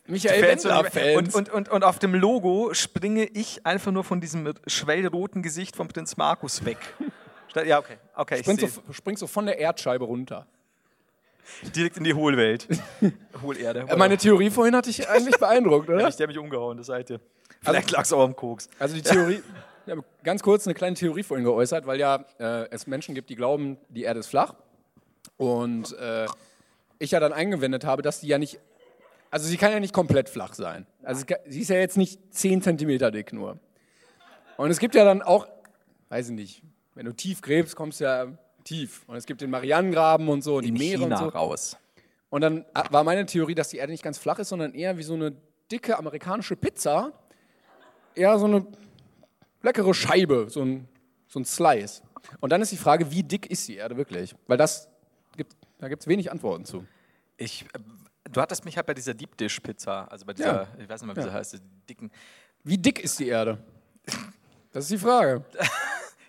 Michael Wendler-Fans. und, und, und, und auf dem Logo springe ich einfach nur von diesem schwellroten Gesicht von Prinz Markus weg. Statt- Ja, okay. okay ich springst, seh's. so, springst so von der Erdscheibe runter. direkt in die Hohlwelt. Hohlerde. Äh, Meine Theorie vorhin hatte ich eigentlich beeindruckt, Ja, oder? ich, der hat mich umgehauen, das alte. Vielleicht lag's auch am Koks. Also die Theorie, ich habe ganz kurz eine kleine Theorie vorhin geäußert, weil ja äh, es Menschen gibt, die glauben, die Erde ist flach. Und äh, ich ja dann eingewendet habe, dass die ja nicht, also sie kann ja nicht komplett flach sein. Also sie, kann, sie ist ja jetzt nicht 10 Zentimeter dick nur. Und es gibt ja dann auch, weiß ich nicht, wenn du tief gräbst, kommst du ja tief. Und es gibt den Marianengraben und so, die Meere und so. raus. Und dann äh, war meine Theorie, dass die Erde nicht ganz flach ist, sondern eher wie so eine dicke amerikanische Pizza. Eher so eine leckere Scheibe, so ein, so ein Slice. Und dann ist die Frage, wie dick ist die Erde wirklich? Weil das gibt, da gibt es wenig Antworten zu. Ich, äh, du hattest mich halt bei dieser Deep Dish Pizza, also bei dieser, ich weiß nicht mehr, wie sie heißt, die dicken. Wie dick ist die Erde? Das ist die Frage.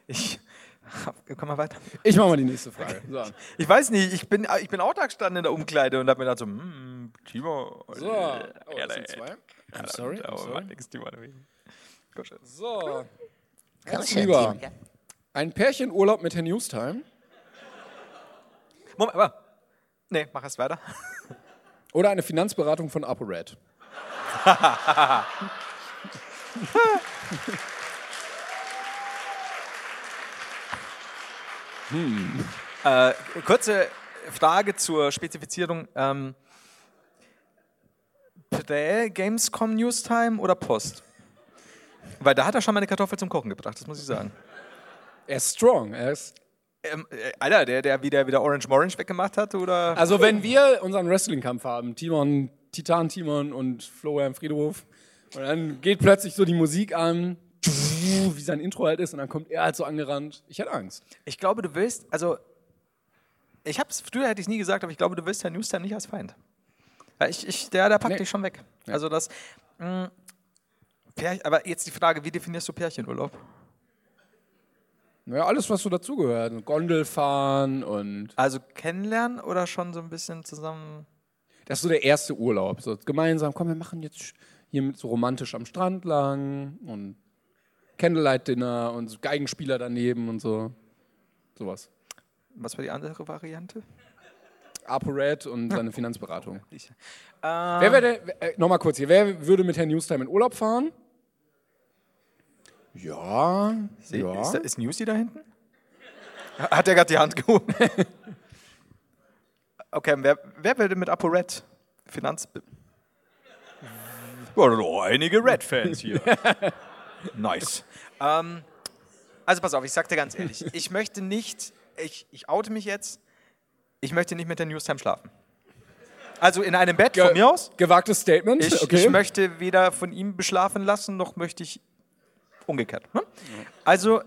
Ich, komm mal weiter. Ich mache mal die nächste Frage. So. Ich weiß nicht, ich bin, ich bin auch da gestanden in der Umkleide und habe mir gedacht so, hm, Timo. so. Oh, das sind zwei. I'm sorry. I'm sorry. So. Komm Herz schon, lieber. Team. Ein Pärchenurlaub mit Herrn Newstime Moment, aber, nee, mach erst weiter. oder eine Finanzberatung von ApoRed? Äh, kurze Frage zur Spezifizierung. Ähm, Prä-Gamescom Newstime oder Post? Weil da hat er schon meine Kartoffel zum Kochen gebracht, das muss ich sagen. Er ist strong. Er ist Ähm, äh, Alter, der, der wieder, wieder Orange Morange weggemacht hat, oder? Also wenn wir unseren Wrestling-Kampf haben, Timon, Titan Timon und Florian Friedhof, und dann geht plötzlich so die Musik an, wie sein Intro halt ist, und dann kommt er halt so angerannt. Ich hätte Angst. Ich glaube, du willst, also ich hab's, früher hätte ich nie gesagt, aber ich glaube, du willst Herrn Newstime nicht als Feind. Ja, Ich, ich, der, der packt Nee. dich schon weg. Also das, mh, Pärch- aber jetzt die Frage, wie definierst du Pärchenurlaub? Naja, alles, was so dazugehört. Gondel fahren und... Also kennenlernen oder schon so ein bisschen zusammen? Das ist so der erste Urlaub. So gemeinsam, komm, wir machen jetzt hier mit so romantisch am Strand lang und Candlelight-Dinner und so Geigenspieler daneben und so. Sowas. Was war die andere Variante? ApoRed und seine Finanzberatung. Ich- Wer wäre der, äh, nochmal kurz hier, wer würde mit Herrn Newstime in Urlaub fahren? Ja, ja. Ist, da- ist Newsy da hinten? Hat er gerade die Hand gehoben? okay, wer, wer will denn mit Apo Red? Finanz. Ja, noch einige Red-Fans hier. nice. Ähm, also pass auf, ich sag dir ganz ehrlich, ich möchte nicht, ich, ich oute mich jetzt, ich möchte nicht mit der Newstime schlafen. Also in einem Bett von mir aus? Gewagtes Statement. Ich, okay. ich möchte weder von ihm beschlafen lassen, noch möchte ich umgekehrt. Ne? Also,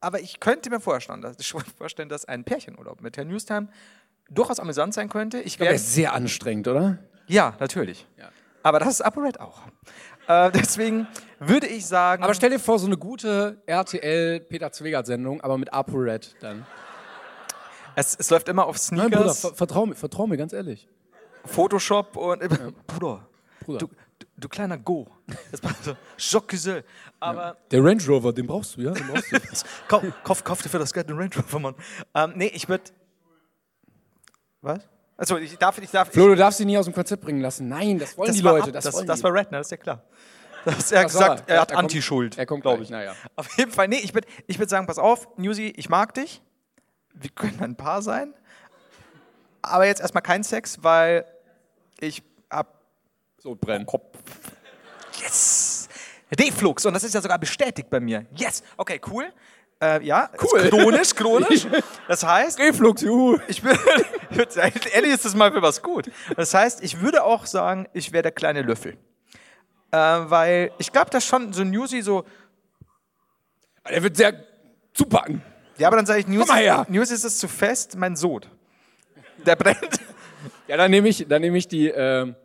aber ich könnte mir vorstellen, dass, schon vorstellen, dass ein Pärchenurlaub mit Herrn Newstime durchaus amüsant sein könnte. Ich Der wär, ist sehr anstrengend, oder? ja, natürlich. Aber das ist ApoRed auch. Äh, deswegen würde ich sagen, Aber stell dir vor, so eine gute RTL-Peter-Zwegert-Sendung, aber mit ApoRed dann. es, es läuft immer auf Nein, Bruder, Sneakers, ver vertrau, mir, vertrau mir, ganz ehrlich. Photoshop und... Bruder, Bruder. Du, du, du kleiner Go. Das war so Jacques Cusel. Aber... der Range Rover, den brauchst du, ja? Den brauchst du. Kauf, kauf, kauf dir für das Geld einen Range Rover, Mann. Ähm, nee, ich würde. Was? Also ich darf, ich darf. Flo, ich, du darfst ihn nie aus dem Konzept bringen lassen. Nein, das wollen die war Leute. ab- das, das, wollen das die. war Redner, das ist ja klar. Das ist ja Das war- gesagt, er ja, hat er kommt- Antischuld. Er kommt, glaub glaube ich, ne? naja. Auf jeden Fall, nee, ich würde ich würd sagen, pass auf, Newsy, ich mag dich. Wir können ein Paar sein. Aber jetzt erstmal kein Sex, weil ich hab So brennen. Yes! Reflux, und das ist ja sogar bestätigt bei mir. Yes! Okay, cool. Äh, ja, cool. chronisch, chronisch. Das heißt, Reflux, juhu. ich würde, ich würde sagen, ehrlich ist das mal für was gut. Das heißt, ich würde auch sagen, ich wäre der kleine Löffel. Äh, weil ich glaube, das schon so Newsy so, Er wird sehr zupacken. ja, aber dann sage ich, Newsy, mal her. Newsy ist es zu fest, mein Sod. Der brennt. Ja, dann nehme ich, dann nehme ich die, ähm,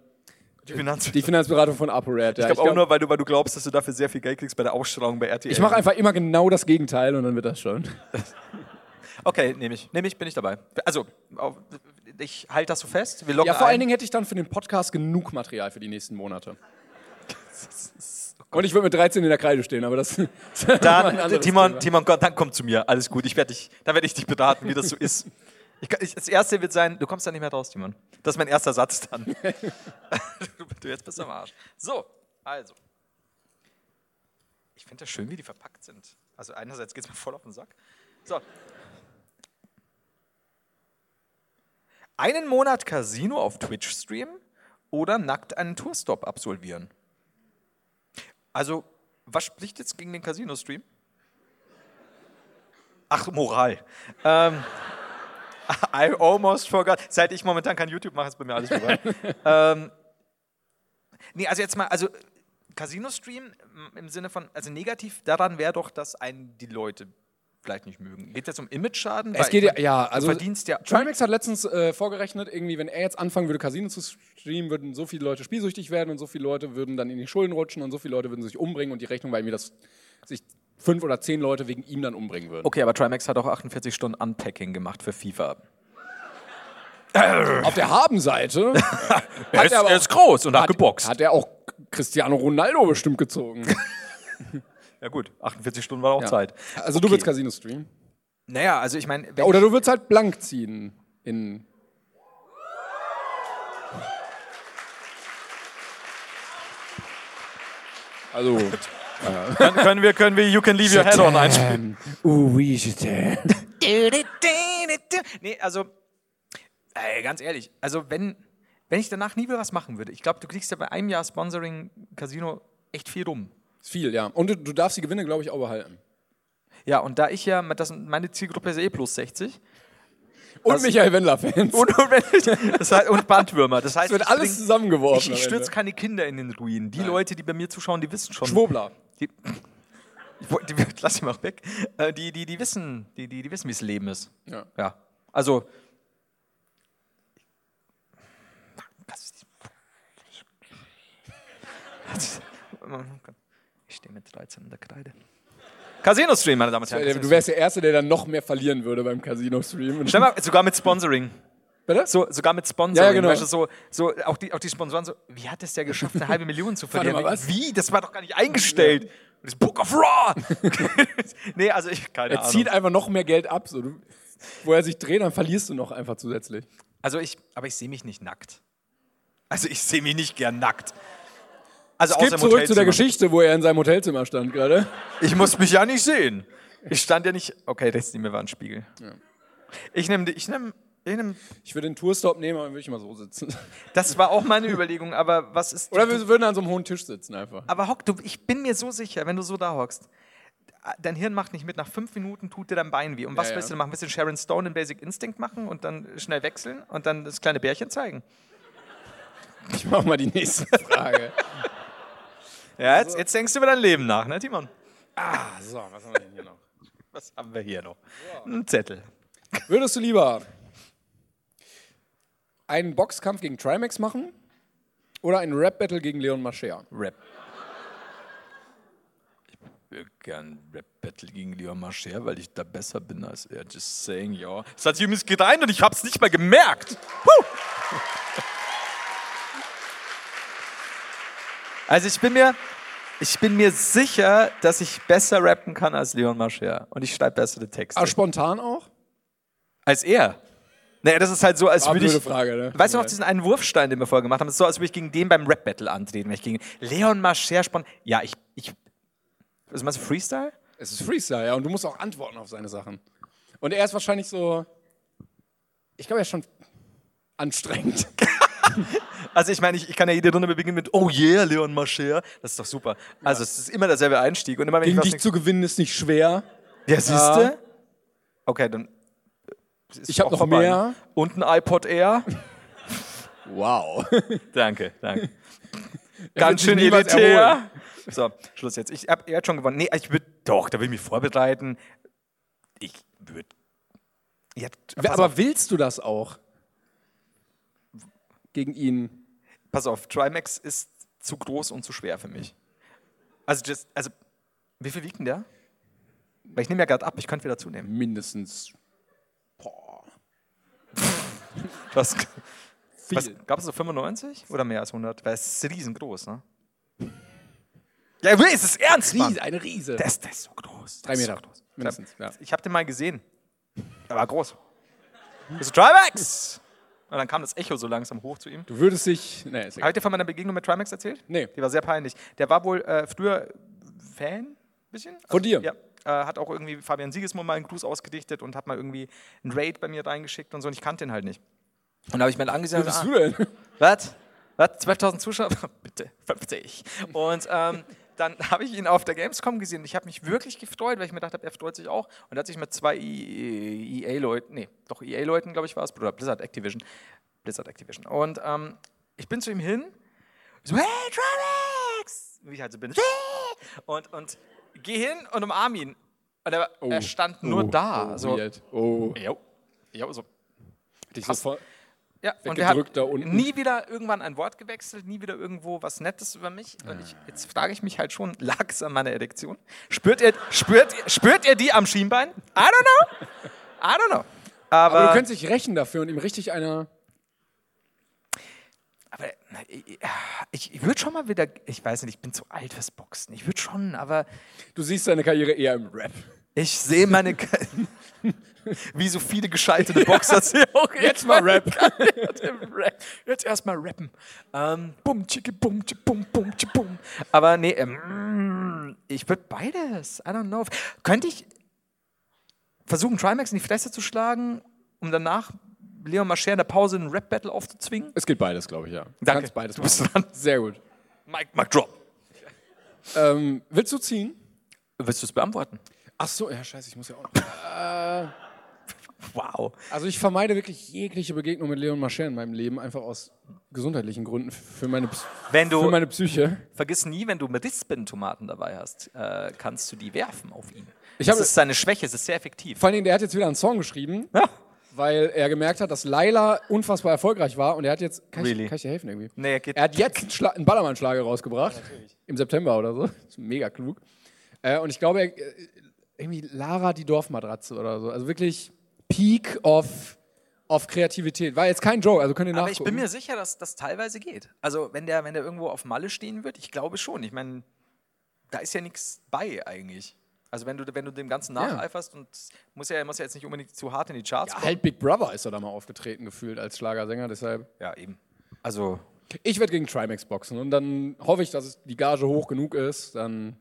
Die Finanz Die Finanzberatung von ApoRed. ich Ja. glaube auch glaub- nur, weil du, weil du glaubst, dass du dafür sehr viel Geld kriegst bei der Ausstrahlung bei RTL. ich mache einfach immer genau das Gegenteil und dann wird das schon. Okay, nehme ich. Nehme ich, bin ich dabei. Also, auf- ich halte das so fest. Wir locken Ja, vor ein. allen Dingen hätte ich dann für den Podcast genug Material für die nächsten Monate. Und ich würde mit 13 in der Kreide stehen, aber das ist ein Dann, anderes Timon, Thema. Timon, komm, dann komm zu mir. Alles gut. Ich werde dich, dann werde ich dich beraten, wie das so ist. Ich, kann- ich, das erste wird sein, du kommst da nicht mehr raus, Timon. Das ist mein erster Satz dann. du, du jetzt bist am Arsch. So, also. Ich finde das schön, wie die verpackt sind. Also einerseits geht es mir voll auf den Sack. So. Einen Monat Casino auf Twitch streamen oder nackt einen Tourstop absolvieren. Also, was spricht jetzt gegen den Casino-Stream? Ach, Moral. ähm, I almost forgot. Seit ich momentan kein YouTube mache, ist bei mir alles vorbei. ähm, nee, also jetzt mal, also Casino-Stream m- im Sinne von, also negativ daran wäre doch, dass einen die Leute vielleicht nicht mögen. Geht jetzt um Image-Schaden? Es Weil- geht ja, ja, also du verdienst ja. Trimax hat letztens äh, vorgerechnet, irgendwie, wenn er jetzt anfangen würde, Casino zu streamen, würden so viele Leute spielsüchtig werden und so viele Leute würden dann in die Schulden rutschen und so viele Leute würden sich umbringen und die Rechnung war irgendwie, dass sich fünf oder zehn Leute wegen ihm dann umbringen würden. Okay, aber Trimax hat auch 48 Stunden Unpacking gemacht für FIFA. Äh, Auf der Habenseite hat er, aber auch- groß und hat, hat er auch Cristiano Ronaldo bestimmt gezogen. Ja gut, 48 Stunden war auch Zeit. Also du willst Casino streamen. Naja, also ich meine, Ja, oder du willst halt blank ziehen in. Also. können wir, können wir You Can Leave Your Head On einspielen. Uh, wie ist der? Nee, also, ey, ganz ehrlich, also wenn, wenn ich danach nie wieder was machen würde, ich glaube, du kriegst ja bei einem Jahr Sponsoring Casino echt viel rum. Ist viel, ja. Und du, du darfst die Gewinne, glaube ich, auch behalten. Ja, und da ich ja, das, meine Zielgruppe ist eh plus 60. Und Michael Wendler-Fans. Also- Und, und, wenn ich, das heißt, und Bandwürmer. Das heißt, Es wird ich alles bring- zusammengeworfen. Ich, am ich stürze Ende. keine Kinder in den Ruin. Die Leute, die bei mir zuschauen, die wissen schon. Schwurbler. Die, Wo- die, lass sie mal weg. Äh, Die, die, die wissen, die, die, die wissen, wie es Leben ist. Ja. ja. Also. Ich stehe mit 13 in der Kreide. Casino-Stream, meine Damen und Herren. Du wärst der Erste, der dann noch mehr verlieren würde beim Casino-Stream. Stell mal, sogar mit Sponsoring. Bitte? So, sogar mit Sponsoring. Ja, genau. weißt du, so, so, auch, die, auch die Sponsoren so, wie hat es der geschafft, eine halbe Million zu Warte verdienen? mal, was? Wie? Das war doch gar nicht eingestellt. Und Das Book of Raw! nee, also ich, keine Er Ahnung. zieht einfach noch mehr Geld ab. So. Du, wo er sich dreht, dann verlierst du noch einfach zusätzlich. Also ich, aber ich sehe mich nicht nackt. Also ich sehe mich nicht gern nackt. Also Skip außer im zurück zu der Hotelzimmer. Geschichte, wo er in seinem Hotelzimmer stand gerade. Ich muss mich ja nicht sehen. Ich stand ja nicht. Okay, rechts neben mir war ein Spiegel. Ich nehme, ich nehme, ich nehme. Ich würde den Tourstop nehmen, aber dann würde ich mal so sitzen. Das war auch meine Überlegung. Aber was ist? Oder wir würden an so einem hohen Tisch sitzen einfach. aber hock, du, ich bin mir so sicher, wenn du so da hockst, dein Hirn macht nicht mit. Nach fünf Minuten tut dir dein Bein weh. Und was Ja, ja. willst du machen? Willst du Sharon Stone in Basic Instinct machen und dann schnell wechseln und dann das kleine Bärchen zeigen? Ich mache mal die nächste Frage. Ja, jetzt, jetzt denkst du über dein Leben nach, ne, Timon? Ah, so, was haben wir denn hier noch? Was haben wir hier noch? Ein Zettel. Würdest du lieber einen Boxkampf gegen Trimax machen oder einen Rap-Battle gegen Leon Mascher? Rap. Ich will gern Rap-Battle gegen Leon Mascher, weil ich da besser bin als er. Just saying, ja. Es hat sich übrigens gereimt und ich hab's nicht mal gemerkt. Huh! Also ich bin mir, ich bin mir sicher, dass ich besser rappen kann als Leon Mascher. Und ich schreibe bessere Texte. Ah, spontan auch? als er. Naja, das ist halt so, als Ah, würde blöde ich... Frage, ne? Weißt du noch diesen einen Wurfstein, den wir vorher gemacht haben? Es ist so, als würde ich gegen den beim Rap-Battle antreten. Wenn ich gegen Leon Mascher spann. Ja, ich. ich was meinst du, Freestyle? Es ist Freestyle, ja, und du musst auch antworten auf seine Sachen. Und er ist wahrscheinlich so. Ich glaube, er ist schon anstrengend. Also, ich meine, ich, ich kann ja jede Runde beginnen mit Oh yeah, Leon Mascher. Das ist doch super. Also, es ist immer derselbe Einstieg. Und immer wenn Gegen ich dich zu gewinnen ist nicht schwer. Ja, siehste? Okay, dann. ist Ich hab auch noch vorbei, mehr. ne? Und ein iPod Air. Wow. danke, danke. Ganz sich schön niemals elitär. erholen. So, Schluss jetzt. Ich hab, er hat schon gewonnen. Nee, ich würde, doch, da will ich mich vorbereiten. Ich würde. Ja, pass Aber auf. willst du das auch? Gegen ihn. Pass auf, Trimax ist zu groß und zu schwer für mich. Also, just, also wie viel wiegt denn der? Weil ich nehme ja gerade ab, ich könnte wieder zunehmen. Mindestens Was, viel. was, gab es so 95 oder mehr als 100? Weil es ist riesengroß, ne? Ja, wirklich, es ist ernst, Mann. Riese, eine Riese. Der ist, der ist so groß. Drei Meter. Mindestens, Mindestens, ja. Ich habe den mal gesehen. Der war groß. Das ist Trimax! Und dann kam das Echo so langsam hoch zu ihm. Du würdest dich. Nee, ist Habe egal. ich dir von meiner Begegnung mit Trimax erzählt? Nee. Halt. Die war sehr peinlich. Der war wohl äh, früher Fan, bisschen. Also, Von dir? Ja. Äh, hat auch irgendwie Fabian Siegesmund mal einen Gruß ausgedichtet und hat mal irgendwie einen Raid bei mir reingeschickt und so. Und ich kannte ihn halt nicht. Und da habe ich mir angesehen. Wer bist du denn? Was? Was? 12.000 Zuschauer? Bitte, 50. Und ähm, dann habe ich ihn auf der Gamescom gesehen und ich habe mich wirklich gefreut, weil ich mir gedacht habe, er freut sich auch. Und er hat sich mit zwei E- EA-Leuten, nee, doch EA-Leuten, glaube ich, war es, oder Blizzard Activision. Blizzard Activision. Und ähm, ich bin zu ihm hin, so, hey, Travis! Wie ich halt so bin. Und, und geh hin und umarm ihn. Und er, er stand nur da. so, Weird. Oh. jo, jo, so Dich so voll- ja, und er weggedrückt hat da unten. nie wieder irgendwann ein Wort gewechselt, nie wieder irgendwo was Nettes über mich. Und Ah. ich, jetzt frage ich mich halt schon, lag es an meiner Erektion? Spürt er, spürt, spürt er die am Schienbein? I don't know. I don't know. Aber, Aber du könntest dich rächen dafür und ihm richtig einer. aber na, ich, ich, ich würde schon mal wieder, ich weiß nicht, ich bin zu alt fürs Boxen. Ich würde schon, aber Du siehst deine Karriere eher im Rap. ich sehe meine, Ke- wie so viele gescheiterte Boxer sehe auch Jetzt mal Rap. Rap. Jetzt erstmal rappen. Ähm, bum, tschicke, bum, tschicke, bum, bum, tschicke, bum. Aber nee, ähm, ich würde beides. I don't know. Könnte ich versuchen, Trimax in die Fresse zu schlagen, um danach Leon Mascher in der Pause einen Rap-Battle aufzuzwingen? Es geht beides, glaube ich, ja. Du Danke. kannst beides Du bist machen. dran. Sehr gut. Mike, Mike, drop. Ähm, willst du ziehen? Willst du es beantworten? Ach so, ja, scheiße, ich muss ja auch. Wow. Also ich vermeide wirklich jegliche Begegnung mit Leon Mascher in meinem Leben, einfach aus gesundheitlichen Gründen f- für meine, Ps- Wenn du- für meine Psyche. Vergiss nie, wenn du Rispentomaten dabei hast, äh, kannst du die werfen auf ihn. Ich das habe- ist seine Schwäche, es ist sehr effektiv. Vor allen Dingen, der hat jetzt wieder einen Song geschrieben, Ja. weil er gemerkt hat, dass Laila unfassbar erfolgreich war und er hat jetzt. Kann, Really? ich, kann ich dir helfen irgendwie? Nee, geht- er hat jetzt einen, Schla einen Ballermann-Schlager rausgebracht. Im September oder so. Ist mega klug. Äh, und ich glaube, er, äh, irgendwie Lara die Dorfmatratze oder so. Also wirklich Peak of, of Kreativität. War jetzt kein Joke, also könnt ihr Aber nachgucken. ich bin mir sicher, dass das teilweise geht. Also, wenn der, wenn der irgendwo auf Malle stehen wird, ich glaube schon. Ich meine, da ist ja nichts bei eigentlich. Also, wenn du, wenn du dem Ganzen nacheiferst und muss ja, muss ja jetzt nicht unbedingt zu hart in die Charts ja, kommen. halt Big Brother ist er da mal aufgetreten gefühlt als Schlagersänger, deshalb. Ja, eben. Also, Ich werde gegen Trimax boxen und dann hoffe ich, dass es die Gage hoch genug ist. Dann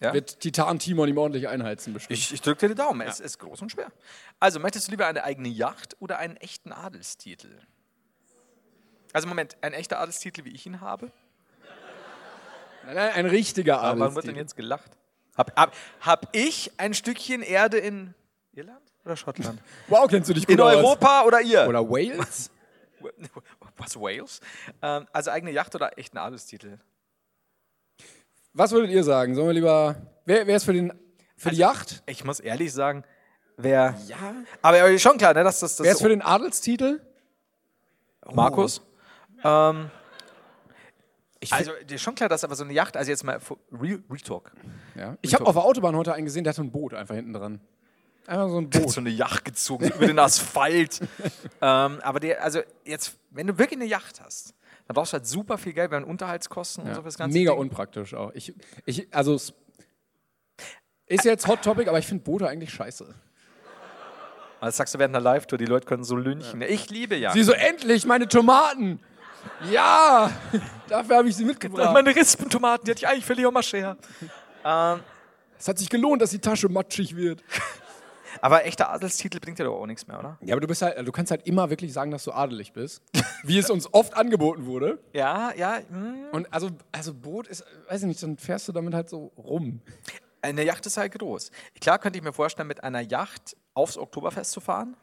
Ja? wird Titan Timon ihm ordentlich einheizen bestimmt. ich, ich drücke dir die Daumen. Es ist groß und schwer. Also, möchtest du lieber eine eigene Yacht oder einen echten Adelstitel? Also, Moment, ein echter Adelstitel, wie ich ihn habe? Nein, nein, ein richtiger Aber warum wird denn Adelstitel. jetzt gelacht? Hab, hab, hab ich ein Stückchen Erde in Irland oder Schottland? Wow, kennst du dich gut In aus. Europa oder ihr? Oder Wales? Was, Wales? Ähm, also eigene Yacht oder echt ein Adelstitel? Was würdet ihr sagen? Sollen wir lieber. Wer, wer ist für, den, für die Yacht? Ich muss ehrlich sagen, wer. Ja. Aber aber schon klar, ne, dass das. das Wer ist für den Adelstitel? Markus? Ähm, also, dir ist schon klar, dass aber so eine Yacht, also jetzt mal for- Real Retalk. Ja. Ich habe auf der Autobahn heute einen gesehen, der hatte ein Boot einfach hinten dran. Einfach so ein Hat Boot. so eine Yacht gezogen über den Asphalt. ähm, aber der, also jetzt, wenn du wirklich eine Yacht hast, dann brauchst du halt super viel Geld bei den Unterhaltskosten und so Ja. für das ganze Mega Ding. unpraktisch auch. Ich, ich, also, es ist jetzt Hot Topic, aber ich finde Boote eigentlich scheiße. Also Das sagst du während einer Live-Tour, die Leute können so lünchen. ne? Ich liebe Yacht. Sie so, endlich, meine Tomaten! Ja! Dafür habe ich sie Dann mitgebracht. meine Rispentomaten, die hatte ich eigentlich für Leon Mascher. Es hat sich gelohnt, dass die Tasche matschig wird. Aber echter Adelstitel bringt ja doch auch nichts mehr, oder? Ja, aber du, bist halt, du kannst halt immer wirklich sagen, dass du adelig bist. wie es uns oft angeboten wurde. Ja, ja. hm. Und also, also Boot ist, weiß ich nicht, dann fährst du damit halt so rum. Eine Yacht ist halt groß. Klar könnte ich mir vorstellen, mit einer Yacht aufs Oktoberfest zu fahren.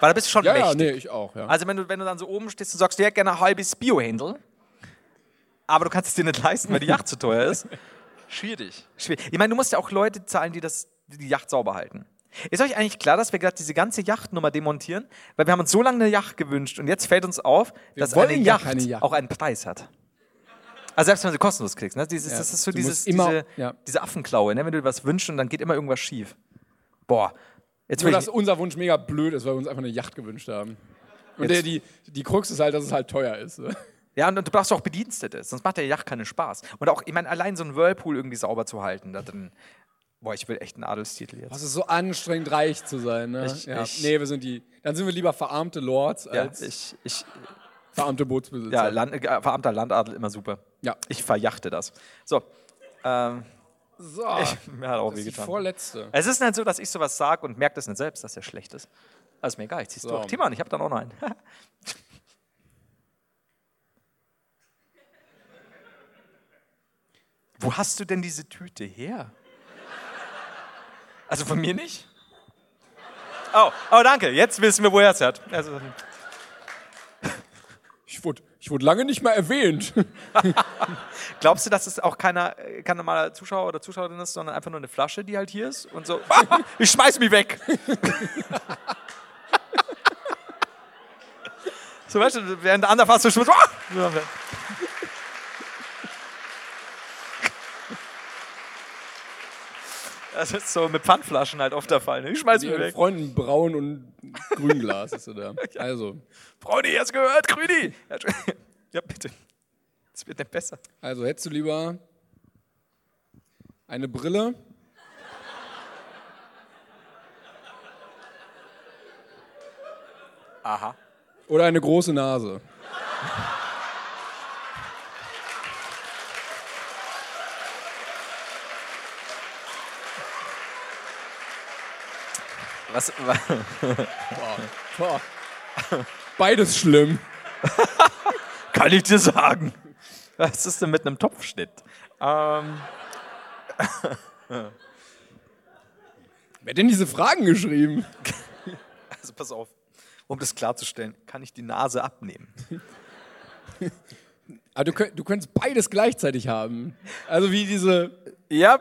Weil da bist du schon Ja, ja, mächtig. nee, ich auch, ja. Also wenn du, wenn du dann so oben stehst und sagst, du hättest gerne ein halbes Biohändel, aber du kannst es dir nicht leisten, weil die Yacht zu teuer ist. Schwierig. Schwierig. Ich meine, du musst ja auch Leute zahlen, die das, die, die Yacht sauber halten. Ist euch eigentlich klar, dass wir gerade diese ganze Yachtnummer demontieren? Weil wir haben uns so lange eine Yacht gewünscht und jetzt fällt uns auf, dass wollen eine ja Yacht, keine Yacht. auch einen Preis hat. Also selbst wenn du sie kostenlos kriegst, ne? Dieses, Ja, das ist so du dieses, musst immer- diese, ja. diese Affenklaue, ne? wenn du dir was wünschst und dann geht immer irgendwas schief. Boah, jetzt Nur, will dass ich, unser Wunsch mega blöd ist, weil wir uns einfach eine Yacht gewünscht haben. Und der, Jetzt- die, die Krux ist halt, dass es halt teuer ist. Ne? ja, und, und du brauchst auch Bedienstete, sonst macht der Yacht keinen Spaß. Und auch, ich meine, allein so einen Whirlpool irgendwie sauber zu halten da drin. Boah, ich will echt einen Adelstitel jetzt. Es ist so anstrengend, reich zu sein. Ne? Ich- ja. ich- nee, wir sind die. Dann sind wir lieber verarmte Lords als ich, ich, verarmte Ja, Bootsbesitzer. Land, äh, verarmter Landadel immer super. Ja. Ich verjachte das. So. Ähm, so, mir hat auch Ah. die wehgetan. vorletzte. Es ist nicht so, dass ich sowas sage und merke das nicht selbst, dass der schlecht ist. Also ist mir egal, ich zieh's durch. Timon, ich hab da noch einen. Wo hast du denn diese Tüte her? Also von mir nicht? Oh, oh danke, jetzt wissen wir, woher es hat. Also, Ich wurde, ich wurde lange nicht mehr erwähnt. Glaubst du, dass es auch keiner, äh, kein normaler Zuschauer oder Zuschauerin ist, sondern einfach nur eine Flasche, die halt hier ist und so, ich schmeiß mich weg. Zum Beispiel, während der andere fast so "Ah!" schmutz. Das ist so mit Pfandflaschen halt oft der Fall. Ne? Ich schmeiß mich Ihren weg. Freunden braun und grünglas ist sie da. Also, Freunde, ihr habt's gehört, Grüni. Ja, tsch- Ja, bitte. Es wird nicht besser. also hättest du lieber eine Brille, Aha. Oder eine große Nase. Was, Boah. Beides schlimm. Kann ich dir sagen. Was ist denn mit einem Topfschnitt? Ähm, Wer hat denn diese Fragen geschrieben? also pass auf, um das klarzustellen, kann ich die Nase abnehmen? Aber du, könnt, du könntest beides gleichzeitig haben. Also wie diese. Ja.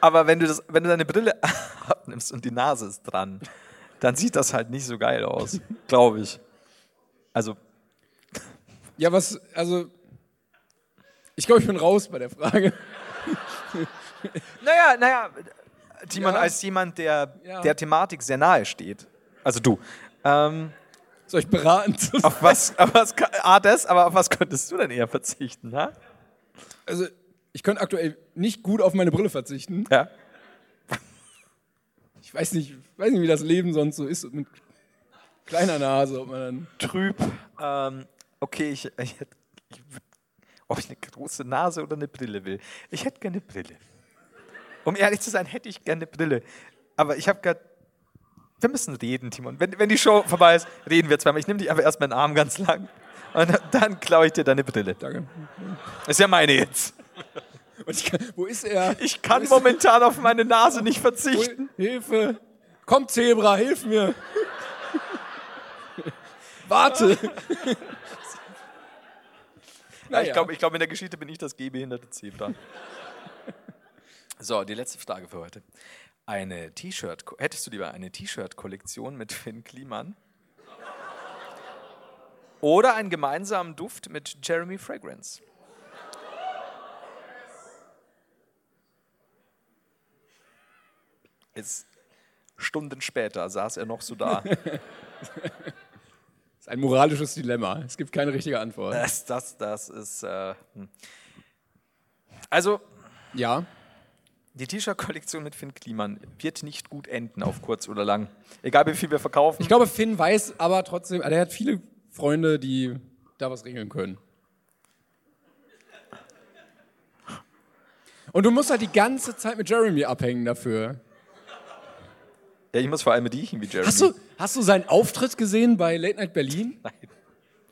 Aber wenn du, das, wenn du deine Brille abnimmst und die Nase ist dran, dann sieht das halt nicht so geil aus, glaube ich. Also, Ja, was. Also. Ich glaube, ich bin raus bei der Frage. naja, naja, Timon, Ja. als jemand, der Ja. der Thematik sehr nahe steht, also du, ähm, Soll ich beraten? zu- auf was, auf was, ka- ah, das, aber auf was könntest du denn eher verzichten, ha? Also, ich könnte aktuell nicht gut auf meine Brille verzichten. Ja. Ich weiß nicht, weiß nicht, wie das Leben sonst so ist mit kleiner Nase, ob man dann. trüb. Ähm, okay, ich, ich, hätt- ich, würd- ob ich eine große Nase oder eine Brille will. Ich hätte gerne eine Brille. Um ehrlich zu sein, hätte ich gerne eine Brille. Aber ich habe gerade. Wir müssen reden, Timon. Wenn, wenn die Show vorbei ist, reden wir zweimal. Ich nehme dich aber erstmal in den Arm ganz lang. Und dann klaue ich dir deine Brille. Danke. Ist ja meine jetzt. Und ich kann, wo ist er? Ich kann momentan auf meine Nase nicht verzichten. Hilfe! Komm, Zebra, hilf mir! Warte! Ja, ich glaube, ich glaub, in der Geschichte bin ich das gehbehinderte Zebra. so, die letzte Frage für heute. Eine T-Shirt, hättest du lieber eine T-Shirt-Kollektion mit Finn Kliman? Oder einen gemeinsamen Duft mit Jeremy Fragrance? Ist Stunden später saß er noch so da. ist ein moralisches Dilemma. Es gibt keine richtige Antwort. Das, das, das ist. Äh, hm. also, Ja, Die T-Shirt-Kollektion mit Finn Kliman wird nicht gut enden auf kurz oder lang. Egal wie viel wir verkaufen. ich glaube, Finn weiß aber trotzdem, also er hat viele Freunde, die da was regeln können. Und du musst halt die ganze Zeit mit Jeremy abhängen dafür. ja, ich muss vor allem mit riechen wie Jeremy. Hast du, hast du seinen Auftritt gesehen bei Late Night Berlin? Nein.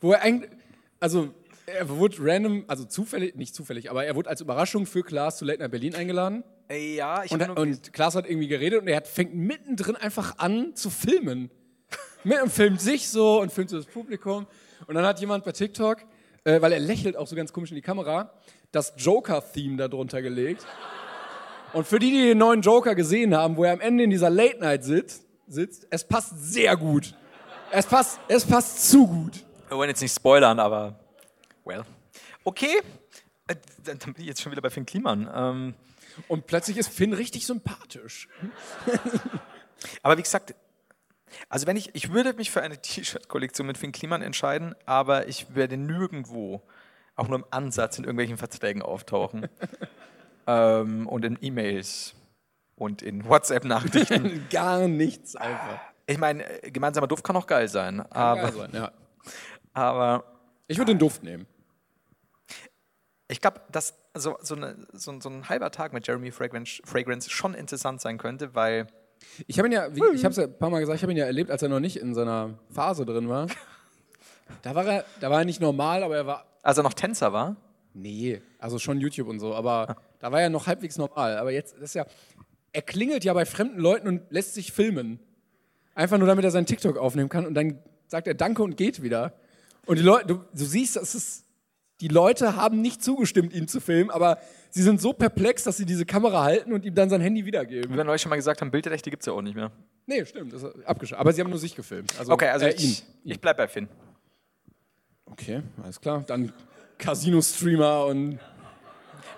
Wo er eigentlich, also er wurde random, also zufällig, nicht zufällig, aber er wurde als Überraschung für Klaas zu Late Night Berlin eingeladen. Ey, ja, ich Und, hab nur- und Klaas hat irgendwie geredet und er hat, fängt mittendrin einfach an zu filmen. Mit und filmt sich so und filmt so das Publikum. Und dann hat jemand bei TikTok, äh, weil er lächelt auch so ganz komisch in die Kamera, das Joker-Theme da drunter gelegt. Und für die, die den neuen Joker gesehen haben, wo er am Ende in dieser Late Night sitzt, sitzt es passt sehr gut. Es passt, es passt zu gut. Wir wollen jetzt nicht spoilern, aber. Well. Okay. Äh, Dann dann bin ich jetzt schon wieder bei Finn Kliman. Ähm, Und plötzlich ist Finn richtig sympathisch. aber wie gesagt, also wenn ich, ich würde mich für eine T-Shirt-Kollektion mit Finn Kliman entscheiden, aber ich werde nirgendwo, auch nur im Ansatz, in irgendwelchen Verträgen auftauchen. ähm, und in E-Mails und in WhatsApp-Nachrichten. Gar nichts einfach. ich meine, äh, gemeinsamer Duft kann auch geil sein, aber, Also, ja. aber Ich würde den Duft nehmen. Ich glaube, dass so, so, eine, so, ein- so ein halber Tag mit Jeremy Fragrance, Fragrance schon interessant sein könnte, weil Ich habe ihn ja, wie, ich habe es ja ein paar Mal gesagt, ich habe ihn ja erlebt, als er noch nicht in seiner Phase drin war. Da war er, da war er nicht normal, aber er war, als er noch Tänzer war, nee, also schon YouTube und so, aber da war er noch halbwegs normal. Aber jetzt das ist ja, er klingelt ja bei fremden Leuten und lässt sich filmen, einfach nur, damit er seinen TikTok aufnehmen kann und dann sagt er Danke und geht wieder. Und die Leute, du, du siehst, das ist, die Leute haben nicht zugestimmt, ihn zu filmen, aber sie sind so perplex, dass sie diese Kamera halten und ihm dann sein Handy wiedergeben. wie wir neulich schon mal gesagt haben, Bildrechte gibt es ja auch nicht mehr. Nee, stimmt, das ist abgeschafft. Aber sie haben nur sich gefilmt. Also, Okay, also äh, ich, ihn. ich bleib bei Finn. Okay, alles klar. Dann Casino-Streamer und.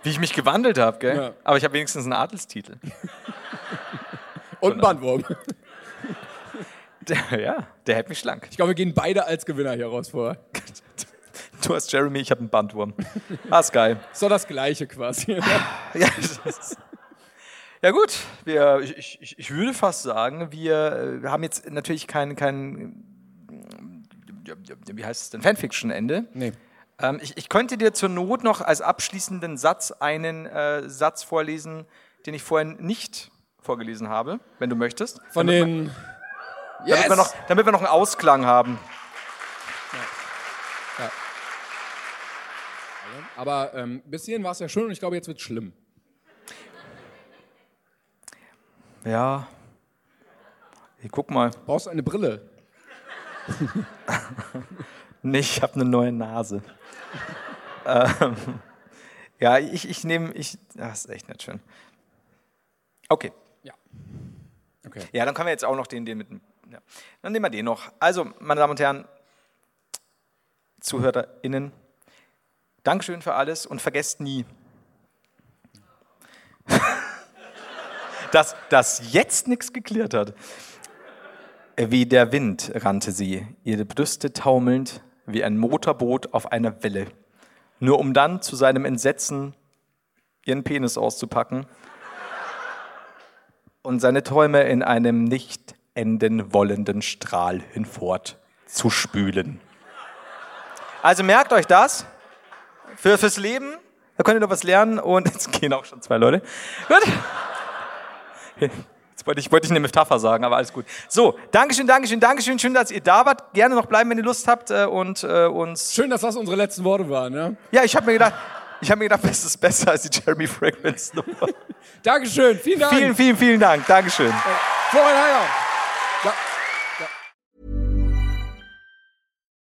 Wie ich mich gewandelt habe, gell? Ja. Aber ich habe wenigstens einen Adelstitel. Äh, Und Bandwurm. Der, ja, der hält mich schlank. Ich glaube, wir gehen beide als Gewinner hier raus vor. Du hast Jeremy, ich habe einen Bandwurm. War's geil. Ist doch das Gleiche quasi. Ja, das ist- ja gut, wir, ich- ich, ich, ich würde fast sagen, wir äh, haben jetzt natürlich kein, kein äh, wie heißt es denn, Fanfiction-Ende. nee. Ähm, ich, ich könnte dir zur Not noch als abschließenden Satz einen äh, Satz vorlesen, den ich vorhin nicht vorgelesen habe, wenn du möchtest. Von damit, den. damit, wir noch, damit wir noch einen Ausklang haben. Aber ähm, bis hierhin war es ja schön und ich glaube, jetzt wird es schlimm. Ja. Ich guck mal. Brauchst du eine Brille? Nee, ich habe eine neue Nase. ähm, ja, ich, ich nehme, ich, das ist echt nicht schön. Okay. Ja. Okay. Ja, dann können wir jetzt auch noch den, den mit dem, ja. Dann nehmen wir den noch. Also, meine Damen und Herren, ZuhörerInnen, Dankeschön für alles und vergesst nie, dass das jetzt nichts geklärt hat. Wie der Wind rannte sie, ihre Brüste taumelnd wie ein Motorboot auf einer Welle, nur um dann zu seinem Entsetzen ihren Penis auszupacken und seine Träume in einem nicht enden wollenden Strahl hinfort zu spülen. Also merkt euch das für, fürs Leben. Da könnt ihr noch was lernen und jetzt gehen auch schon zwei Leute. Gut. Jetzt wollte ich, wollte ich eine Metapher sagen, aber alles gut. So, Dankeschön, Dankeschön, Dankeschön. Schön, dass ihr da wart. Gerne noch bleiben, wenn ihr Lust habt äh, und äh, uns. Schön, dass das unsere letzten Worte waren. Ne? Ja, ich habe mir gedacht, ich habe mir gedacht, es ist besser als die Jeremy Fragrance Nummer. Dankeschön. Vielen Dank. vielen, vielen, vielen Dank. Dankeschön. Florian Heyer.